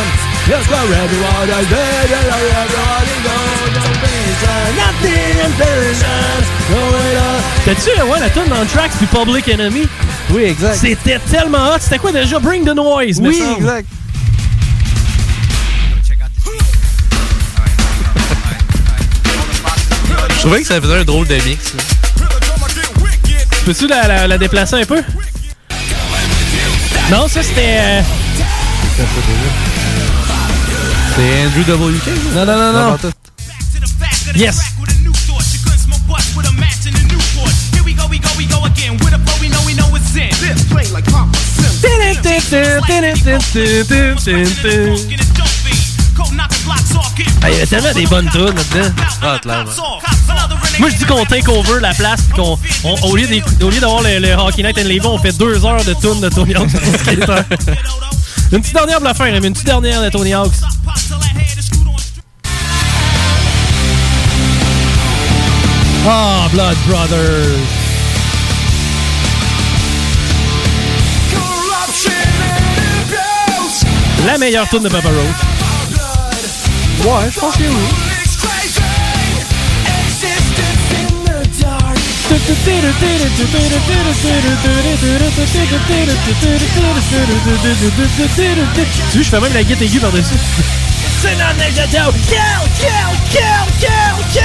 Yes, where everyone is there and everyone is on a vacation. Nothing in prison. Going on.
Oh, T'as-tu le ouais, la tune dans Tracks du Public Enemy?
Oui, exact.
C'était tellement hot. C'était quoi déjà? Bring the noise, me
Oui,
semble.
exact. Je trouvais que ça faisait un drôle de mix. là.
Peux-tu la, la- la déplacer un peu? Non, ça c'était. euh,
C'est Andrew WK?
Non, non, non, non.
pas tout.
Yes. Ah, il y avait tellement des bonnes tunes là-dedans.
Ah, clairement.
Moi, je dis qu'on take over la place, puis qu'on, on- au lieu d'éc- au lieu d'avoir le, le Hockey Night and Live, on fait deux heures de tunes de Tony Hawk's Pro Skater. Une petite dernière pour la fin, Rémi, une petite dernière de Tony Hawk's. Ah, Blood Brothers. La meilleure tune de Papa Roach. Ouais, je pense que oui. Tu vois, je fais même la guette aiguë par-dessus. C'est la neige à Joe. Kill, kill, kill, kill,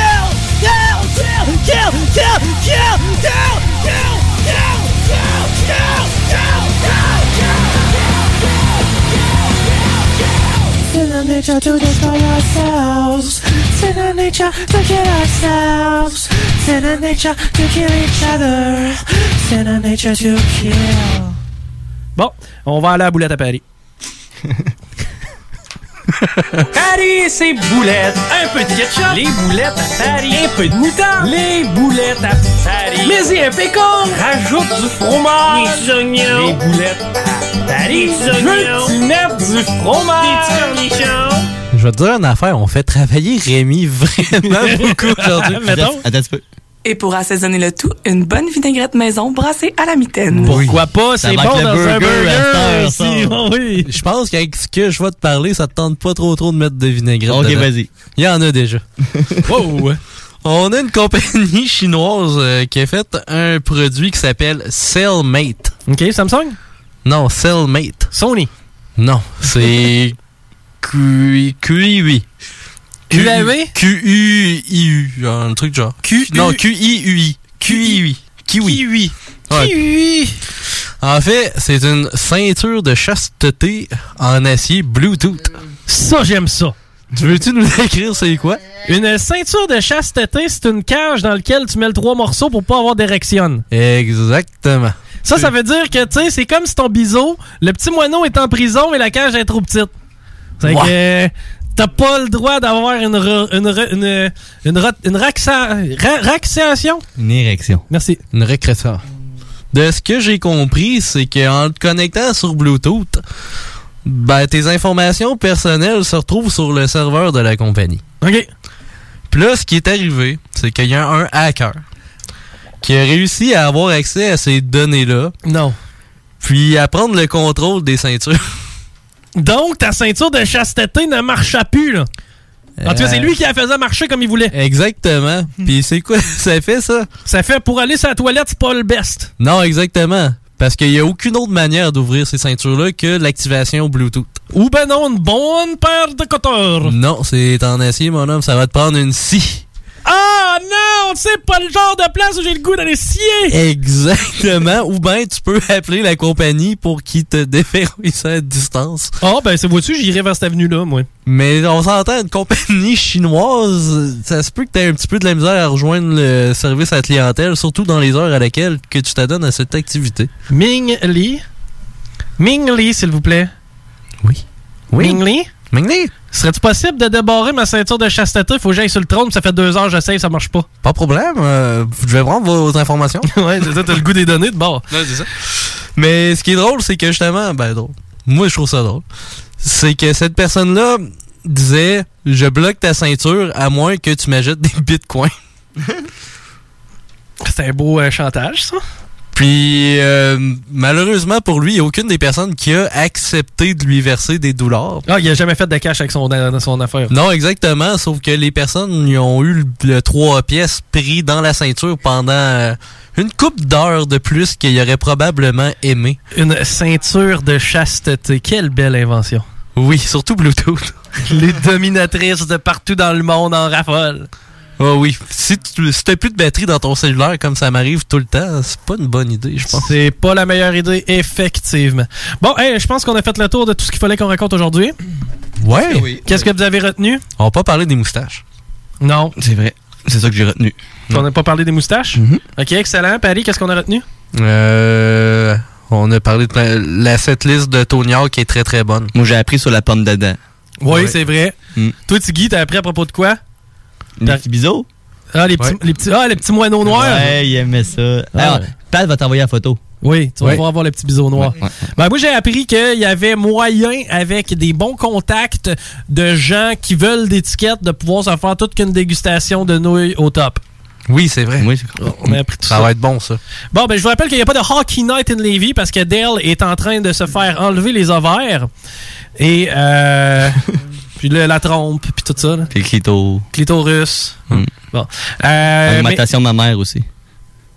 kill, kill, kill, kill, kill, kill, kill, kill, kill, kill, kill, kill,
Send our nature to destroy ourselves. Send our nature to kill ourselves. Send our nature to kill each other. Send our nature to kill.
Bon, on va aller à Boulette à Paris.
Paris, c'est boulettes. Un peu de ketchup. Les boulettes à Paris. Un peu de moutarde. Les boulettes à Paris. Mais y un pécan. Rajoute du fromage. Les oignons. Les boulettes à Paris. Les oignons. Veux-tu mettre du fromage? Des cornichons.
Je vais te dire une affaire, on fait travailler Rémi vraiment beaucoup aujourd'hui.
Attends, attends un petit peu.
Et pour assaisonner le tout, une bonne vinaigrette maison brassée à la mitaine.
Pourquoi pas?
Ça
C'est
va avec
bon
le
dans un burger.
à cette heure,
ici.
ça.
oui.
euh, Je pense qu'avec ce que je vais te parler, ça te tente pas trop trop de mettre de vinaigrette.
Ok,
dedans.
vas-y.
Il y en a déjà. wow. On a une compagnie chinoise euh, qui a fait un produit qui s'appelle Cellmate.
OK, Samsung?
Non, Cellmate.
Sony?
Non, c'est QI. QI.
QAV?
QUIU, un truc du genre. Q non, QIUI. QIUI. Kiwi. Kiwi. En fait, c'est une ceinture de chasteté en acier Bluetooth.
Ça, j'aime ça.
Tu veux-tu nous décrire c'est quoi?
Une ceinture de chasteté, c'est une cage dans laquelle tu mets le trois morceaux pour pas avoir d'érection.
Exactement.
Ça, ça veut dire que, tu sais, c'est comme si ton biseau, le petit moineau est en prison et la cage est trop petite. C'est
Ouais.
que t'as pas le droit d'avoir une, re- une, re- une, une, rot- une raxa- ra- raxation.
Une érection.
Merci.
Une récréation. De ce que j'ai compris, c'est qu'en te connectant sur Bluetooth, ben, tes informations personnelles se retrouvent sur le serveur de la compagnie.
OK.
Puis là, ce qui est arrivé, c'est qu'il y a un hacker qui a réussi à avoir accès à ces données-là.
Non.
Puis à prendre le contrôle des ceintures.
Donc, ta ceinture de chasteté ne marche plus, là. En tout cas, c'est lui qui la faisait marcher comme il voulait.
Euh.
Hmm.
Exactement. Puis c'est quoi ça fait, ça?
Ça fait pour aller sur la toilette, c'est pas le best.
Non, exactement. Parce qu'il n'y a aucune autre manière d'ouvrir ces ceintures-là que l'activation Bluetooth.
Ou ben non, une bonne paire de coteurs.
Non, c'est en acier, mon homme. Ça va te prendre une scie.
Ah non, c'est pas le genre de place où j'ai le goût d'aller scier.
Exactement. Ou bien tu peux appeler la compagnie pour qu'ils te déverrouillent à distance.
Ah, ben, c'est vois-tu, j'irai vers cette avenue-là, moi.
Mais on s'entend, une compagnie chinoise, ça se peut que tu un petit peu de la misère à rejoindre le service à la clientèle, surtout dans les heures à laquelle que tu t'adonnes à cette activité.
Ming Li. Ming Li, s'il vous plaît.
Oui.
Ming Li.
Ming Li.
Serait-il possible de débarrer ma ceinture de chasteté? Faut que j'aille sur le trône, ça fait deux heures, j'essaye, ça marche pas.
Pas de problème, euh, je vais prendre vos informations.
ouais, c'est ça, t'as le goût des données de bord.
Mais ce qui est drôle, c'est que justement, ben drôle. Moi, je trouve ça drôle. C'est que cette personne-là disait Je bloque ta ceinture à moins que tu m'achètes des bitcoins.
C'est un beau euh, chantage, ça.
Puis, euh, malheureusement pour lui, il n'y a aucune des personnes qui a accepté de lui verser des dollars.
Ah, il a jamais fait de cash avec son, dans son affaire.
Non, exactement, sauf que les personnes ils ont eu le, le trois pièces pris dans la ceinture pendant euh, une coupe d'heures de plus qu'ils auraient probablement aimé.
Une ceinture de chasteté. Quelle belle invention.
Oui, surtout Bluetooth.
Les dominatrices de partout dans le monde en raffolent.
Ah oui, si tu si t'as plus de batterie dans ton cellulaire comme ça m'arrive tout le temps, c'est pas une bonne idée, je pense.
C'est pas la meilleure idée, effectivement. Bon, hey, je pense qu'on a fait le tour de tout ce qu'il fallait qu'on raconte aujourd'hui.
Ouais.
Qu'est-ce que vous avez retenu?
On va pas parler des moustaches.
Non.
C'est vrai. Mm-hmm. C'est ça que j'ai retenu.
On n'a pas parlé des moustaches? Ok, excellent. Paris, qu'est-ce qu'on a retenu?
Euh, on a parlé de plein- la setlist de Tony Hawk qui est très très bonne.
Moi, j'ai appris sur la pomme d'Adam.
Oui, c'est vrai. Toi, tu Guy, t'as appris à propos de quoi?
Mm. Les petits biseaux?
Ah, les petits,
Ouais.
les petits, ah, les petits moineaux noirs.
Ouais, il aimait ça.
Ah.
Alors, Pat va t'envoyer la photo.
Oui, tu vas
Ouais.
pouvoir voir le petit biseau noir.
Ouais, ouais,
Ben, moi, j'ai appris qu'il y avait moyen, avec des bons contacts de gens qui veulent d'étiquettes, de pouvoir se faire toute qu'une dégustation de nouilles au top.
Oui, c'est vrai.
Oui,
On a appris tout ça.
va être bon, ça.
Bon, ben, je vous rappelle qu'il n'y a pas de Hockey Night in Levy parce que Dale est en train de se faire enlever les ovaires et euh, puis le- la trompe, puis tout ça. là.
Puis le clito.
Clitoris.
Mm.
Bon. Euh,
Augmentation de ma mère aussi.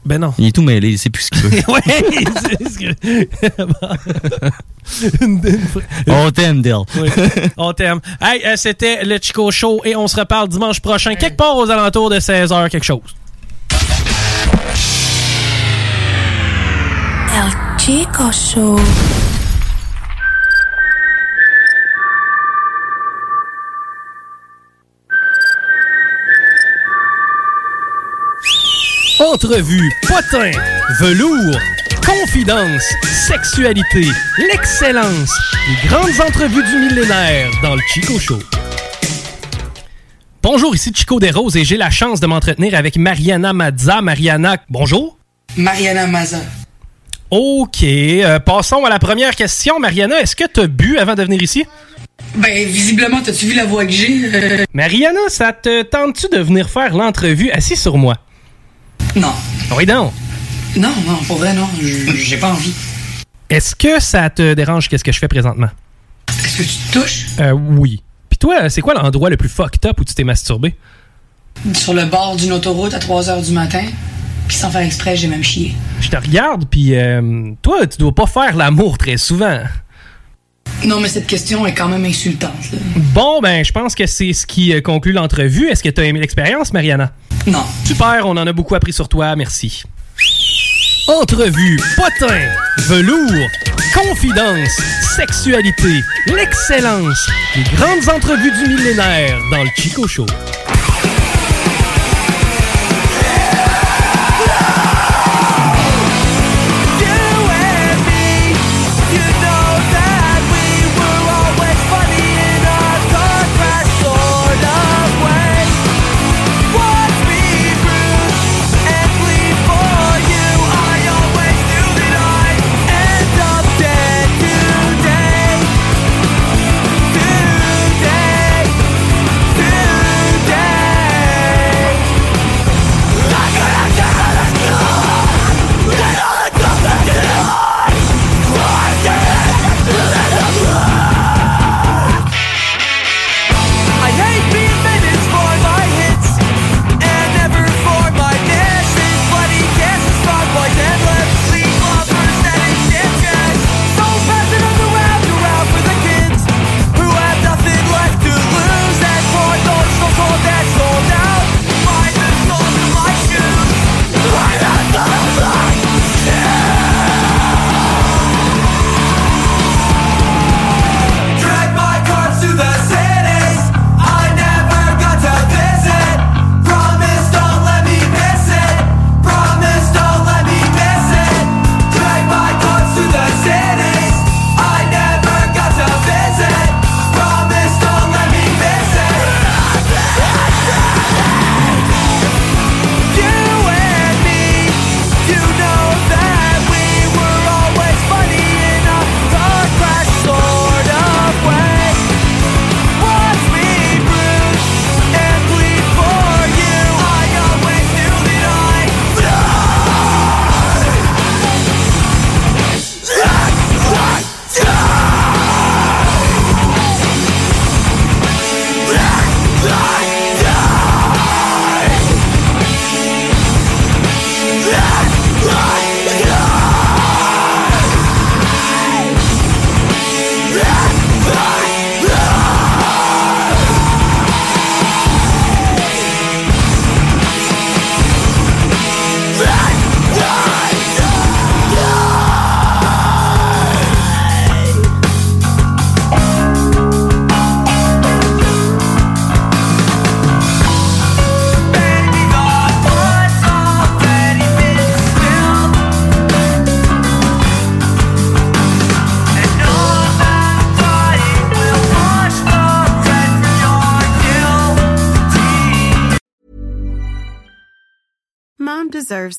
Ben non.
Il est tout mêlé, il sait plus ce qu'il veut.
mais- Ouais, c'est ce que- Bon. Une- une fois-
On t'aime, Dale.
Oui, on t'aime. Hey, euh, c'était le Chico Show et on se reparle dimanche prochain, quelque part aux alentours de 16h, quelque chose.
El Chico Show.
Entrevue, potin, velours, confidence, sexualité, l'excellence, les grandes entrevues du millénaire dans le Chico Show. Bonjour, ici Chico des Roses et j'ai la chance de m'entretenir avec Mariana Mazza. Mariana, bonjour.
Mariana Maza.
OK, euh, passons à la première question. Mariana, est-ce que tu as bu avant de venir ici?
Ben, visiblement, t'as-tu vu la voix que j'ai? Euh,
Mariana, ça te tente-tu de venir faire l'entrevue assis sur moi?
Non.
Oui, donc.
Non, non, pour vrai, non. J- J'ai pas envie.
Est-ce que ça te dérange qu'est-ce que je fais présentement?
Est-ce que tu te touches?
Euh, oui. Puis toi, euh, c'est quoi l'endroit le plus fucked up où tu t'es masturbé?
Sur le bord d'une autoroute à 3 h du matin, puis sans faire exprès, j'ai même chié.
Je te regarde, puis euh, toi, tu dois pas faire l'amour très souvent.
Non, mais cette question est quand même insultante, là.
Bon, ben, je pense que c'est ce qui euh, conclut l'entrevue. Est-ce que tu as aimé l'expérience, Mariana?
Non.
Super, on en a beaucoup appris sur toi, merci. Entrevue, potin, velours, confidence, sexualité, l'excellence, les grandes entrevues du millénaire dans le Chico Show.
Today, today, today.
deserves